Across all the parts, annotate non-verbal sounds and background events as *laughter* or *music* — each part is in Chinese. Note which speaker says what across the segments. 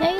Speaker 1: 哎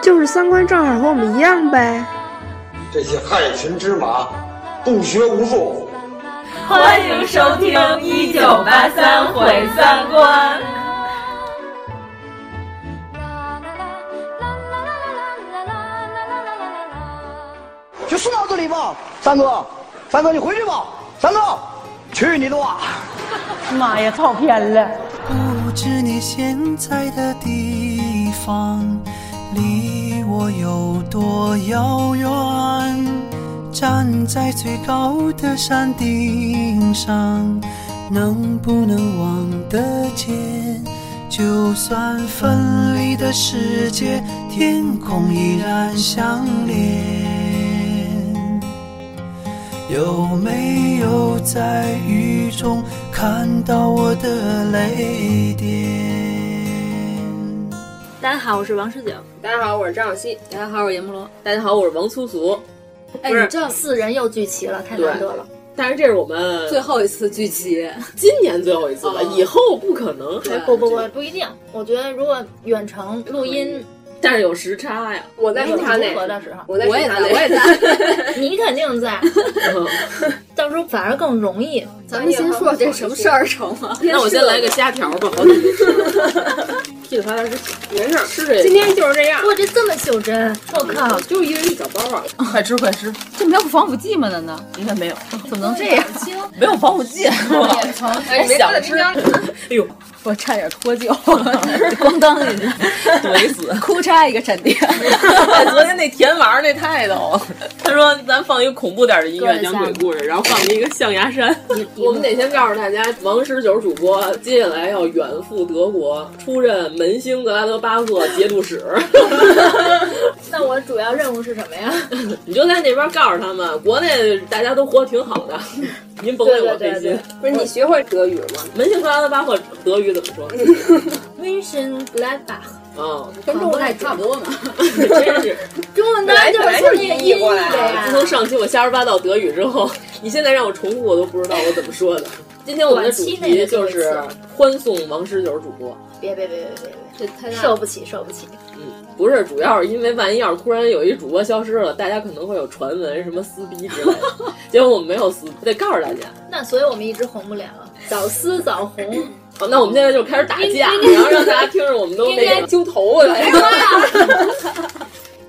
Speaker 2: 就是三观正好和我们一样呗。
Speaker 3: 这些害群之马，不学无术。
Speaker 4: 欢迎收听《一九八三毁三观》。
Speaker 5: 就送到这里吧，三哥，三哥你回去吧，三哥，去你的吧！
Speaker 6: 妈呀，跑偏了。
Speaker 7: 不知你现在的地方离我有多遥远，站在最高的山顶上，能不能望得见？就算分离的世界，天空依然相连。有没有在雨中看到我的泪点？
Speaker 8: 大家好，我是王十九。
Speaker 9: 大家好，我是张小希。
Speaker 10: 大家好，我是阎摩罗。
Speaker 9: 大家好，我是王苏苏。
Speaker 8: 哎，你这四人又聚齐了，太难得了。
Speaker 9: 但是这是我们
Speaker 10: 最后一次聚齐，
Speaker 9: *laughs*
Speaker 10: 哦
Speaker 9: 今年最后一次了，以后不可能。
Speaker 8: 不不不，不一定。我觉得如果远程录音。
Speaker 9: 但是有时差呀，
Speaker 10: *laughs* 我在
Speaker 8: 是
Speaker 10: 他那，
Speaker 9: 我在我嗯
Speaker 10: 也
Speaker 9: 在，
Speaker 10: 我也在，
Speaker 8: *laughs*
Speaker 9: *laughs*
Speaker 8: 你肯定在， *laughs* 到时候反而更容易。
Speaker 10: 咱们先说这什么事儿成吗？
Speaker 9: 那我先来个虾条吧，
Speaker 8: *laughs*
Speaker 9: 好久没吃了，噼里啪啦吃，没事，吃这。嗯
Speaker 10: 今天就是这样。
Speaker 8: 哇，这这么袖珍，我靠，
Speaker 9: 就一人一小包啊！
Speaker 6: 快吃快吃，
Speaker 10: 这没有防腐剂吗？难道
Speaker 9: 应该没有？
Speaker 8: 怎么能这样？
Speaker 9: 没有防腐剂，
Speaker 8: 我操！
Speaker 9: 哎，想吃，哎呦。
Speaker 10: 我差点脱臼，咣当一下，
Speaker 9: 怼死，
Speaker 10: 哭嚓一个闪电。
Speaker 9: 昨天那甜娃那太逗了，他说咱放一个恐怖点的音乐讲鬼故事，然后放了一个象牙山。我们得先告诉大家，王十九主播接下来要远赴德国，出任门兴格拉德巴赫节度使。
Speaker 8: 那我主要任务是什么呀？
Speaker 9: 你就在那边告诉他们，国内大家都活得挺好的，您甭为我费心。
Speaker 10: 不是你学会德语了吗？
Speaker 9: 门兴格拉德巴赫德语。怎么说 *laughs*
Speaker 8: v i s i o n Blackbach。
Speaker 9: 哦，
Speaker 10: 跟中文还差不多呢，
Speaker 9: 真是。
Speaker 8: 中文当然就是那个音
Speaker 10: 过来
Speaker 8: 呗。
Speaker 9: 啊自从上期我瞎说八道德语之后，你现在让我重复，我都不知道我怎么说的。今天我们的主题就是欢送王十九主播。
Speaker 8: 别别别别别别，这太受不起，受不起。
Speaker 9: 嗯，不是，主要是因为万一要是突然有一主播消失了，大家可能会有传闻什么撕逼之类的。 *laughs* 结果我们没有撕，得告诉大家。
Speaker 8: 那所以我们一直红不了，早撕早红。
Speaker 9: *laughs* 好，那我们现在就开始
Speaker 7: *laughs*
Speaker 9: 打架，然后让大家听着我们都那个
Speaker 10: 揪头发。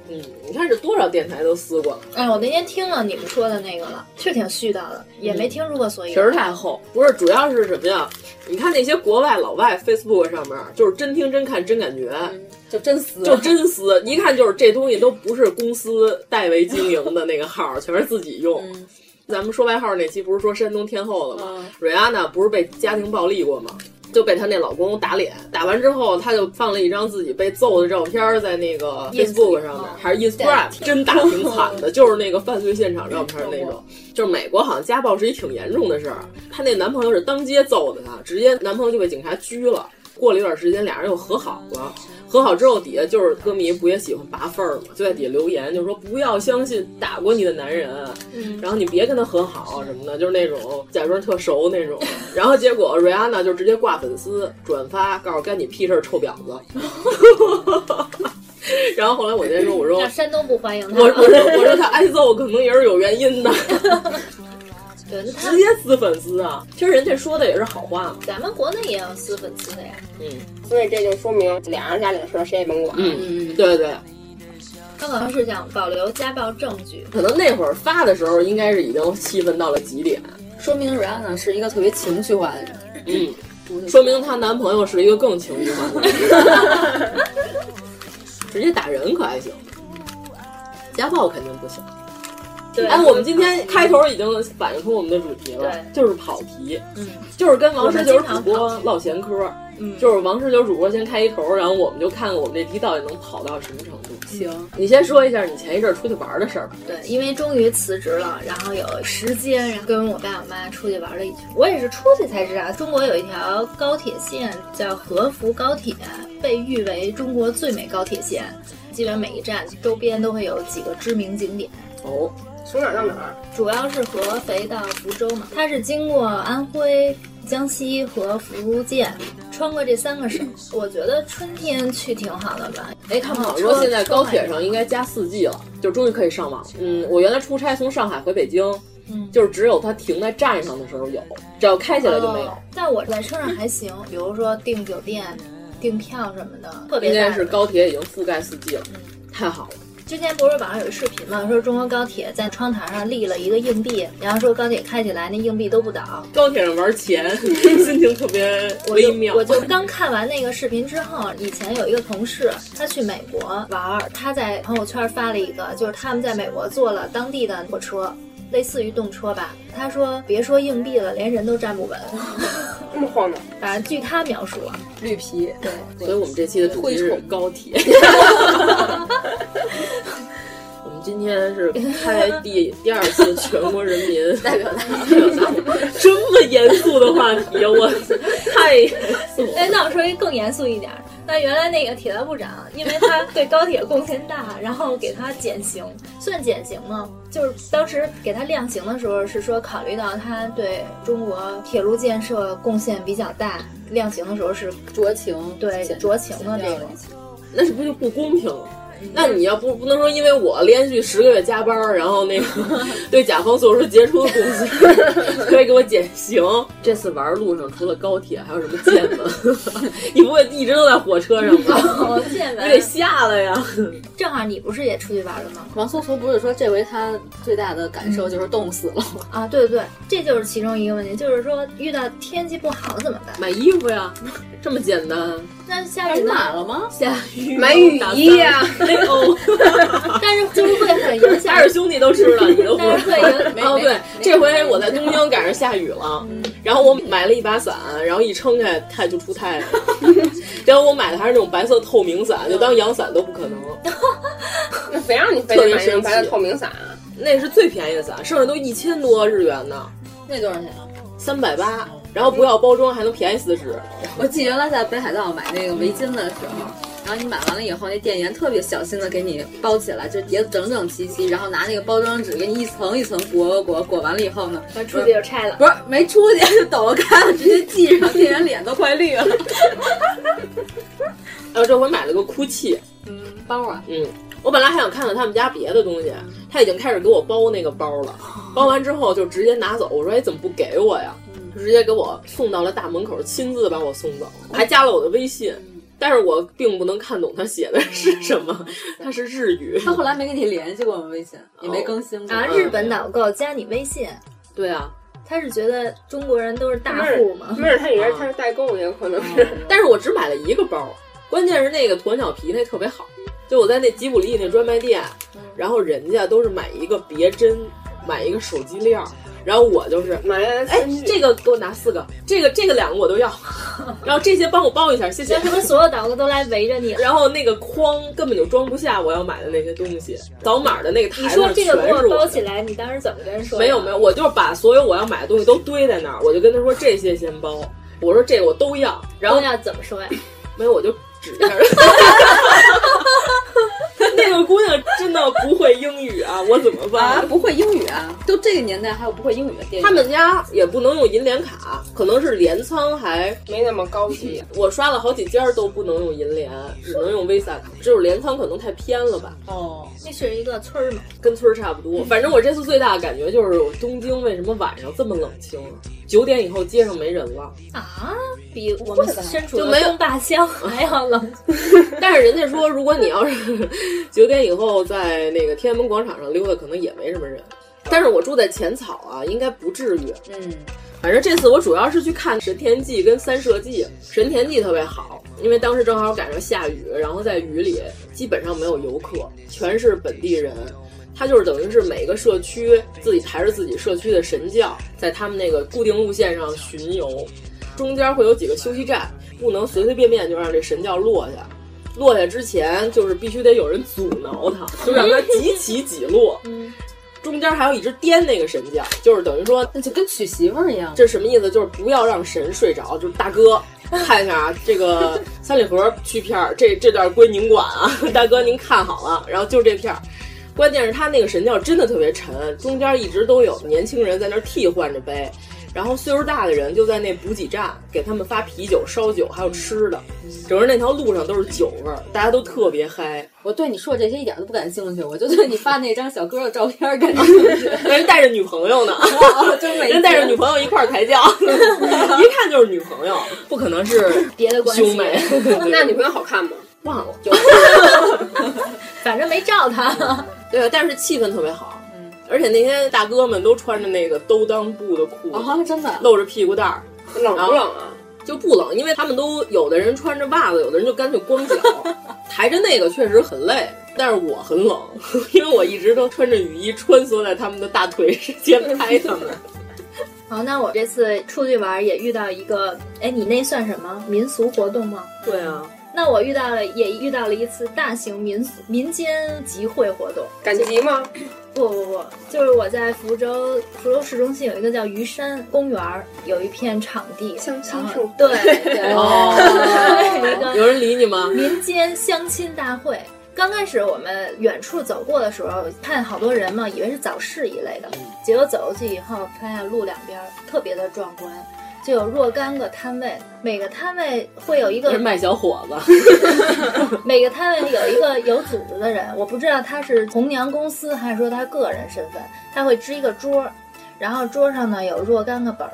Speaker 9: 嗯，你看这多少电台都撕过了。
Speaker 8: 哎，我那天听了你们说的那个了，是挺絮叨的，也
Speaker 9: 嗯
Speaker 8: 没听出个所以。
Speaker 9: 皮儿太厚，不是，主要是什么呀？你看那些国外老外 Facebook 上面，就是真听真看真感觉，
Speaker 10: 嗯就真撕，
Speaker 9: 就真撕。一看就是这东西都不是公司代为经营的那个号，全是自己用。
Speaker 10: 嗯
Speaker 9: 咱们说外号那期不是说山东天后了吗？瑞安娜不是被家庭暴力过吗？就被她那老公打脸，打完之后，她就放了一张自己被揍的照片在那个 Facebook 上面，
Speaker 8: 哦
Speaker 9: 还是 Instagram，真打挺惨的，就是那个犯罪现场照片那
Speaker 10: *laughs*
Speaker 9: 种。就是美国好像家暴是一挺严重的事儿，她那男朋友是当街揍的她，直接男朋友就被警察拘了。过了一段时间，俩人又和好了。和好之后，底下就是歌迷不也喜欢拔份儿嘛，就在底下留言，就说不要相信打过你的男人，嗯、然后你别跟他和好什么的，就是那种假装特熟
Speaker 5: *laughs*
Speaker 9: 那种。然后结果瑞安娜就直接挂粉丝转发，告诉干你屁事儿，臭婊子。 *laughs* 然后后来我再说，我说
Speaker 8: 山东不欢迎他，
Speaker 9: 我我说我说他挨揍可能也是有原因的。
Speaker 8: 对，
Speaker 9: 直接撕粉丝啊！其实人家说的也是好话嘛。
Speaker 8: 咱们国内也有撕粉丝的呀。
Speaker 9: 嗯，
Speaker 10: 所以这就说明俩人家里的事儿谁也甭管。
Speaker 9: 嗯嗯，对对。
Speaker 8: 他可能是想保留家暴证据。
Speaker 9: 可能那会儿发的时候，应该是已经气愤到了极点，
Speaker 10: 说明瑞安娜是一个特别情绪化的人。
Speaker 9: 嗯，说明她男朋友是一个更情绪化的人。
Speaker 10: *laughs*
Speaker 9: 直接打人可还行，家暴肯定不行。哎，我们今天开头已经反映出我们的主题了，就是跑题，
Speaker 8: 嗯，
Speaker 9: 就是跟王十九主播唠闲嗑。
Speaker 10: 嗯
Speaker 9: 就是王十九主播先开一头，然后我们就看看我们这题到底能跑到什么程度。
Speaker 10: 行，
Speaker 9: 你先说一下你前一阵儿出去玩的事儿吧。
Speaker 8: 对，因为终于辞职了，然后有时间，然后跟我爸我妈出去玩了一圈。我也是出去才知道，中国有一条高铁线叫合福高铁，被誉为中国最美高铁线，基本每一站周边都会有几个知名景点。
Speaker 9: 哦，
Speaker 8: 从哪儿到哪儿？主要是合肥到福州嘛，它是经过安徽、江西和福建，穿过这三个省。我觉得春天去挺好的吧。
Speaker 9: 哎，他们好像说现在高铁上应该加四 G 了，就终于可以上网。嗯，我原来出差从上海回北京，
Speaker 8: 嗯
Speaker 9: 就是只有它停在站上的时候有，只要开起来就没有
Speaker 8: 哦。但我在车上还行，比如说订酒店、订票什么的，特别
Speaker 9: 应该
Speaker 8: 大
Speaker 9: 是
Speaker 8: 的
Speaker 9: 高铁已经覆盖四 G 了，太好了。
Speaker 8: 之前不是网上有一视频嘛，说中国高铁在窗台上立了一个硬币，然后说高铁开起来那硬币都不倒。
Speaker 9: 高铁上玩钱， *laughs* 心情特别
Speaker 8: 我就
Speaker 9: 微妙。
Speaker 8: 我就刚看完那个视频之后，以前有一个同事，他去美国玩儿，他在朋友圈发了一个，就是他们在美国坐了当地的火车，类似于动车吧。他说别说硬币了，连人都站不稳。
Speaker 10: 这么晃的，
Speaker 8: *laughs* 反正据他描述啊，
Speaker 10: 绿皮，对，
Speaker 9: 所以我们这期的主题是
Speaker 10: 推
Speaker 9: 高铁。我们今天是开第第二次全国人民代表大会， *laughs* 这么严肃的话题，我太严肃了。
Speaker 8: 哎，那我说一更严肃一点儿，那原来那个铁道部长，因为他对高铁贡献大， *laughs* 然后给他减刑，算减刑吗？就是当时给他量刑的时候，是说考虑到他对中国铁路建设贡献比较大，量刑的时候是
Speaker 10: 酌情，
Speaker 8: 对酌情的这种。
Speaker 9: 那是不是就不公平了？那你要不不能说，因为我连续十个月加班儿，然后那
Speaker 10: *laughs*
Speaker 9: 个对甲方做出杰出的贡献， *laughs* 可以给我减刑。这次玩儿路上除了高铁，还有什么见
Speaker 10: *laughs*
Speaker 9: 闻？你不会一直都在火车上吧？
Speaker 8: 见
Speaker 9: 你得下来呀！
Speaker 8: 正好你不是也出去玩了吗？
Speaker 10: 王苏苏不是说这回他最大的感受就是冻死了吗？
Speaker 8: 啊，对对对，这就是其中一个问题，就是说遇到天气不好怎么办？
Speaker 9: 买衣服呀，这么简单。
Speaker 8: 那下雨呢
Speaker 10: 买了吗？
Speaker 8: 下 *laughs* 雨
Speaker 9: 买雨衣呀
Speaker 8: 哎呦， *laughs* 但是就是会很影
Speaker 10: *laughs*
Speaker 8: 响
Speaker 9: *laughs* 海。尔兄弟都吃了，
Speaker 8: *laughs*
Speaker 9: 你都不
Speaker 8: 但是
Speaker 9: 知道
Speaker 8: 会影。
Speaker 9: 哦，对，这回我在东京赶上下雨了，
Speaker 10: 嗯
Speaker 9: 然后我买了一把伞，然后一撑开太就出太
Speaker 10: *laughs*
Speaker 9: 阳了。然后我买的还是那种白色透明伞，就当阳伞都不可能。
Speaker 10: *laughs* 那谁让你
Speaker 9: 非得买那种白的透
Speaker 10: 明伞啊？
Speaker 9: 那是最便宜的伞，剩下都一千多日元呢，
Speaker 10: 那多少钱啊？
Speaker 9: 三百八，然后不要包装还能便宜四十。
Speaker 10: 我记得原来在北海道买那个围巾的时候，然后你买完了以后，那店员特别小心的给你包起来，就叠得整整齐齐，然后拿那个包装纸给你一层一层裹裹裹完了以后呢，
Speaker 8: 出去就拆了。
Speaker 10: 不是没出去就抖开了，直接系上，店员脸都快绿了。
Speaker 9: 然后这回买了个哭泣，
Speaker 10: 包啊，
Speaker 9: 嗯，我本来还想看看他们家别的东西，他已经开始给我包那个包了，
Speaker 10: 哦
Speaker 9: 包完之后就直接拿走。我说：“哎，怎么不给我呀？”
Speaker 10: 嗯
Speaker 9: 就直接给我送到了大门口，亲自把我送走，
Speaker 10: 哦
Speaker 9: 还加了我的微信。
Speaker 10: 嗯
Speaker 9: 但是我并不能看懂他写的是什么，他是日语。
Speaker 10: 他后来没跟你联系过我们微信，也
Speaker 9: 哦
Speaker 10: 没更新过。
Speaker 8: 啊，日本导购加你微信，
Speaker 9: 对啊，
Speaker 8: 他是觉得中国人都是大户吗？
Speaker 10: 没准他以
Speaker 9: 为
Speaker 8: 嗯
Speaker 9: 他
Speaker 10: 是代购也可能是。
Speaker 9: 但是我只买了一个包，关键是那个鸵鸟皮那特别好，就我在那吉卜力那专卖店，
Speaker 8: 嗯
Speaker 9: 然后人家都是买一个别针，买一个手机链儿，
Speaker 8: 嗯
Speaker 9: 然后我就是买哎这个给我拿四个，这个这个两个我
Speaker 8: *laughs*
Speaker 9: 都要，然后这些帮我包一下，谢谢
Speaker 8: 那。是不是所有导购都来围着你？
Speaker 9: 然后那个筐根本就装不下我要买的那些东西，扫码的那个
Speaker 8: 你
Speaker 9: 台子
Speaker 8: 说
Speaker 9: 上
Speaker 8: 这
Speaker 9: 全
Speaker 8: 个给
Speaker 9: 是
Speaker 8: 我
Speaker 9: 我
Speaker 8: 包
Speaker 9: 的。
Speaker 8: 起来，你当时怎么跟人说？
Speaker 9: 没有没有，，我就是把所有我要买的东西都堆在那儿，我就跟他说这些先包，我说这个我都要，然后
Speaker 8: 要怎么
Speaker 9: *laughs*
Speaker 8: 说呀？
Speaker 9: 没有，我就指一下。 *laughs* 那个姑娘真的不会英语啊，我怎么
Speaker 10: 啊，
Speaker 9: 办？
Speaker 10: 不会英语啊！都这个年代还有不会英语的店员，
Speaker 9: 他们家也不能用银联卡，可能是联仓还
Speaker 10: 没那么高级。
Speaker 9: 我刷了好几家都不能用银联，只能用 Visa 卡。就是联仓可能太偏了吧，
Speaker 10: 哦，
Speaker 8: 那是一个村儿嘛，
Speaker 9: 跟村儿差不多。反正我这次最大的感觉就是东京为什么晚上这么冷清啊？九点以后街上没人了，
Speaker 8: 啊，比我们身处
Speaker 9: 就
Speaker 8: 的
Speaker 9: 没有
Speaker 8: 东大
Speaker 9: *laughs*
Speaker 8: 乡还要冷。
Speaker 9: 但是人家说如果你要是 *laughs* 九点以后在那个天安门广场上溜达，可能也没什么人。但是我住在浅草啊，应该不至于。
Speaker 10: 嗯，
Speaker 9: 反正这次我主要是去看《神田记》跟《三社记》，《神田记》特别好，因为当时正好赶上下雨，然后在雨里基本上没有游客，全是本地人。它就是等于是每个社区自己抬着自己社区的神教，在他们那个固定路线上巡游，中间会有几个休息站，不能随随便便就让这神教落下。落下之前，就是必须得有人阻挠
Speaker 10: *laughs*
Speaker 9: 他，就让他几起几落。
Speaker 10: 嗯
Speaker 9: 中间还要一直颠那个神教，就是等于说，
Speaker 10: 那就跟娶媳妇儿一样。
Speaker 9: 这什么意思？就是不要让神睡着。就是大
Speaker 10: *laughs*
Speaker 9: 哥，看一下啊，这个三里河区片儿，这这段归您管啊，大哥您看好了。然后就这片儿，关键是他那个神教真的特别沉，中间一直都有年轻人在那儿替换着背，然后岁数大的人就在那补给站给他们发啤酒、烧酒，还有吃的。整个那条路上都是酒味儿，大家都特别嗨。
Speaker 10: 我对你说这些一点都不感兴趣，我就对你发那张小哥的照片儿感兴趣。 *laughs* 哦
Speaker 9: 人带着女朋友呢，
Speaker 10: 真没劲
Speaker 9: *laughs* 人带着女朋友一块儿抬
Speaker 8: *laughs*
Speaker 9: 轿，一看就是女朋友，不可能是
Speaker 8: 别的关系
Speaker 9: 兄妹。 *laughs*
Speaker 11: 那女朋友好看吗？
Speaker 9: 忘了，
Speaker 8: 反正没照他。 *laughs*
Speaker 9: 对，啊但是气氛特别好。
Speaker 8: 嗯
Speaker 9: 而且那些大哥们都穿着那个兜裆布的裤
Speaker 11: 哦
Speaker 9: 子，
Speaker 10: 啊，真的
Speaker 9: 露着屁股蛋儿，
Speaker 11: 冷不冷啊？
Speaker 9: 就不冷，因为他们都有的人穿着袜子，有的人就干脆光脚，抬着那个确实很累。但是我很冷， *laughs* 因为我一直都穿着雨衣穿梭在他们的大腿之间拍他们。
Speaker 8: 好，那我这次出去玩也遇到一个，哎，你那算什么民俗活动吗？
Speaker 9: 对啊，
Speaker 8: 那我遇到了，也遇到了一次大型民俗民间集会活动，
Speaker 11: 赶集吗？
Speaker 8: 不不不，就是我在福州，福州市中心有一个叫鱼山公园儿，有一片场地，
Speaker 11: 相亲
Speaker 8: 然后
Speaker 11: 树
Speaker 8: 对对，有一个
Speaker 9: 有人理你吗？
Speaker 8: 民间相亲大会。刚开始我们远处走过的时候，看好多人嘛，以为是早市一类的，结果走过去以后，发现路两边特别的壮观，就有若干个摊位，每个摊位会有一
Speaker 9: 有
Speaker 8: 个
Speaker 9: 人卖小伙子，
Speaker 8: *laughs* 每个摊位有一个有组织的人，我不知道他是红娘公司还是说他个人身份，他会支一个桌儿，然后桌上呢有若干个本儿，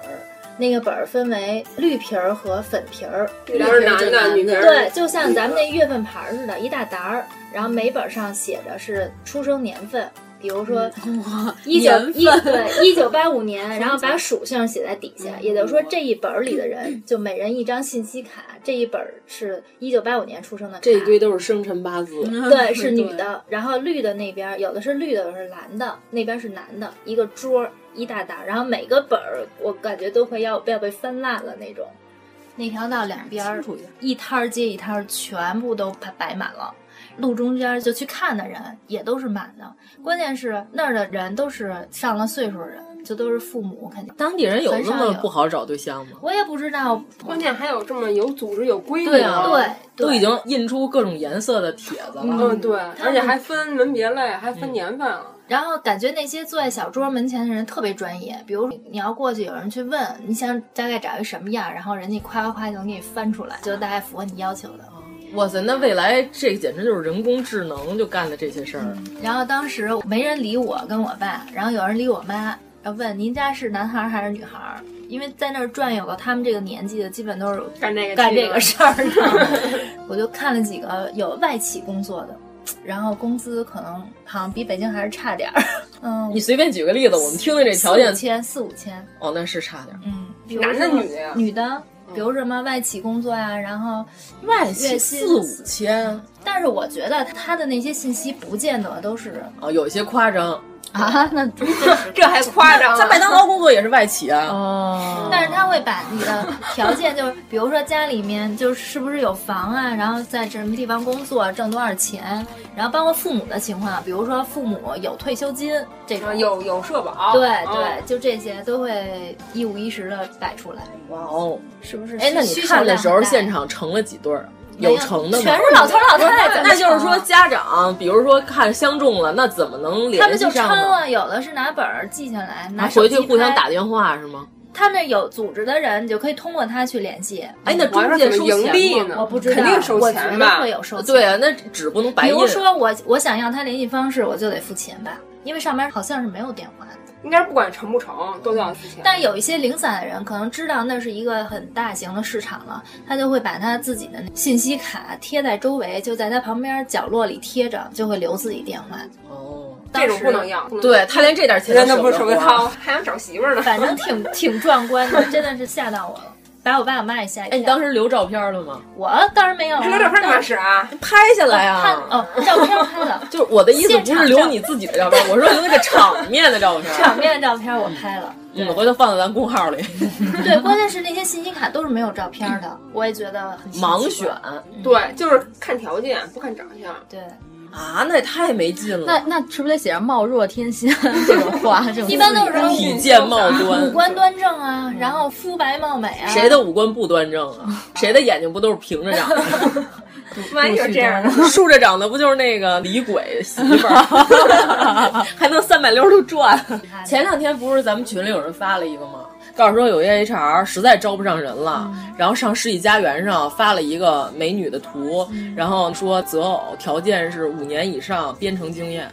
Speaker 8: 那个本儿分为绿皮儿和粉皮儿，
Speaker 11: 绿皮儿是男的，女皮儿
Speaker 8: 对，就像咱们那月份牌儿似的，一大沓儿，然后每本儿上写着是出生年份。比如说，
Speaker 9: 嗯
Speaker 8: 一九一对一九八五年，然后把属性写在底
Speaker 9: 嗯
Speaker 8: 下，也就是说这一本儿里的人就每人一张信息卡，这一本儿是一九八五年出生的卡，
Speaker 9: 这一堆都是生辰八字。
Speaker 8: 对，是女的，然后绿的那边儿有的是绿的，有的是蓝的，那边是男的，一个桌儿一大沓，然后每个本儿我感觉都会要要被翻烂了那种。那条道两边儿一摊儿接一摊儿，全部都摆摆满了。路中间儿就去看的人也都是满的，关键是那儿的人都是上了岁数的人，就都是父母，肯定
Speaker 9: 当地人有
Speaker 8: 很
Speaker 9: 那
Speaker 8: 少
Speaker 9: 么不好找对象吗？
Speaker 8: 我也不知道，
Speaker 11: 关键还有这么有组织、有规矩。
Speaker 9: 对啊
Speaker 8: 对，对
Speaker 9: 都已经印出各种颜色的帖子了。
Speaker 11: 嗯，对，
Speaker 8: 他
Speaker 11: 而且
Speaker 8: 们
Speaker 11: 还分门别类，还分年份了。
Speaker 8: 然后感觉那些坐在小桌门前的人特别专业，比如你要过去，有人去问你想大概找一什么样，然后人家夸夸夸就能给你翻出来，就大概符合你要求的。
Speaker 9: 哇塞，那未来这简直就是人工智能就干的这些事儿。
Speaker 8: 然后当时没人理我跟我爸，然后有人理我妈，然后问您家是男孩儿还是女孩儿，因为在那儿转悠的，他们这个年纪的基本都是
Speaker 11: 干这个
Speaker 8: 干
Speaker 11: 去
Speaker 8: 这
Speaker 11: 了
Speaker 8: 个事儿的。我就看了几个有外企工作的，然后工资可能好像比北京还是差点儿，嗯，
Speaker 9: 你随便举个例子，我们听听这条
Speaker 8: 四
Speaker 9: 件
Speaker 8: 五，千四五千，
Speaker 9: 哦，那是差点儿。
Speaker 8: 嗯，比如
Speaker 11: 男的
Speaker 8: 说
Speaker 11: 女的呀
Speaker 8: 女的，比如什么外企工作呀、然后
Speaker 9: 外
Speaker 8: 月薪
Speaker 9: 企四五千
Speaker 8: 但是我觉得他的那些信息不见得都是
Speaker 9: 啊，有一些夸张。
Speaker 8: *laughs* 啊，那
Speaker 11: 这还夸张
Speaker 9: 在麦当劳工作也是外企啊。
Speaker 8: 啊哦，但是他会把你的条件，就是比如说家里面就是是不是有房啊，然后在什么地方工作，挣多少钱，然后包括父母的情况，比如说父母有退休金这种，
Speaker 11: 有有社保，
Speaker 8: 对
Speaker 11: 嗯
Speaker 8: 对，就这些都会一五一十的摆出来，
Speaker 9: 哇哦，
Speaker 8: 是不是？
Speaker 9: 哎，那你
Speaker 8: 需求
Speaker 9: 看的
Speaker 8: 量
Speaker 9: 时候
Speaker 8: 很大
Speaker 9: 现场成了几对儿？有成的吗？
Speaker 8: 全是老头老太太，
Speaker 9: 那就是说，家长，比如说看相中了，那怎么能
Speaker 8: 他
Speaker 9: 联
Speaker 8: 们
Speaker 9: 系
Speaker 8: 就
Speaker 9: 上
Speaker 8: 称
Speaker 9: 呢？
Speaker 8: 啊，有的是拿本儿记下来，拿手
Speaker 9: 啊回
Speaker 8: 机
Speaker 9: 去互相
Speaker 8: 拍
Speaker 9: 打。电话是吗？
Speaker 8: 他们有组织的人，你就可以通过他去联系。
Speaker 9: 哎，那
Speaker 11: 我还说
Speaker 9: 中介
Speaker 11: 怎么
Speaker 9: 收
Speaker 11: 盈利
Speaker 9: 钱
Speaker 11: 呢？
Speaker 9: 吗？
Speaker 8: 我不知道，
Speaker 11: 肯定收
Speaker 8: 我觉
Speaker 11: 钱
Speaker 8: 得
Speaker 11: 吧？
Speaker 8: 会有收钱。
Speaker 9: 对啊，那纸不能白
Speaker 8: 比
Speaker 9: 印。
Speaker 8: 如说我我想要他联系方式，我就得付钱吧，因为上面好像是没有电话的。
Speaker 9: 嗯
Speaker 11: 应该是不管成不成都要付钱。
Speaker 8: 但有一些零散的人可能知道那是一个很大型的市场了，他就会把他自己的信息卡贴在周围，就在他旁边角落里贴着，就会留自己电话。
Speaker 9: 哦，
Speaker 11: 这种
Speaker 8: 当时
Speaker 11: 不能要，不能
Speaker 9: 对他连这点钱
Speaker 11: 人家那不
Speaker 9: 舍
Speaker 11: 是
Speaker 9: 不
Speaker 11: 个
Speaker 9: 得花
Speaker 11: 掏，还想找媳妇儿呢。
Speaker 8: 反正挺挺壮观的，真的是吓到我了。把我爸我妈也吓一跳。
Speaker 9: 哎，你当时留照片了吗？
Speaker 8: 我当然没有、啊，
Speaker 11: 留照片干嘛使啊？
Speaker 9: 拍下来啊！
Speaker 8: 哦，照片拍了。
Speaker 9: 就是我的意思不是留你自己的照片，我说留那个场面的照片。
Speaker 8: 场面的照片我拍了。
Speaker 9: 嗯，回头放到咱公号里。
Speaker 8: 对，关键是那些信息卡都是没有照片的，我也觉得很
Speaker 9: *laughs* 盲选。
Speaker 11: 对，就是看条件，不看长相。
Speaker 8: 对。
Speaker 9: 啊，那也太没劲了。
Speaker 1: 那那是不是得写上貌若天仙这种话？这种
Speaker 8: 一般都是
Speaker 9: 体健貌端，
Speaker 8: 五官端正啊，然后肤白貌美啊。
Speaker 9: 谁的五官不端正 *laughs* 啊？谁的眼睛不都是平着长的？
Speaker 11: 万一有这样的，
Speaker 9: *laughs* 竖着长的不就是那个李鬼媳妇 *laughs* 儿？还能三百六十度转。前两天不是咱们群里有人发了一个吗？告诉说有些 HR 实在招不上人了，嗯、然后上世纪佳缘上发了一个美女的图，嗯、然后说择偶条件是五年以上编程经 *laughs* 验。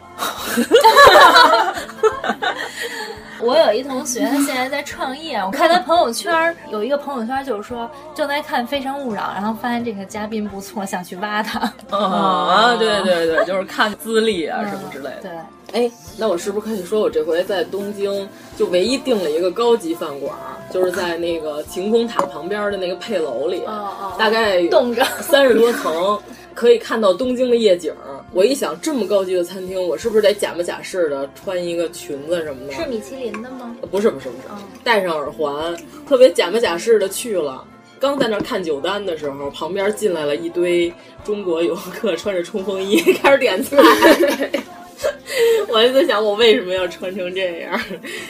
Speaker 8: 我有一同学，他现在在创业。我看他朋友圈有一个朋友圈，就是说正在看《非诚勿扰》，然后发现这个嘉宾不错，想去挖他。
Speaker 9: 啊、嗯，对对对，就是看资历啊什么之类的。
Speaker 8: 对。
Speaker 9: 哎，那我是不是可以说，我这回在东京就唯一订了一个高级饭馆，就是在那个晴空塔旁边的那个配楼里，
Speaker 8: 哦哦、
Speaker 9: 大概
Speaker 8: 冻着 *laughs*
Speaker 9: 三十多层，可以看到东京的夜景。我一想，这么高级的餐厅，我是不是得假模假式的穿一个裙子什么的？
Speaker 8: 是米其林的吗？
Speaker 9: 不是不是不是，哦、戴上耳环，特别假模假式的去了。刚在那儿看酒单的时候，旁边进来了一堆中国游客，穿着冲锋衣开始点菜。我就在想，我为什么要穿成这样？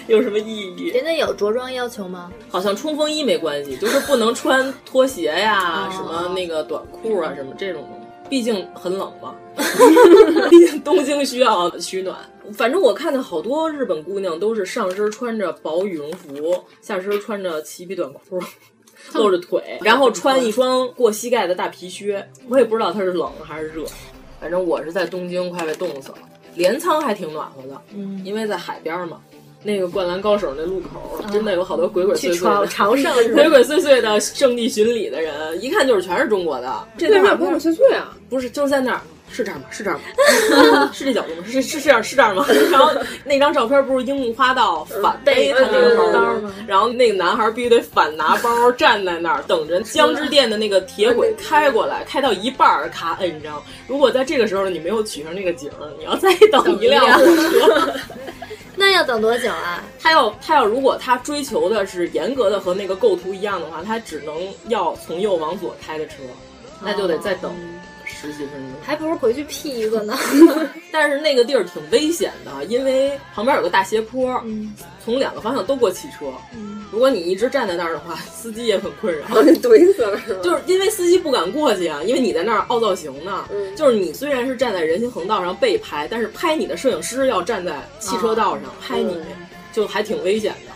Speaker 9: 有什么意义？
Speaker 8: 人家有着装要求吗？
Speaker 9: 好像冲锋衣没关系，就是不能穿拖鞋呀、啊、什么那个短裤啊、什么这种东西。毕竟很冷嘛，毕竟东京需要取暖。反正我看见好多日本姑娘都是上身穿着薄羽绒服，下身穿着齐皮短裤。露着腿，然后穿一双过膝盖的大皮靴，我也不知道它是冷还是热，反正我是在东京快被冻死了。镰仓还挺暖和的，
Speaker 8: 嗯，
Speaker 9: 因为在海边嘛。那个《灌篮高手》那路口真的有好多鬼鬼祟 *laughs* 祟的
Speaker 8: 朝圣，
Speaker 9: 鬼鬼祟祟的圣地巡礼的人，一看就是全是中国的。这在
Speaker 11: 哪鬼鬼祟祟 *laughs* 啊？
Speaker 9: 不是，就是在那儿。是这儿吗？是这儿 *laughs* 吗？是这角度吗？是是这样是这儿吗？ *laughs* 然后那张照片不是樱木花道反背他那个包吗？然后那个男孩必须得反拿包站在那儿等着江之电的那个铁轨开过来，开到一半儿咔摁上。如果在这个时候你没有取上那个景，你要再等一辆火车。
Speaker 8: 那要等多久啊？
Speaker 9: 他要他要，如果他追求的是严格的和那个构图一样的话，他只能要从右往左开的车，那就得再等。十几分钟，
Speaker 8: 还不如回去 P 一个呢。
Speaker 9: 但是那个地儿挺危险的，因为旁边有个大斜坡，
Speaker 8: 嗯、
Speaker 9: 从两个方向都过汽车。
Speaker 8: 嗯、
Speaker 9: 如果你一直站在那儿的话，司机也很困扰， *laughs*
Speaker 10: 给怼死了。
Speaker 9: 就是因为司机不敢过去啊，因为你在那儿凹造型呢。
Speaker 10: 嗯、
Speaker 9: 就是你虽然是站在人行横道上被拍，但是拍你的摄影师要站在汽车道上、啊、拍你，就还挺危险的。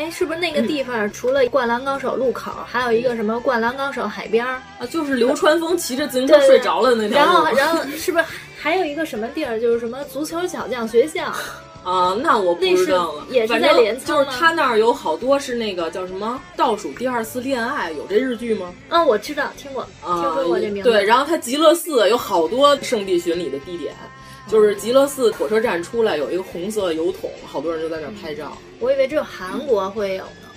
Speaker 8: 哎，是不是那个地方除了《灌篮高手》路口，还有一个什么《灌篮高手》海边儿
Speaker 9: 啊？就是流川枫骑着自行车睡着了那条。
Speaker 8: 然后，然后是不是还有一个什么地儿？就是什么足球小将学校
Speaker 9: 啊？那我不知道了。
Speaker 8: 也是在镰仓
Speaker 9: 就是他那儿有好多是那个叫什么《倒数第二次恋爱》，有这日剧吗？
Speaker 8: 嗯，我知道，听过，听说过这名字。
Speaker 9: 啊对，然后他极乐寺有好多圣地巡礼的地点。
Speaker 8: 哦
Speaker 9: 就是极乐寺火车站出来有一个红色油桶，好多人就在那拍照。
Speaker 8: 我以为只有韩国会有呢。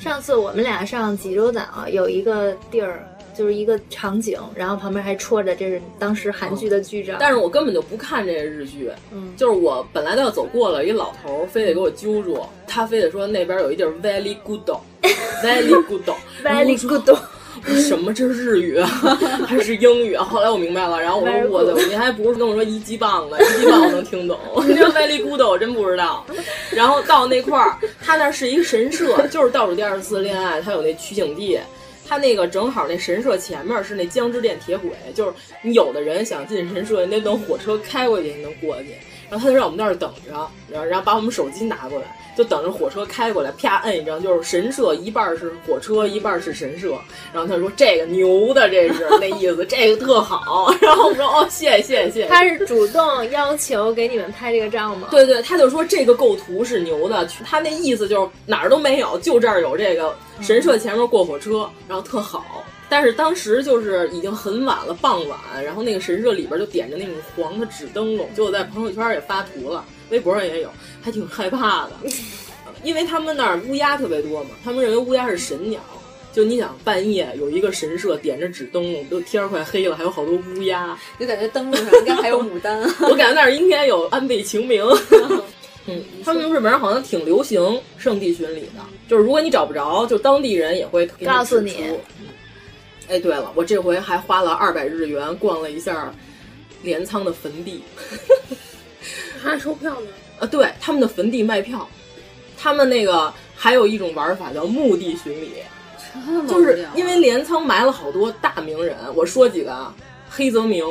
Speaker 8: 上次我们俩上济州岛、啊、有一个地儿，就是一个场景，然后旁边还戳着这是当时韩剧的剧照、嗯。
Speaker 9: 但是我根本就不看这个日剧，
Speaker 8: 嗯，
Speaker 9: 就是我本来都要走过了，一老头非得给我揪住，他非得说那边有一地儿 very
Speaker 8: *laughs*
Speaker 9: good，very
Speaker 8: good，very good。
Speaker 9: *laughs* 什么？这是日语啊
Speaker 8: *laughs*
Speaker 9: 还是英语啊？后来我明白了，然后我说我的，您还不是跟我说一级棒呢？一级棒我能
Speaker 8: *laughs*
Speaker 9: 听懂，这歪里咕的我真不知道。然后到那块儿，他那是一个神社，就是倒数第二十次恋爱，他有那取景地，他那个正好那神社前面是那江之电铁轨，就是你有的人想进神社，你得等火车开过去才能过去。然后他就让我们在那儿等着，然后然后把我们手机拿过来，就等着火车开过来，啪摁一张，就是神社一半是火车，一半是神社。然后他说这个牛的，这是那意思，这个特好。 *laughs* 然后我说哦，谢谢谢谢。
Speaker 8: 他是主动要求给你们拍这个照吗？
Speaker 9: 对对，他就说这个构图是牛的，他那意思就是哪儿都没有，就这儿有这个神社前面过火车，然后特好。但是当时就是已经很晚了，傍晚，然后那个神社里边就点着那种黄的纸灯笼，就我在朋友圈也发图了，微博上也有，还挺害怕的，因为他们那儿乌鸦特别多嘛，他们认为乌鸦是神鸟。就你想半夜有一个神社点着纸灯笼，都天儿快黑了，还有好多乌鸦，
Speaker 10: 就感觉灯笼上应该还有牡丹。
Speaker 9: 我感觉那儿应该有安倍晴明。嗯， *laughs* 他们日本人好像挺流行圣地巡礼的，就是如果你找不着，就当地人也会给
Speaker 8: 告诉
Speaker 9: 你指
Speaker 8: 你
Speaker 9: 出。哎，对了，我这回还花了二百日元逛了一下镰仓的坟地。
Speaker 11: 还售票呢？
Speaker 9: 啊，对，他们的坟地卖票，他们那个还有一种玩法叫墓地巡礼，就是因为镰仓埋了好多大名人，我说几个啊，黑泽明，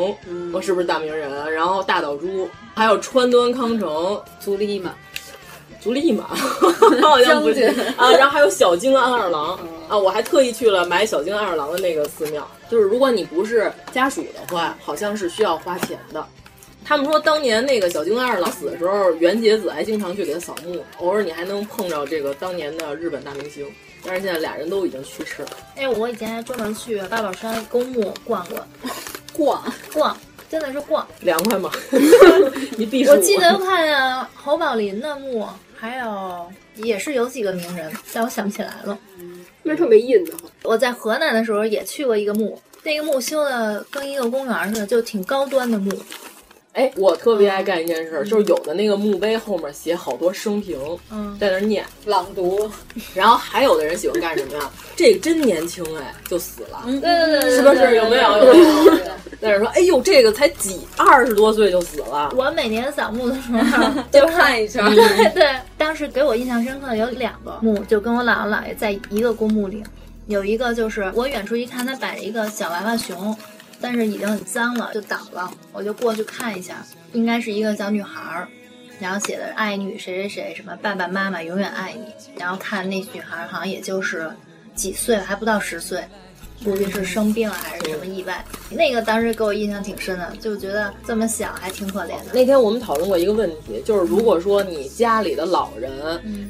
Speaker 9: 我是不是大名人？啊然后大岛渚，还有川端康成、
Speaker 10: 足利嘛，
Speaker 9: 足利嘛， *laughs* 好像不是
Speaker 10: 将军
Speaker 9: 啊，然后还有小津安二郎啊，我还特意去了买小津安二郎的那个寺庙，就是如果你不是家属的话，好像是需要花钱的。他们说，当年那个小津安二郎死的时候，袁杰子还经常去给他扫墓，偶尔你还能碰着这个当年的日本大明星。但是现在俩人都已经去世了。
Speaker 8: 哎，我以前还专门去八宝山公墓逛过，
Speaker 10: 逛
Speaker 8: 逛，真的是逛。
Speaker 9: 凉快吗？ *laughs* 你避暑。
Speaker 8: 我记得看呀侯宝林的墓，还有也是有几个名人，但我想不起来了。
Speaker 11: 那特别印的慌。
Speaker 8: 我在河南的时候也去过一个墓，那个墓修的跟一个公园似的，就挺高端的墓。
Speaker 9: 哎，我特别爱干一件事儿，就是有的那个墓碑后面写好多生平，
Speaker 8: 嗯
Speaker 9: 在那儿念。
Speaker 10: 朗读，
Speaker 9: 然后还有的人喜欢干什么呀？这真年轻哎，就死了。
Speaker 10: 嗯，
Speaker 8: 对对对，
Speaker 9: 是不是有没有？有没有？在那儿说，哎呦，这个才几二十多岁就死了，
Speaker 8: 我每年扫墓的时候啊 *laughs* 就看一圈，对对。当时给我印象深刻的有两个墓，就跟我姥姥姥爷在一个公墓里，有一个就是我远处一看，他摆着一个小娃娃熊，但是已经很脏了，就倒了，我就过去看一下，应该是一个小女孩儿。然后写的爱女谁谁谁什么爸爸妈妈永远爱你，然后看那女孩儿好像也就是几岁还不到十岁，估计是生病了还是什么意外。那个当时给我印象挺深的，就觉得这么小还挺可怜的。
Speaker 9: 那天我们讨论过一个问题，就是如果说你家里的老人，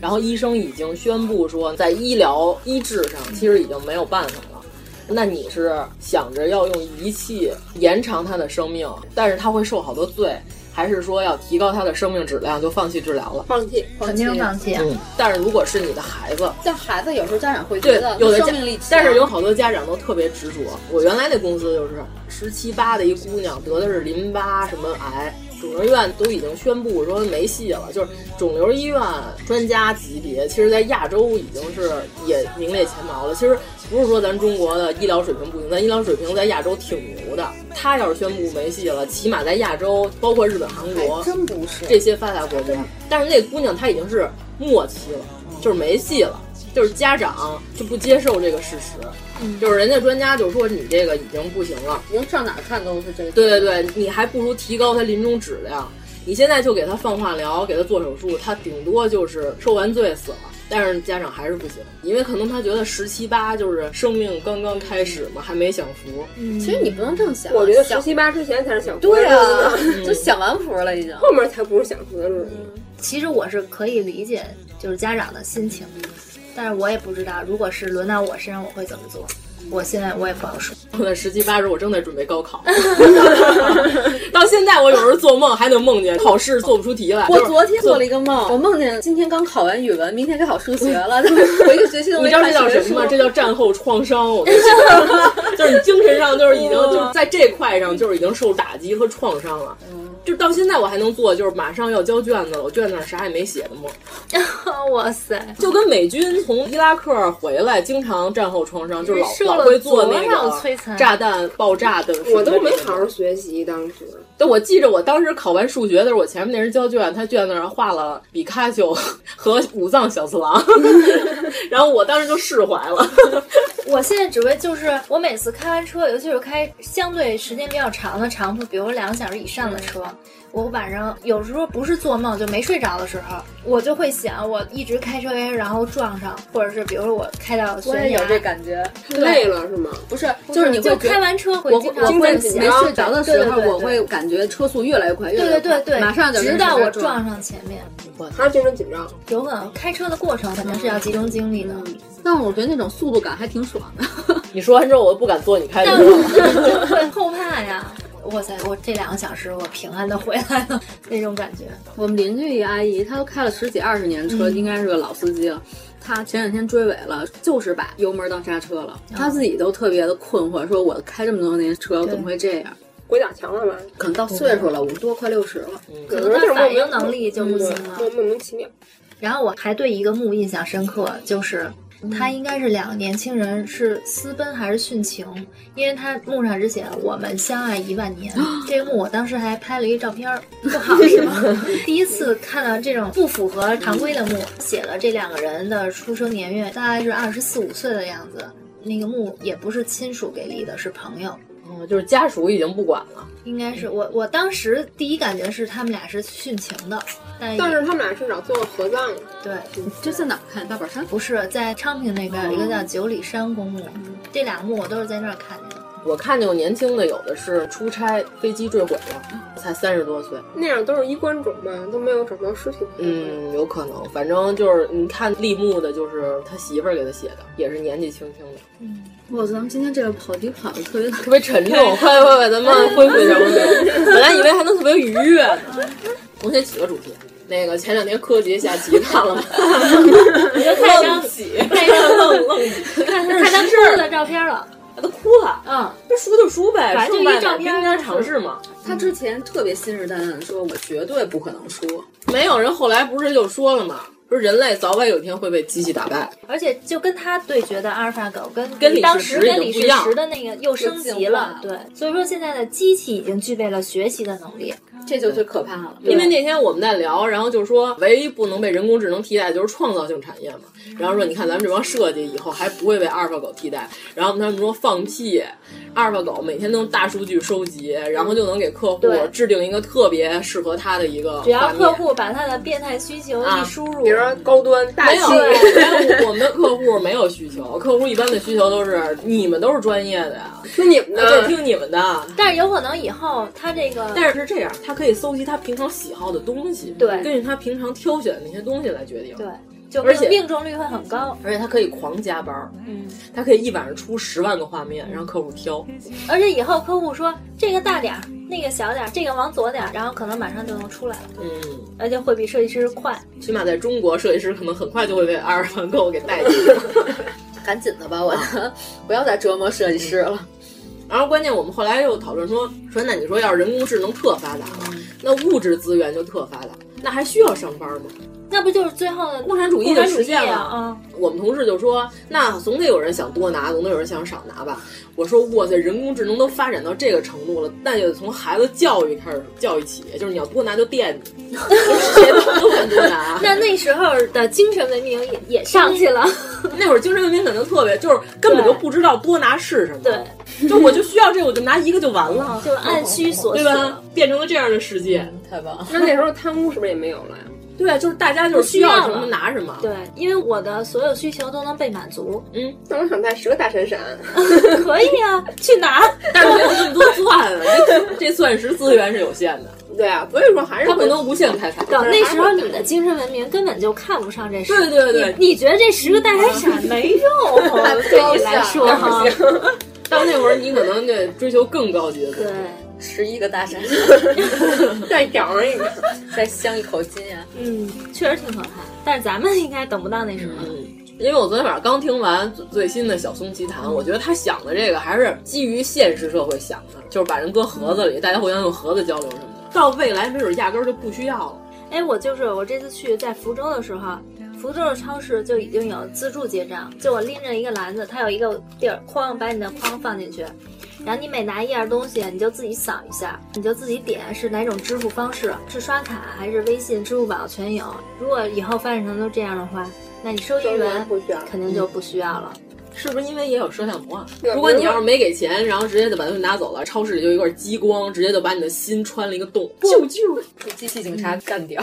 Speaker 9: 然后医生已经宣布说在医疗医治上其实已经没有办法了，那你是想着要用仪器延长他的生命，但是他会受好多罪，还是说要提高他的生命质量就放弃治疗了？
Speaker 11: 放弃，
Speaker 8: 肯定是放弃啊。
Speaker 9: 但是如果是你的孩子，
Speaker 10: 像孩子有时候家长会觉
Speaker 9: 对
Speaker 10: 得，
Speaker 9: 有的家
Speaker 10: 生命力强，，
Speaker 9: 但是有好多家长都特别执着。我原来那公司就是十七八的一姑娘得的是淋巴什么癌，肿瘤医院都已经宣布说没戏了，就是肿瘤医院专家级别，其实在亚洲已经是也名列前茅了。其实不是说咱中国的医疗水平不行，咱医疗水平在亚洲挺牛的。他要是宣布没戏了，起码在亚洲，包括日本、韩国，
Speaker 10: 真不是
Speaker 9: 这些发达国家。但是那姑娘她已经是末期了，
Speaker 10: 嗯
Speaker 9: 就是没戏了，就是家长就不接受这个事实，就是人家专家就说你这个已经不行了，
Speaker 10: 您嗯上哪儿看都是这个，
Speaker 9: 对对对，你还不如提高他临终质量。你现在就给他放化疗，给他做手术，他顶多就是受完罪死了。但是家长还是不行，因为可能他觉得十七八就是生命刚刚开始嘛，还没享福。
Speaker 10: 其实你不能这么想，
Speaker 11: 我觉得十
Speaker 10: 想
Speaker 11: 七八之前才是享福的
Speaker 10: 对
Speaker 11: 日
Speaker 10: 啊
Speaker 11: 子，，
Speaker 8: *laughs*
Speaker 10: 就享完福了已经。
Speaker 11: 后面才不是享福的日子。
Speaker 8: 嗯其实我是可以理解就是家长的心情，但是我也不知道如果是轮到我身上我会怎么做。我现在我也不好说。 *laughs*
Speaker 9: 我在十七八时候，我正在准备高考， *laughs* 到现在我有时候做梦还能梦见考试做不出题来。
Speaker 10: 我
Speaker 9: 就是
Speaker 10: 昨天做了一个梦，我梦见今天刚考完语文，明天该考数学了，我一个学期都
Speaker 9: 你
Speaker 10: 没
Speaker 9: 知道
Speaker 10: 看
Speaker 9: 这叫
Speaker 10: 学
Speaker 9: 什么吗？
Speaker 10: 术
Speaker 9: 这叫战后创伤。我跟你说，就是你精神上就是已经就是在这块上就是已经受打击和创伤了。就到现在我还能做，就是马上要交卷子了，我卷子上啥也没写的梦，
Speaker 8: 哇塞，
Speaker 9: 就跟美军从伊拉克回来，经常战后创伤，就是老
Speaker 8: 受了
Speaker 9: 老会做那
Speaker 8: 多少摧
Speaker 9: 个
Speaker 8: 残
Speaker 9: 炸弹爆炸的。
Speaker 11: 我都没好好学习，当时
Speaker 9: 对，我记着我当时考完数学的时候，我前面那人交卷，他卷子上画了比卡丘和武藏小
Speaker 10: *laughs*
Speaker 9: 次郎，然后我当时就释怀了。
Speaker 8: 我现在只会就是我每次开完车，尤其是开相对时间比较长的长途，比如两个小时以上的车，
Speaker 10: 嗯
Speaker 8: 我晚上有时候不是做梦就没睡着的时候，我就会想我一直开车开车，然后撞上，或者是比如说我开到
Speaker 10: 我
Speaker 8: 悬
Speaker 10: 也
Speaker 8: 崖
Speaker 10: 有，这感觉，
Speaker 11: 累了是吗？
Speaker 10: 不是，就是你会
Speaker 8: 就
Speaker 10: 觉得
Speaker 8: 开完车会
Speaker 10: 我会
Speaker 8: 经常
Speaker 10: 我会
Speaker 11: 精神紧
Speaker 10: 没
Speaker 11: 张
Speaker 10: 睡着的时候，
Speaker 8: 对对对对
Speaker 10: 我会感觉车速越来越快，越
Speaker 8: 对
Speaker 10: 来越
Speaker 8: 对
Speaker 10: 快
Speaker 8: 对对，
Speaker 10: 马上就
Speaker 8: 直到我撞上前面。
Speaker 11: 还是精神紧张。
Speaker 8: 有可能开车的过程肯定是要集中精力的，
Speaker 10: 但我觉得那种速度感还挺爽的。
Speaker 9: 你说完之后，我都不敢坐你
Speaker 10: *laughs*
Speaker 9: 开的
Speaker 8: 但
Speaker 9: 车
Speaker 8: 我 *laughs* 就会后怕呀。哇塞，我这两个小时我平安的回来了，那种感觉。
Speaker 9: 嗯
Speaker 10: 我们邻居一阿姨，她都开了十几二十年车，应该是个老司机了。他前两天追尾了，就是把油门当刹车
Speaker 9: 嗯
Speaker 10: 了，他自己都特别的困惑，说我开这么多年车
Speaker 8: 对
Speaker 10: 怎么会这样？
Speaker 11: 鬼打墙了吧？
Speaker 10: 可能到岁数了，五十多快六十了，
Speaker 9: 嗯
Speaker 8: 可能他反应能力就不行了，
Speaker 11: 嗯莫名其妙。
Speaker 8: 然后我还对一个墓印象深刻，就是
Speaker 11: 嗯
Speaker 8: 他应该是两个年轻人是私奔还是殉情，因为他墓上只写了“我们相爱一万
Speaker 11: *gasps*
Speaker 8: 年”。这个墓我当时还拍了一照片儿，不好是吗？
Speaker 11: *laughs*
Speaker 8: 第一次看到这种不符合常规的墓，写了这两个人的出生年月，大概是二十四五岁的样子。那个墓也不是亲属给立的，是朋友。
Speaker 9: 嗯，就是家属已经不管了。
Speaker 8: 应该
Speaker 11: 嗯
Speaker 8: 是我，我当时第一感觉是他们俩是殉情的，但
Speaker 11: 但
Speaker 8: 也
Speaker 11: 是他们俩至少最后合葬了。
Speaker 8: 对，
Speaker 10: 这在哪儿看？大宝山？
Speaker 8: 不是在昌平那边有一
Speaker 11: 哦
Speaker 8: 个叫九里山公墓，
Speaker 11: 嗯
Speaker 8: 这两个墓我都是在那儿看见的。
Speaker 9: *laughs* 我看见有年轻的，有的是出差飞机坠毁了，
Speaker 10: 嗯
Speaker 9: 才三十多岁。
Speaker 11: 那样都是衣冠冢吧，都没有找到尸体。
Speaker 9: 嗯，有可能，反正就是你看立木的，就是他媳妇儿给他写的，也是年纪轻轻的，
Speaker 10: 我嗯咱们今天这个跑题跑的特别哎
Speaker 9: 特别沉重。快快快，咱们恢复一下恢复一下。本来以为还能特别愉悦呢。我先起个主题，那个前两天柯洁下棋看了吗？
Speaker 4: 你就看张
Speaker 9: 喜，
Speaker 4: 看张愣愣，
Speaker 9: *laughs*
Speaker 4: 看
Speaker 8: 看他
Speaker 9: 是
Speaker 8: 哭的照片了，
Speaker 9: 他哭了。
Speaker 8: 嗯，
Speaker 9: 那输就输呗，
Speaker 10: 反正就一照片
Speaker 9: 应该尝试嘛。
Speaker 10: 他之前特别信誓旦旦的说，我绝对不可能输。
Speaker 9: 没有人后来不是就说了吗？说人类早晚有一天会被机器打败。
Speaker 8: 而且就跟他对决的阿尔法狗跟
Speaker 9: 跟李世
Speaker 8: 当时
Speaker 9: 石已
Speaker 8: 跟
Speaker 9: 经
Speaker 8: 李世
Speaker 9: 不一样
Speaker 8: 石的那个又升级了，对，所以说现在的机器已经具备了学习的能力，
Speaker 10: 这就最可怕了。
Speaker 9: 因为那天我们在聊，然后就说唯一不能被人工智能替代就是创造性产业嘛。
Speaker 8: 嗯
Speaker 9: 然后说你看咱们这帮设计以后还不会被阿尔法狗替代。然后他们说放屁，阿尔法狗每天都用大数据收集，然后就能给客户
Speaker 8: 对啊
Speaker 9: 制定一个特别适合他的一个
Speaker 8: 只要
Speaker 9: 画面
Speaker 8: 客户把他的变态需求
Speaker 11: 啊
Speaker 8: 一输入，
Speaker 9: 比如说
Speaker 11: 高端
Speaker 9: 没有，
Speaker 10: 啊
Speaker 9: 没有我们的客户没有需求，客户一般的需求都是你们都是专业的呀，
Speaker 8: 嗯
Speaker 11: 那你们
Speaker 9: 我就听你们的。
Speaker 8: 但是有可能以后他这个，
Speaker 9: 但是是这样，他可以搜集他平常喜好的东西，
Speaker 8: 对
Speaker 9: 根据他平常挑选的那些东西来决定。
Speaker 8: 对，就
Speaker 9: 而且
Speaker 8: 命命中率会很高，
Speaker 9: 而且他可以狂加班儿，
Speaker 8: 嗯。
Speaker 9: 他可以一晚上出十万个画
Speaker 10: 嗯
Speaker 9: 面让客户挑。
Speaker 8: 而且以后客户说这个大点儿，那个小点儿，这个往左点儿，然后可能马上就能出来了，
Speaker 9: 嗯，
Speaker 8: 而且会比设计师快。
Speaker 9: 起码在中国，设计师可能很快就会被阿尔法狗给代替。 *laughs*
Speaker 10: 赶紧的吧，我不要再折磨设计师了。
Speaker 9: 啊嗯然后关键我们后来又讨论说，说那你说要是人工智能特发达了，
Speaker 10: 嗯
Speaker 9: 那物质资源就特发达，那还需要上班吗？
Speaker 8: 那不就是最后的
Speaker 9: 共产主义的实现
Speaker 8: 了
Speaker 9: 了
Speaker 8: 啊？
Speaker 9: 我们同事就说，那总得有人想多拿，总得有人想少拿吧。我说，哇塞，人工智能都发展到这个程度了，那就得从孩子教育开始教育起，就是你要多拿就惦 *laughs* 记，谁都敢多拿。啊
Speaker 8: 那那时候的精神文明也也上去了，
Speaker 9: 那会儿精神文明可能特别，就是根本就不知道多拿是什么。
Speaker 8: 对
Speaker 9: 就我就需要这个，我就拿一个就完了，
Speaker 8: 就按需索
Speaker 9: 对
Speaker 8: 取
Speaker 9: 吧？变成了这样的世界，
Speaker 10: 太棒了。
Speaker 11: 那那时候贪污是不是也没有了呀？
Speaker 9: 对啊，就是大家就是需要什么拿什么。
Speaker 8: 对，因为我的所有需求都能被满足，
Speaker 9: 嗯，
Speaker 11: 那我想带十个大闪闪，
Speaker 8: 可以啊，去拿。
Speaker 9: 但是没有那么多钻啊，这 *laughs* 这钻石资源是有限的，
Speaker 11: 对啊，所以说还是
Speaker 9: 它不
Speaker 11: 会
Speaker 9: 能无限开采。
Speaker 8: 到那时候，你的精神文明根本就看不上这十，
Speaker 9: 对对对，
Speaker 8: 你你觉得这十个大闪闪没用
Speaker 9: 嗯
Speaker 8: 啊
Speaker 9: *laughs*
Speaker 8: 对你来说哈，
Speaker 9: 到那会儿你可能得追求更高级的东
Speaker 8: 对
Speaker 9: 西。，
Speaker 10: 十一个大闪闪，
Speaker 11: 再咬上一个。
Speaker 10: 再镶一口金呀、
Speaker 8: 嗯，确实挺可怕，但是咱们应该等不到那时候。
Speaker 9: 因为我昨天晚上刚听完最最新的《小松奇谈》，我觉得他想的这个还是基于现实社会想的，就是把人搁盒子里，大家互相用盒子交流什么的。到未来没准压根儿就不需要了。
Speaker 8: 哎，我就是我这次去在福州的时候，福州的超市就已经有自助结账，就我拎着一个篮子，它有一个地儿，哐把你的筐放进去，然后你每拿一样东西，你就自己扫一下，你就自己点是哪种支付方式，是刷卡还是微信、支付宝全有。如果以后发展成都这样的话，那你收银
Speaker 11: 收银
Speaker 8: 员
Speaker 11: 员不需要
Speaker 8: 肯定就不需要了。
Speaker 9: *laughs* 是不是因为也有摄像头啊
Speaker 11: 对？
Speaker 9: 如果你要是没给钱，然后直接就把东西拿走了，超市里就一块激光，直接就把你的心穿了一个洞，啾啾！
Speaker 10: 被机器警察干掉。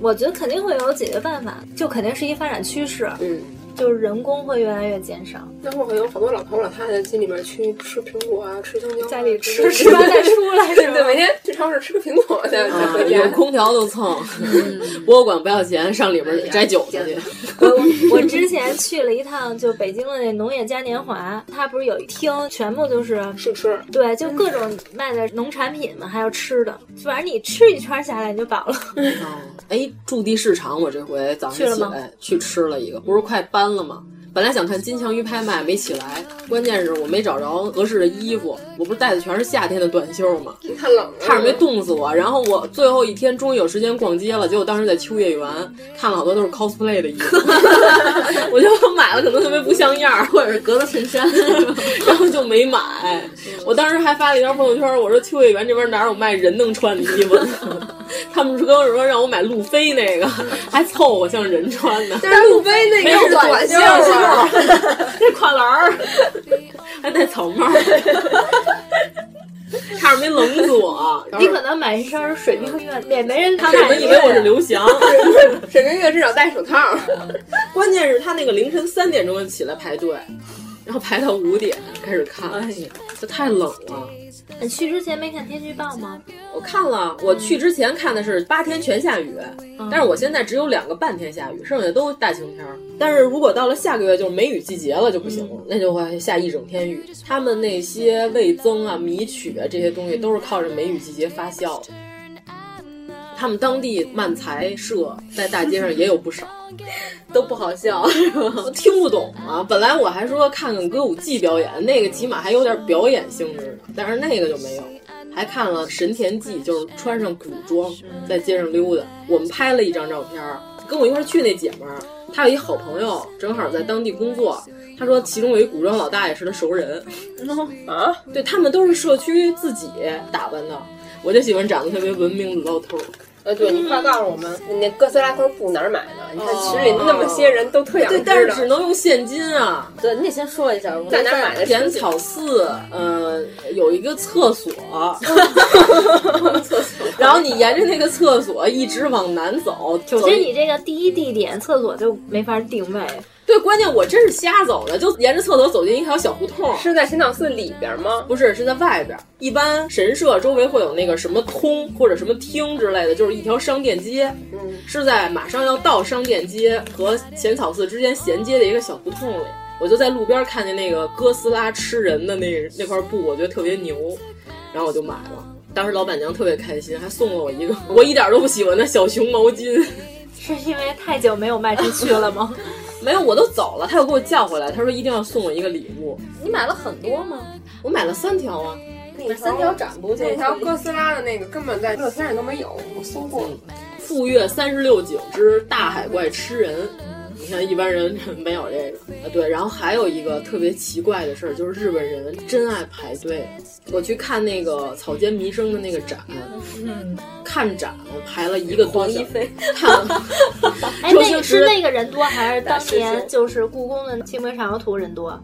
Speaker 8: 我觉得肯定会有解决办法，就肯定是一发展趋势，
Speaker 9: 嗯，
Speaker 8: 就是人工会越来越减少。
Speaker 11: 那会儿有好多老头老太太进里面去吃苹果啊，吃香蕉啊，
Speaker 8: 家里吃吃完再出来是吧
Speaker 9: *laughs*
Speaker 11: 对，每天去超超市吃个苹果
Speaker 10: 嗯
Speaker 11: 去，再回
Speaker 9: 啊有
Speaker 11: 家。
Speaker 9: 空调都蹭， *laughs* 博物馆不要钱，上里边摘韭菜去。
Speaker 8: 我之前去了一趟，就北京的那农业嘉年华，它不是有一厅全部就是
Speaker 11: 试吃，
Speaker 8: 对，就各种卖的农产品嘛，还有吃的，反正你吃一圈下来你就饱了。
Speaker 9: *laughs* 哎，驻地市场，我这回早上
Speaker 8: 去
Speaker 9: 起
Speaker 8: 了吗
Speaker 9: 来去吃了一个，不是快搬了吗？本来想看金枪鱼拍卖，没起来，关键是我没找着合适的衣服，我不是带的全是夏天的短袖吗？
Speaker 11: 太冷了，
Speaker 9: 差点没冻死我。然后我最后一天终于有时间逛街了，结果当时在秋叶原看了好多都是 cosplay 的衣服，我就买了，可能特别不像样儿，或者是格子衬衫，然后就没买。我当时还发了一条朋友圈，我说秋叶原这边哪有卖人能穿的衣服的？ *laughs* 他们说跟我说让我买路飞那个，还凑合像人穿的。
Speaker 11: 但是路飞那个是短袖儿，啊
Speaker 9: *laughs* 那跨栏儿，还戴草帽儿， *laughs* 差点没冷死我。
Speaker 8: 你可能买一身水冰月，也没人
Speaker 9: 他
Speaker 8: 看。
Speaker 9: 们以为我是刘翔。
Speaker 11: 沈明月至少戴手套。
Speaker 9: 关键是他那个凌晨三点钟就起来排队，然后排到五点开始看，哎呀，这太冷了。
Speaker 8: 你去之前没看天气预报吗？
Speaker 9: 我看了，我去之前看的是八天全下雨，但是我现在只有两个半天下雨，剩下都大晴天儿。但是如果到了下个月就是梅雨季节了就不行了，那就会下一整天雨。他们那些味增啊、米曲啊这些东西都是靠着梅雨季节发酵的。他们当地漫才社在大街上也有不少，
Speaker 10: 都不好笑，是吧？
Speaker 9: 我 *laughs* 听不懂啊！本来我还说看看歌舞伎表演，那个起码还有点表演性质呢，但是那个就没有。还看了神田纪，就是穿上古装在街上溜达。我们拍了一张照片儿，跟我一块儿去那姐们儿，她有一好朋友，正好在当地工作。她说其中有一古装老大爷是她熟人。 *laughs* 啊，对他们都是社区自己打扮的，我就喜欢长得特别文明的老头儿。
Speaker 11: 呃，对，你快告诉我们，你那哥斯拉头布哪儿买的？你看群里那么些人都特想
Speaker 9: 对，
Speaker 11: 知
Speaker 9: 但是
Speaker 11: 道
Speaker 9: 只。能用现金啊。
Speaker 10: 对，你得先说一下，我
Speaker 11: 在哪儿买的？
Speaker 9: 浅草寺，呃，有一个厕 *laughs* 所，然后你沿着那个厕所一直往南走，
Speaker 8: 我
Speaker 9: 就
Speaker 8: 觉得你这个第一地点厕所就没法定位，
Speaker 9: 对，关键我真是瞎走的，就沿着厕所走进一条小胡同，
Speaker 11: 是在浅草寺里边吗？
Speaker 9: 不是是在外边儿？一般神社周围会有那个什么通或者什么厅之类的，就是一条商店街，
Speaker 11: 嗯，
Speaker 9: 是在马上要到商店街和浅草寺之间衔接的一个小胡同里。我就在路边看见那个哥斯拉吃人的那那块布，我觉得特别牛，然后我就买了。当时老板娘特别开心，还送了我一个我一点都不喜欢的小熊毛巾。 *laughs*
Speaker 8: 是因为太久没有卖出去了吗？
Speaker 9: 没有，我都走了，他又给我叫回来，他说一定要送我一个礼物。
Speaker 10: 你买了很多吗？
Speaker 9: 我买了三条啊，
Speaker 11: 那
Speaker 10: 三条展不就
Speaker 11: 那条哥斯拉的那个根本在乐天上都没有，我搜过。
Speaker 9: 富岳三十六景之大海怪吃人。你看一般人 *laughs* 没有这个，呃对。然后还有一个特别奇怪的事儿，就是日本人真爱排队。我去看那个草间弥生的那个展，
Speaker 8: 嗯
Speaker 9: 看展排了一个多小时，看
Speaker 8: *laughs*
Speaker 9: 了
Speaker 8: 哎，
Speaker 9: 周
Speaker 8: 那
Speaker 9: 星
Speaker 8: 个是
Speaker 9: 驰啊
Speaker 8: 那个人多，还是当年就是故宫的清明上河图人多？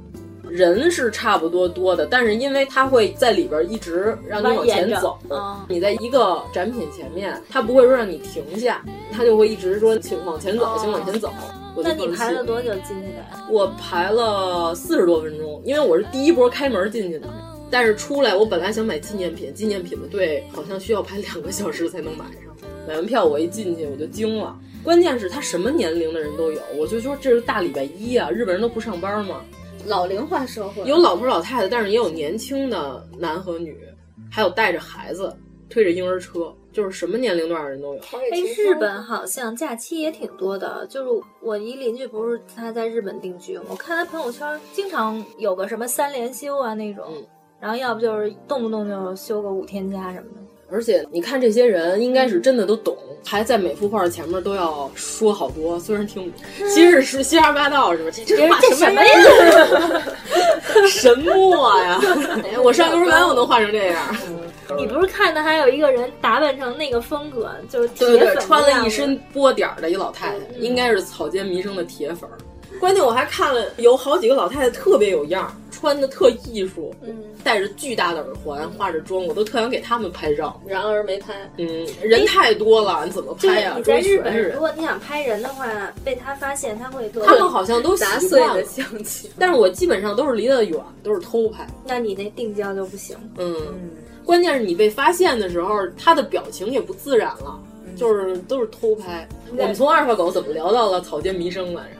Speaker 9: 人是差不多多的，但是因为它会在里边一直让你往前走
Speaker 8: 蜿蜒着嗯，
Speaker 9: 你在一个展品前面，它不会说让你停下，它就会一直说请往前走，
Speaker 8: 哦
Speaker 9: 请往前走。我就
Speaker 8: 那你
Speaker 9: 更
Speaker 8: 排
Speaker 9: 气
Speaker 8: 了多久进去的？啊
Speaker 9: 我排了四十多分钟，因为我是第一波开门进去的，但是出来我本来想买纪念品，纪念品的队好像需要排两个小时才能买上。买完票我一进去我就惊了，关键是他什么年龄的人都有，我就说这是大礼拜一啊，日本人都不上班吗？
Speaker 10: 老龄化社会
Speaker 9: 有老头老太太，但是也有年轻的男和女，还有带着孩子推着婴儿车，就是什么年龄段的人都有。
Speaker 8: 哎，日本好像假期也挺多的，就是我一邻居不是他在日本定居，我看他朋友圈经常有个什么三连休啊那种，
Speaker 9: 嗯
Speaker 8: 然后要不就是动不动就休个五天假什么的。
Speaker 9: 而且你看这些人，应该是真的都懂，还在每幅画前面都要说好多，虽然听不，其实是瞎说八道是吧？嗯这这画
Speaker 8: 这
Speaker 9: 什
Speaker 8: 什
Speaker 9: 么
Speaker 8: 么
Speaker 9: 呀？
Speaker 8: 呀？
Speaker 9: *laughs* 什么呀？ *laughs* 我上幼儿园我能画成这样，
Speaker 8: 你不是看的还有一个人打扮成那个风格，就是铁粉
Speaker 9: 对对
Speaker 8: 的
Speaker 9: 对，穿
Speaker 8: 样
Speaker 9: 了
Speaker 8: 子
Speaker 9: 一身波点儿的一老太太，应该是草间弥生的铁粉儿。嗯关键我还看了有好几个老太太特别有样儿，穿的特艺术，
Speaker 10: 嗯，
Speaker 9: 戴着巨大的耳环，化着妆，我都特想给他们拍照。
Speaker 10: 然而没拍，
Speaker 9: 嗯，人太多了，你怎么
Speaker 8: 就是
Speaker 9: 拍呀、
Speaker 8: 你
Speaker 9: 周
Speaker 8: 在
Speaker 9: 围
Speaker 8: 啊日
Speaker 9: 全是
Speaker 8: 本，
Speaker 9: 人
Speaker 8: 如。果你想拍人的话，被他发现他会多。
Speaker 9: 他们好像都习
Speaker 10: 砸碎
Speaker 9: 惯了
Speaker 10: 的，相机。
Speaker 9: 但是我基本上都是离得远，都是偷拍。
Speaker 8: 那你那定焦就不行。
Speaker 9: 嗯，关键是你被发现的时候，他的表情也不自然了，就是都是偷拍。我们从二号狗怎么聊到了草间弥生来着？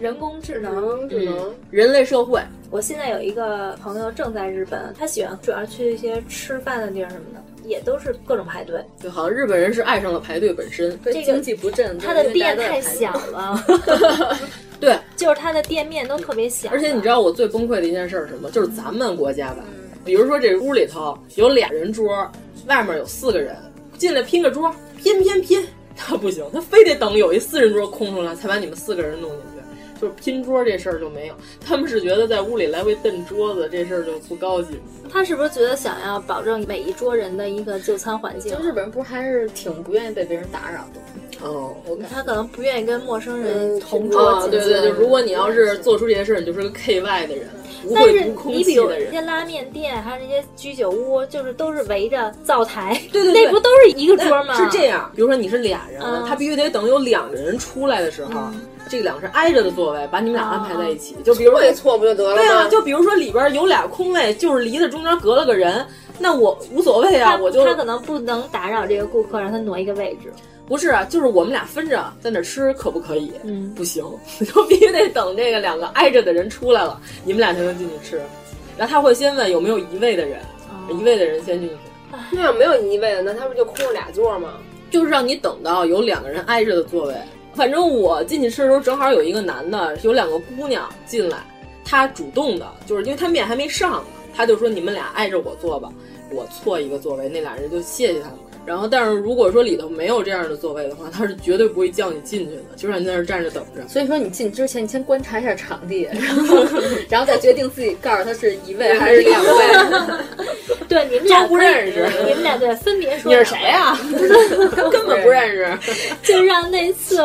Speaker 8: 人工智
Speaker 10: 嗯
Speaker 8: 能，智能。
Speaker 9: 人类社会，
Speaker 8: 我现在有一个朋友正在日本，他喜欢主要去一些吃饭的地儿什么的，也都是各种排队。
Speaker 9: 对，好像日本人是爱上了排队本身。
Speaker 8: 这个经
Speaker 10: 济不振，
Speaker 8: 他的店太小了，
Speaker 9: 对，
Speaker 8: *laughs* 就是他的店面都特别小。
Speaker 9: 而且你知道我最崩溃的一件事是什么？就是咱们国家吧，
Speaker 8: 嗯
Speaker 9: 比如说这屋里头有俩人桌，外面有四个人，进来拼个桌，拼拼拼， *laughs* 他不行，他非得等有一四人桌空出来，才把你们四个人弄进去。就是拼桌这事儿就没有，他们是觉得在屋里来回蹬桌子这事儿就不高级。
Speaker 8: 他是不是觉得想要保证每一桌人的一个就餐环境？啊
Speaker 10: 就日本人不还是挺不愿意被别人打扰的？
Speaker 9: 哦，
Speaker 8: 他可能不愿意跟陌生人同桌、
Speaker 9: 啊。对对对，如果你要是做出这些事儿，你就是个 K Y 的人，无慧无空
Speaker 8: 但是你比
Speaker 9: 气
Speaker 8: 如
Speaker 9: 的
Speaker 8: 人
Speaker 9: 人。
Speaker 8: 家拉面店，还有那些居酒屋，就是都是围着灶台，
Speaker 9: *laughs* 对对对，
Speaker 8: 那不都是
Speaker 9: *laughs*
Speaker 8: 一个桌吗？
Speaker 9: 是这样，比如说你是俩人，
Speaker 8: 嗯
Speaker 9: 他必须得等有两个人出来的时候，这两个是挨着的座位，把你们俩安排在一起。就比如
Speaker 11: 错也错不就得了吗？
Speaker 9: 对啊，就比如说里边有俩空位，就是离着中间隔了个人，那我无所谓啊，
Speaker 8: 他
Speaker 9: 我就
Speaker 8: 他可能不能打扰这个顾客，让他挪一个位置。
Speaker 9: 不是啊，就是我们俩分着在那儿吃，可不可以？嗯，不行， *laughs* 就必须得等这个两个挨着的人出来了，你们俩才能进去吃。然后他会先问有没有一位的人，
Speaker 8: 哦
Speaker 9: 一位的人先进去，
Speaker 11: 那要没有一位的，那他不就空了俩座吗？
Speaker 9: 就是让你等到有两个人挨着的座位。反正我进去吃的时候，正好有一个男的，有两个姑娘进来，他主动的，就是因为他面还没上呢，他就说你们俩挨着我坐吧，我错一个座位，那俩人就谢谢他们。然后，但是如果说里头没有这样的座位的话，他是绝对不会叫你进去的，就让你在那儿站着等着。
Speaker 11: *laughs*
Speaker 10: 所以说你进之前，你先观察一下场地，然后 *laughs* 然后再决定自己告诉他是一位还是两位。
Speaker 8: 对，你们
Speaker 10: 俩
Speaker 8: 俩
Speaker 10: 装不认识
Speaker 8: 你们俩对分别说
Speaker 10: 你是谁啊
Speaker 9: 根本不认识。
Speaker 8: 就让那次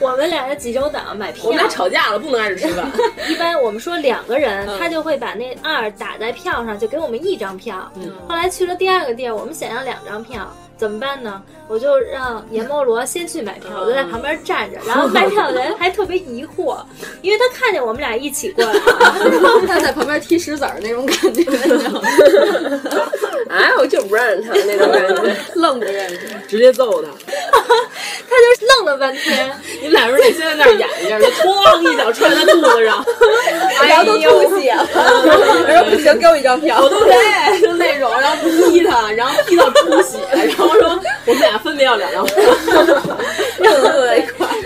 Speaker 8: 我们俩在济州岛买票，
Speaker 9: 我们俩吵架了，不能挨着吃饭。
Speaker 8: 一般我们说两个人，
Speaker 9: 嗯
Speaker 8: 他就会把那二打在票上，就给我们一张票。
Speaker 10: 嗯
Speaker 8: 后来去了第二个地儿，我们想要两张票，怎么办呢？我就让阎摩罗先去买票，我就在旁边站着。然后卖票的人还特别疑惑，因为他看见我们俩一起过来，
Speaker 10: 他在旁边踢石子儿那种感觉，
Speaker 11: 哎，我就不认识他那种感觉。
Speaker 10: 愣不认识。
Speaker 9: 直接揍他。
Speaker 8: *laughs* 他就愣了半天。
Speaker 9: 你们俩人得先在那儿演一下，就哐一脚踹他肚子上，
Speaker 10: 然后都吐血了，然后不行，给我一张票。
Speaker 9: 我都对，就那种，然后踢他，然后踢到出血，然后说我们俩分别要两张票。
Speaker 8: *laughs*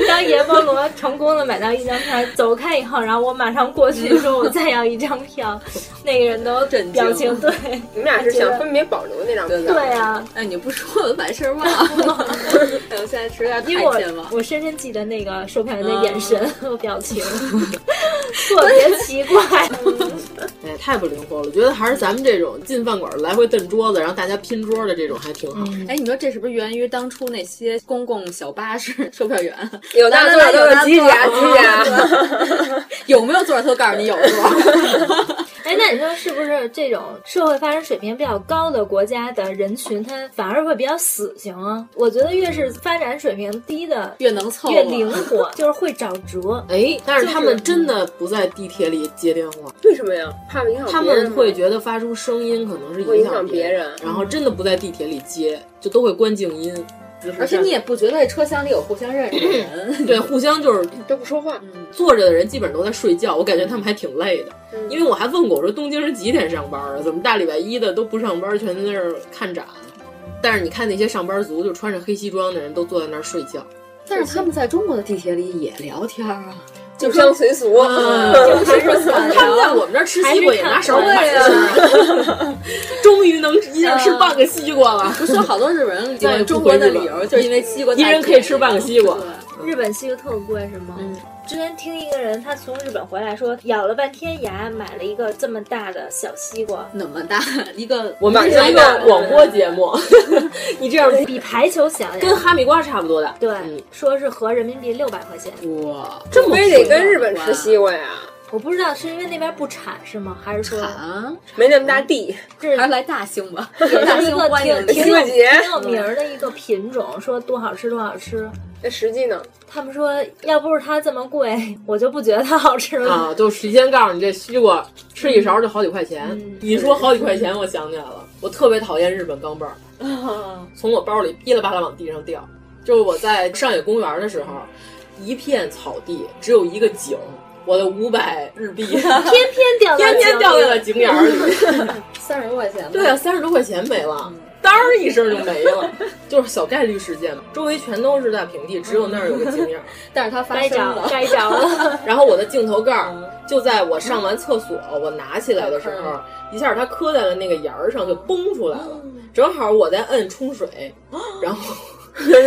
Speaker 8: 当阎摩罗成功的买到一张票，走开以后，然后我马上过去说：“我再要一张票。”那个人都表情对，
Speaker 11: 你们俩是想分别保留那张票？
Speaker 8: 对啊，
Speaker 10: 哎，你不说我都把事儿忘了。哎，我现在实在太
Speaker 8: 因为我
Speaker 10: 健忘。
Speaker 8: 我深深记得那个售票员的
Speaker 10: 嗯
Speaker 8: 眼神和表情， *laughs* 特别
Speaker 10: *laughs*
Speaker 8: 奇怪。
Speaker 9: 哎，太不灵活了，觉得还是咱们这种进饭馆来回蹬桌子，然后大家拼桌的这种还挺好。
Speaker 10: 哎，你说这是不是源于当初那些公共小巴士售票员？
Speaker 11: 有大座
Speaker 10: 来来来
Speaker 11: 都
Speaker 10: 有
Speaker 11: 是
Speaker 10: 大
Speaker 11: 挤挤啊
Speaker 10: 座
Speaker 11: 挤挤啊。
Speaker 10: 有没有座儿？他都告诉你有座儿。
Speaker 8: 哎，那你说是不是这种社会发展水平比较高的国家的人群，他反而会比较死刑啊？我觉得越是发展水平低的，
Speaker 10: 越能凑合
Speaker 8: 越灵活，就是会找辙。
Speaker 9: 哎，但是他们真的不在地铁里接电话，
Speaker 11: 为什么呀？怕影响
Speaker 9: 他
Speaker 11: 别人
Speaker 9: 们
Speaker 11: 吗
Speaker 9: 会觉得发出声音可能是
Speaker 11: 会影
Speaker 9: 响
Speaker 11: 响别
Speaker 9: 人
Speaker 11: 人，
Speaker 9: 然后真的不在地铁里接，就都会关静音。
Speaker 10: 而且你也不觉得这车厢里有互相认识的人。
Speaker 9: 对，互相就是
Speaker 11: 都不说话。
Speaker 9: 坐着的人基本上都在睡觉，我感觉他们还挺累的。
Speaker 11: 嗯
Speaker 9: 因为我还问过，我说东京人几点上班啊？怎么大礼拜一的都不上班，全在那儿看展？但是你看那些上班族，就穿着黑西装的人都坐在那儿睡觉。
Speaker 10: 但是他们在中国的地铁里也聊天儿啊，
Speaker 11: 就乡随俗，
Speaker 9: 嗯就
Speaker 11: 就是
Speaker 9: 是
Speaker 11: 哎
Speaker 9: 他们在我们这儿吃西瓜也拿勺摆着吃，终于能一下吃半个西瓜了。
Speaker 10: 不是有好多日本人
Speaker 9: 对
Speaker 10: 在中国的理由，就是因为西瓜
Speaker 9: 一
Speaker 10: 太
Speaker 9: 人可以吃半个西瓜。
Speaker 8: 日本西瓜特贵是吗？嗯。之前听一个人，他从日本回来说，咬了半天牙，买了一个这么大的小西
Speaker 10: *laughs*
Speaker 8: 瓜，
Speaker 10: 那么大一个，
Speaker 9: 我们这是一个广播节目，你这样
Speaker 8: 比排球小呀，
Speaker 9: 跟哈嗯密瓜差不多的。
Speaker 8: 对，说是合人民币六百块钱。
Speaker 9: 嗯哇，
Speaker 11: 这么非得跟日本吃西瓜呀？
Speaker 8: 我不知道是因为那边不产是吗？还是说
Speaker 10: 啊，
Speaker 11: 没那么大地，
Speaker 8: 这
Speaker 10: 还是来大兴吧，
Speaker 8: 也
Speaker 10: 大
Speaker 8: 是一
Speaker 10: 兴
Speaker 8: 个
Speaker 10: 欢迎
Speaker 8: 挺
Speaker 10: 的
Speaker 8: 挺
Speaker 11: 西
Speaker 8: 有
Speaker 11: 瓜节
Speaker 8: 挺有名儿的一个品种，说多好吃多好吃。
Speaker 11: 那实际呢？
Speaker 8: 他们说要不是它这么贵，我就不觉得它好吃了。
Speaker 10: 嗯
Speaker 9: 啊，就提前告诉你这西瓜吃一勺就好几块钱。你说好几块钱，我想起来了，我特别讨厌日本钢
Speaker 10: *laughs*
Speaker 9: 镚儿，从我包里噼里啪啦往地上掉。就是我在上野公园的时候，一片草地，只有一个井，我的五百日
Speaker 10: *laughs*
Speaker 9: 币天
Speaker 8: 天掉
Speaker 9: 天天掉在了井眼
Speaker 8: 嗯
Speaker 9: 儿 *laughs* 里。
Speaker 10: 三十多块钱吧。
Speaker 9: 对啊，三十多块钱没了， *laughs* 当儿一声就没了，就是小概率事件嘛。周围全都是大平地，只有那儿有个井眼儿。
Speaker 10: 但是它发生了，
Speaker 8: 该着了。 *laughs*
Speaker 9: 然后我的镜头盖儿就在我上完厕所，我拿起来的时候，一下它磕在了那个沿儿上，就崩出来了。正好我在摁冲水，然后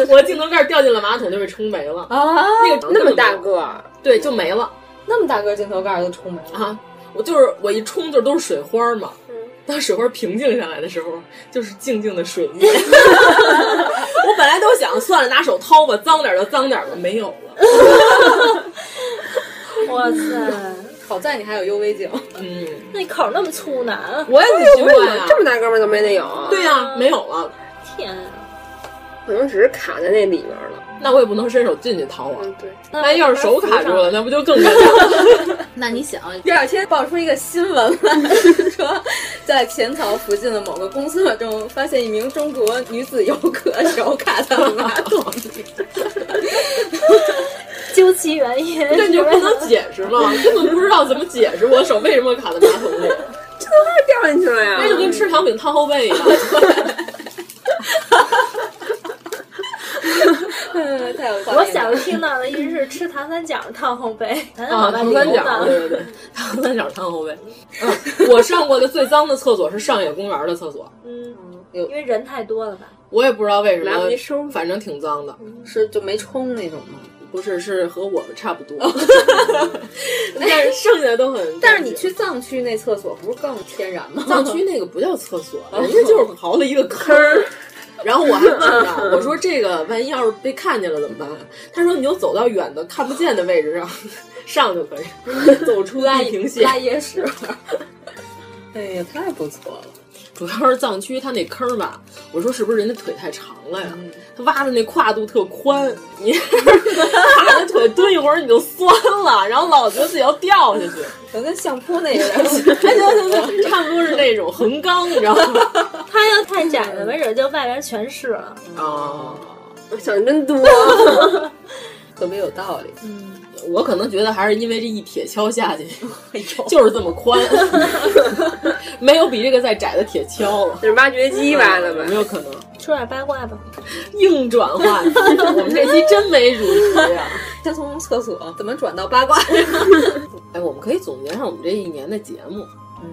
Speaker 9: 我镜头盖儿掉进了马桶，就被冲没了。
Speaker 11: 啊
Speaker 9: 那个
Speaker 11: 那么大个儿，
Speaker 9: 对，就没了
Speaker 11: 那么大个镜头盖儿都冲没了
Speaker 9: 啊！我就是我一冲就都是水花嘛。当水花平静下来的时候，就是静静的水 *laughs* 面。我本来都想算了，拿手掏吧，脏点儿就脏点儿吧，没有了。
Speaker 8: 哇塞，
Speaker 10: 好在你还有 UV 镜，
Speaker 9: 嗯，哎
Speaker 8: 那口那么粗呢？
Speaker 9: *laughs*
Speaker 8: 哎
Speaker 9: 我也很奇怪啊呀、
Speaker 11: 这么大哥们儿都没得有，
Speaker 9: 对呀、没有了，
Speaker 8: 天啊，
Speaker 11: 可能只是卡在那里面了。
Speaker 9: 那我也不能伸手进去掏啊。
Speaker 11: 对，
Speaker 9: 万一要是手卡住了，那不就更尴尬了？
Speaker 10: 那你想，第二天爆出一个新闻来， *laughs* 说在浅草附近的某个公厕中，发现一名中国女子游客手卡在了马桶里。
Speaker 8: *laughs* 究其原因，
Speaker 9: 这你就不能解释吗？根本不知道怎么解释我手为什么卡在马桶 *laughs* 里，
Speaker 11: 这都快 *laughs* 掉进去了呀
Speaker 9: 那！就跟吃糖饼烫后背一样。
Speaker 10: *laughs* 嗯，太有画面感
Speaker 8: *laughs* 我小时候听到的一直是吃糖三角烫后背， *laughs* 咱
Speaker 9: 啊，
Speaker 8: 往外
Speaker 9: 长三
Speaker 8: 流
Speaker 9: 角，
Speaker 10: *laughs*
Speaker 8: 呢
Speaker 9: 对对对，长三角烫后背。嗯，我上过的最脏的厕所是上野公园的厕所，
Speaker 8: 嗯，
Speaker 9: 有
Speaker 8: 因为人太多了吧？
Speaker 9: 我也不知道为什
Speaker 10: 来不及
Speaker 9: 么，反正挺脏的。
Speaker 10: 是就没冲那种 *laughs* 吗？
Speaker 9: 不是，是和我们差不 *laughs* 多，但是剩下都很。
Speaker 10: 但是你去藏区那厕所不是更天然吗？
Speaker 9: 藏区那个不叫厕所，人家就是刨了一个哦坑儿。然后我还问 *laughs* 他，我说这个万一要是被看见了怎么办？啊他说你就走到远的看不见的位置上 *laughs* 上就可以，走出拉一平线。
Speaker 10: 拉野屎。 *laughs* 哎呀，太不错了！
Speaker 9: 主要是藏区它那坑儿吧，我说是不是人家腿太长了呀？他挖的那跨度特宽，你 *laughs* 趴着腿蹲一会儿你就酸了，然后老觉得自己要掉下去。
Speaker 10: 可能跟相扑
Speaker 11: *laughs*
Speaker 10: 那个人
Speaker 9: 哎，行行行，差不多是那种横纲，你知道吗？
Speaker 8: *laughs* 它要太窄了，没准就外边全是了。
Speaker 9: 啊，
Speaker 11: 想真多，
Speaker 10: 特别有道理。
Speaker 9: 我可能觉得还是因为这一铁锹下去，就是这么宽，没有比这个再窄的铁锹了。
Speaker 11: 这是挖掘机挖的吧
Speaker 9: 有？
Speaker 10: 嗯
Speaker 9: 没有可能
Speaker 8: 说点八卦吧，
Speaker 9: 硬转化？我们这期真没主题啊呀、
Speaker 10: 先从厕所怎么转到八卦？
Speaker 9: 哎，我们可以总结一下我们这一年的节目。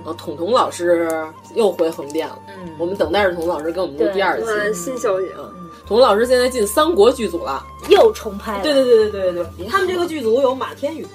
Speaker 9: 啊，彤彤老师又回横店了。
Speaker 10: 嗯，
Speaker 9: 我们等待着彤彤老师给我们录第二期。
Speaker 11: 哇，新消息啊！
Speaker 9: 彤彤老师现在进三国剧组了。
Speaker 8: 又重拍了。
Speaker 9: 对对对对对对，他们这个剧组有马天宇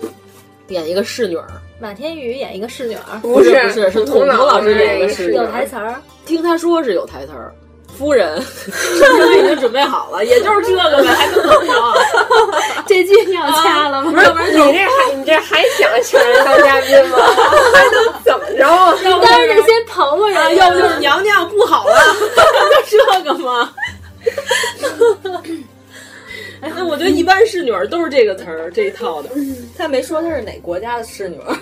Speaker 9: 演一个侍女儿，
Speaker 8: 马天宇演一个侍女儿，
Speaker 11: 不
Speaker 9: 是
Speaker 11: 是
Speaker 9: 不是是
Speaker 11: 童
Speaker 9: 童老师
Speaker 11: 演
Speaker 9: 演的
Speaker 11: 的
Speaker 9: 是
Speaker 8: 有台词儿，
Speaker 9: 听他说是有台词儿。夫人， *laughs* 都已经准备好了，也就是这个呗，还能怎么着？
Speaker 8: 这句你要掐了吗？
Speaker 9: 要不然
Speaker 11: 你
Speaker 9: 就
Speaker 11: 这还你这还想请人当嘉宾吗？ *laughs* 还能怎么着啊？
Speaker 8: 当然得先捧捧
Speaker 9: 啊，
Speaker 8: 人家，
Speaker 9: 要不就是娘娘不好了， *laughs* 就这个吗？哎，那我觉得一般侍女儿都是这个词儿这一套的，
Speaker 10: *laughs* 他没说她是哪国家的侍女儿，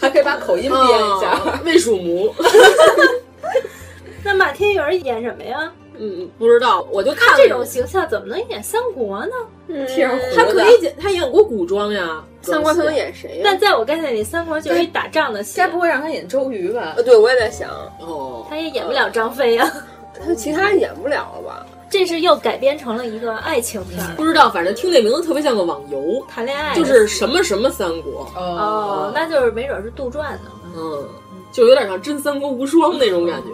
Speaker 10: 还可以把口音变一下。
Speaker 11: 哦
Speaker 9: 啊魏蜀吴。
Speaker 8: 那马天宇演什么呀？
Speaker 9: *laughs* 嗯，不知道，我就看
Speaker 8: 他
Speaker 9: 了
Speaker 8: 这种形象怎么能演三国呢？
Speaker 10: 贴
Speaker 11: 嗯
Speaker 10: 上胡子
Speaker 9: 他可以演，他演过古装呀，
Speaker 11: 三国他能演谁呀
Speaker 8: 但？在我概念里，三国就是一打仗的戏
Speaker 10: 该，不会让她演周瑜吧
Speaker 11: 呃，？对，我也在想，
Speaker 9: 哦，
Speaker 8: 他也演不了张飞呀。
Speaker 11: 他其他演不了了吧？
Speaker 8: *laughs* 这是又改编成了一个爱情片儿，
Speaker 9: 不知道，反正听这名字特别像个网游，
Speaker 8: 谈恋爱的
Speaker 9: 就是什么什么三国，
Speaker 8: 哦，那就是没准是杜撰的。
Speaker 9: 嗯，就有点像真三国无双那种感觉。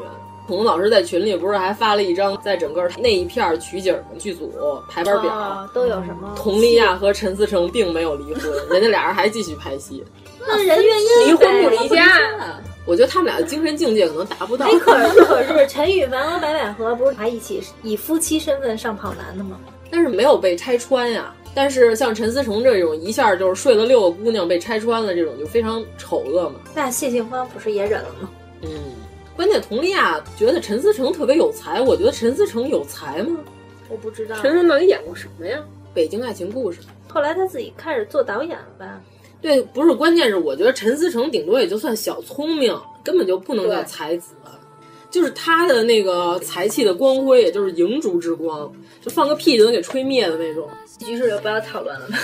Speaker 9: 孔老师在群里不是还发了一张在整个那一片儿取景剧组排班表，
Speaker 11: 啊
Speaker 8: 哦都有什么？
Speaker 9: 佟丽娅和陈思诚并没有离
Speaker 11: *laughs*
Speaker 9: 婚，人家俩人还继续拍戏。
Speaker 8: 那人愿意
Speaker 11: 离婚不离家，
Speaker 9: 我觉得他们俩的精神境界可能达不到。
Speaker 8: 哎，可是可是陈羽凡和白百合不是还一起以夫妻身份上跑男的吗？
Speaker 9: 但是没有被拆穿呀。但是像陈思诚这种一下就是睡了六个姑娘被拆穿了这种，就非常丑恶嘛。
Speaker 8: 那谢杏芳不是也忍了吗？
Speaker 9: 嗯，关键佟丽娅觉得陈思诚特别有才，我觉得陈思诚有才吗？
Speaker 8: 我不知道
Speaker 11: 陈升到底演过什么呀？
Speaker 9: 北京爱情故事。
Speaker 8: 后来他自己开始做导演了吧？
Speaker 9: 对，不是，关键是我觉得陈思诚顶多也就算小聪明，根本就不能叫
Speaker 10: 对
Speaker 9: 才子。就是他的那个财气的光辉，也就是银烛之光，就放个屁就能给吹灭的那种。
Speaker 8: 于是就不要讨论了吧。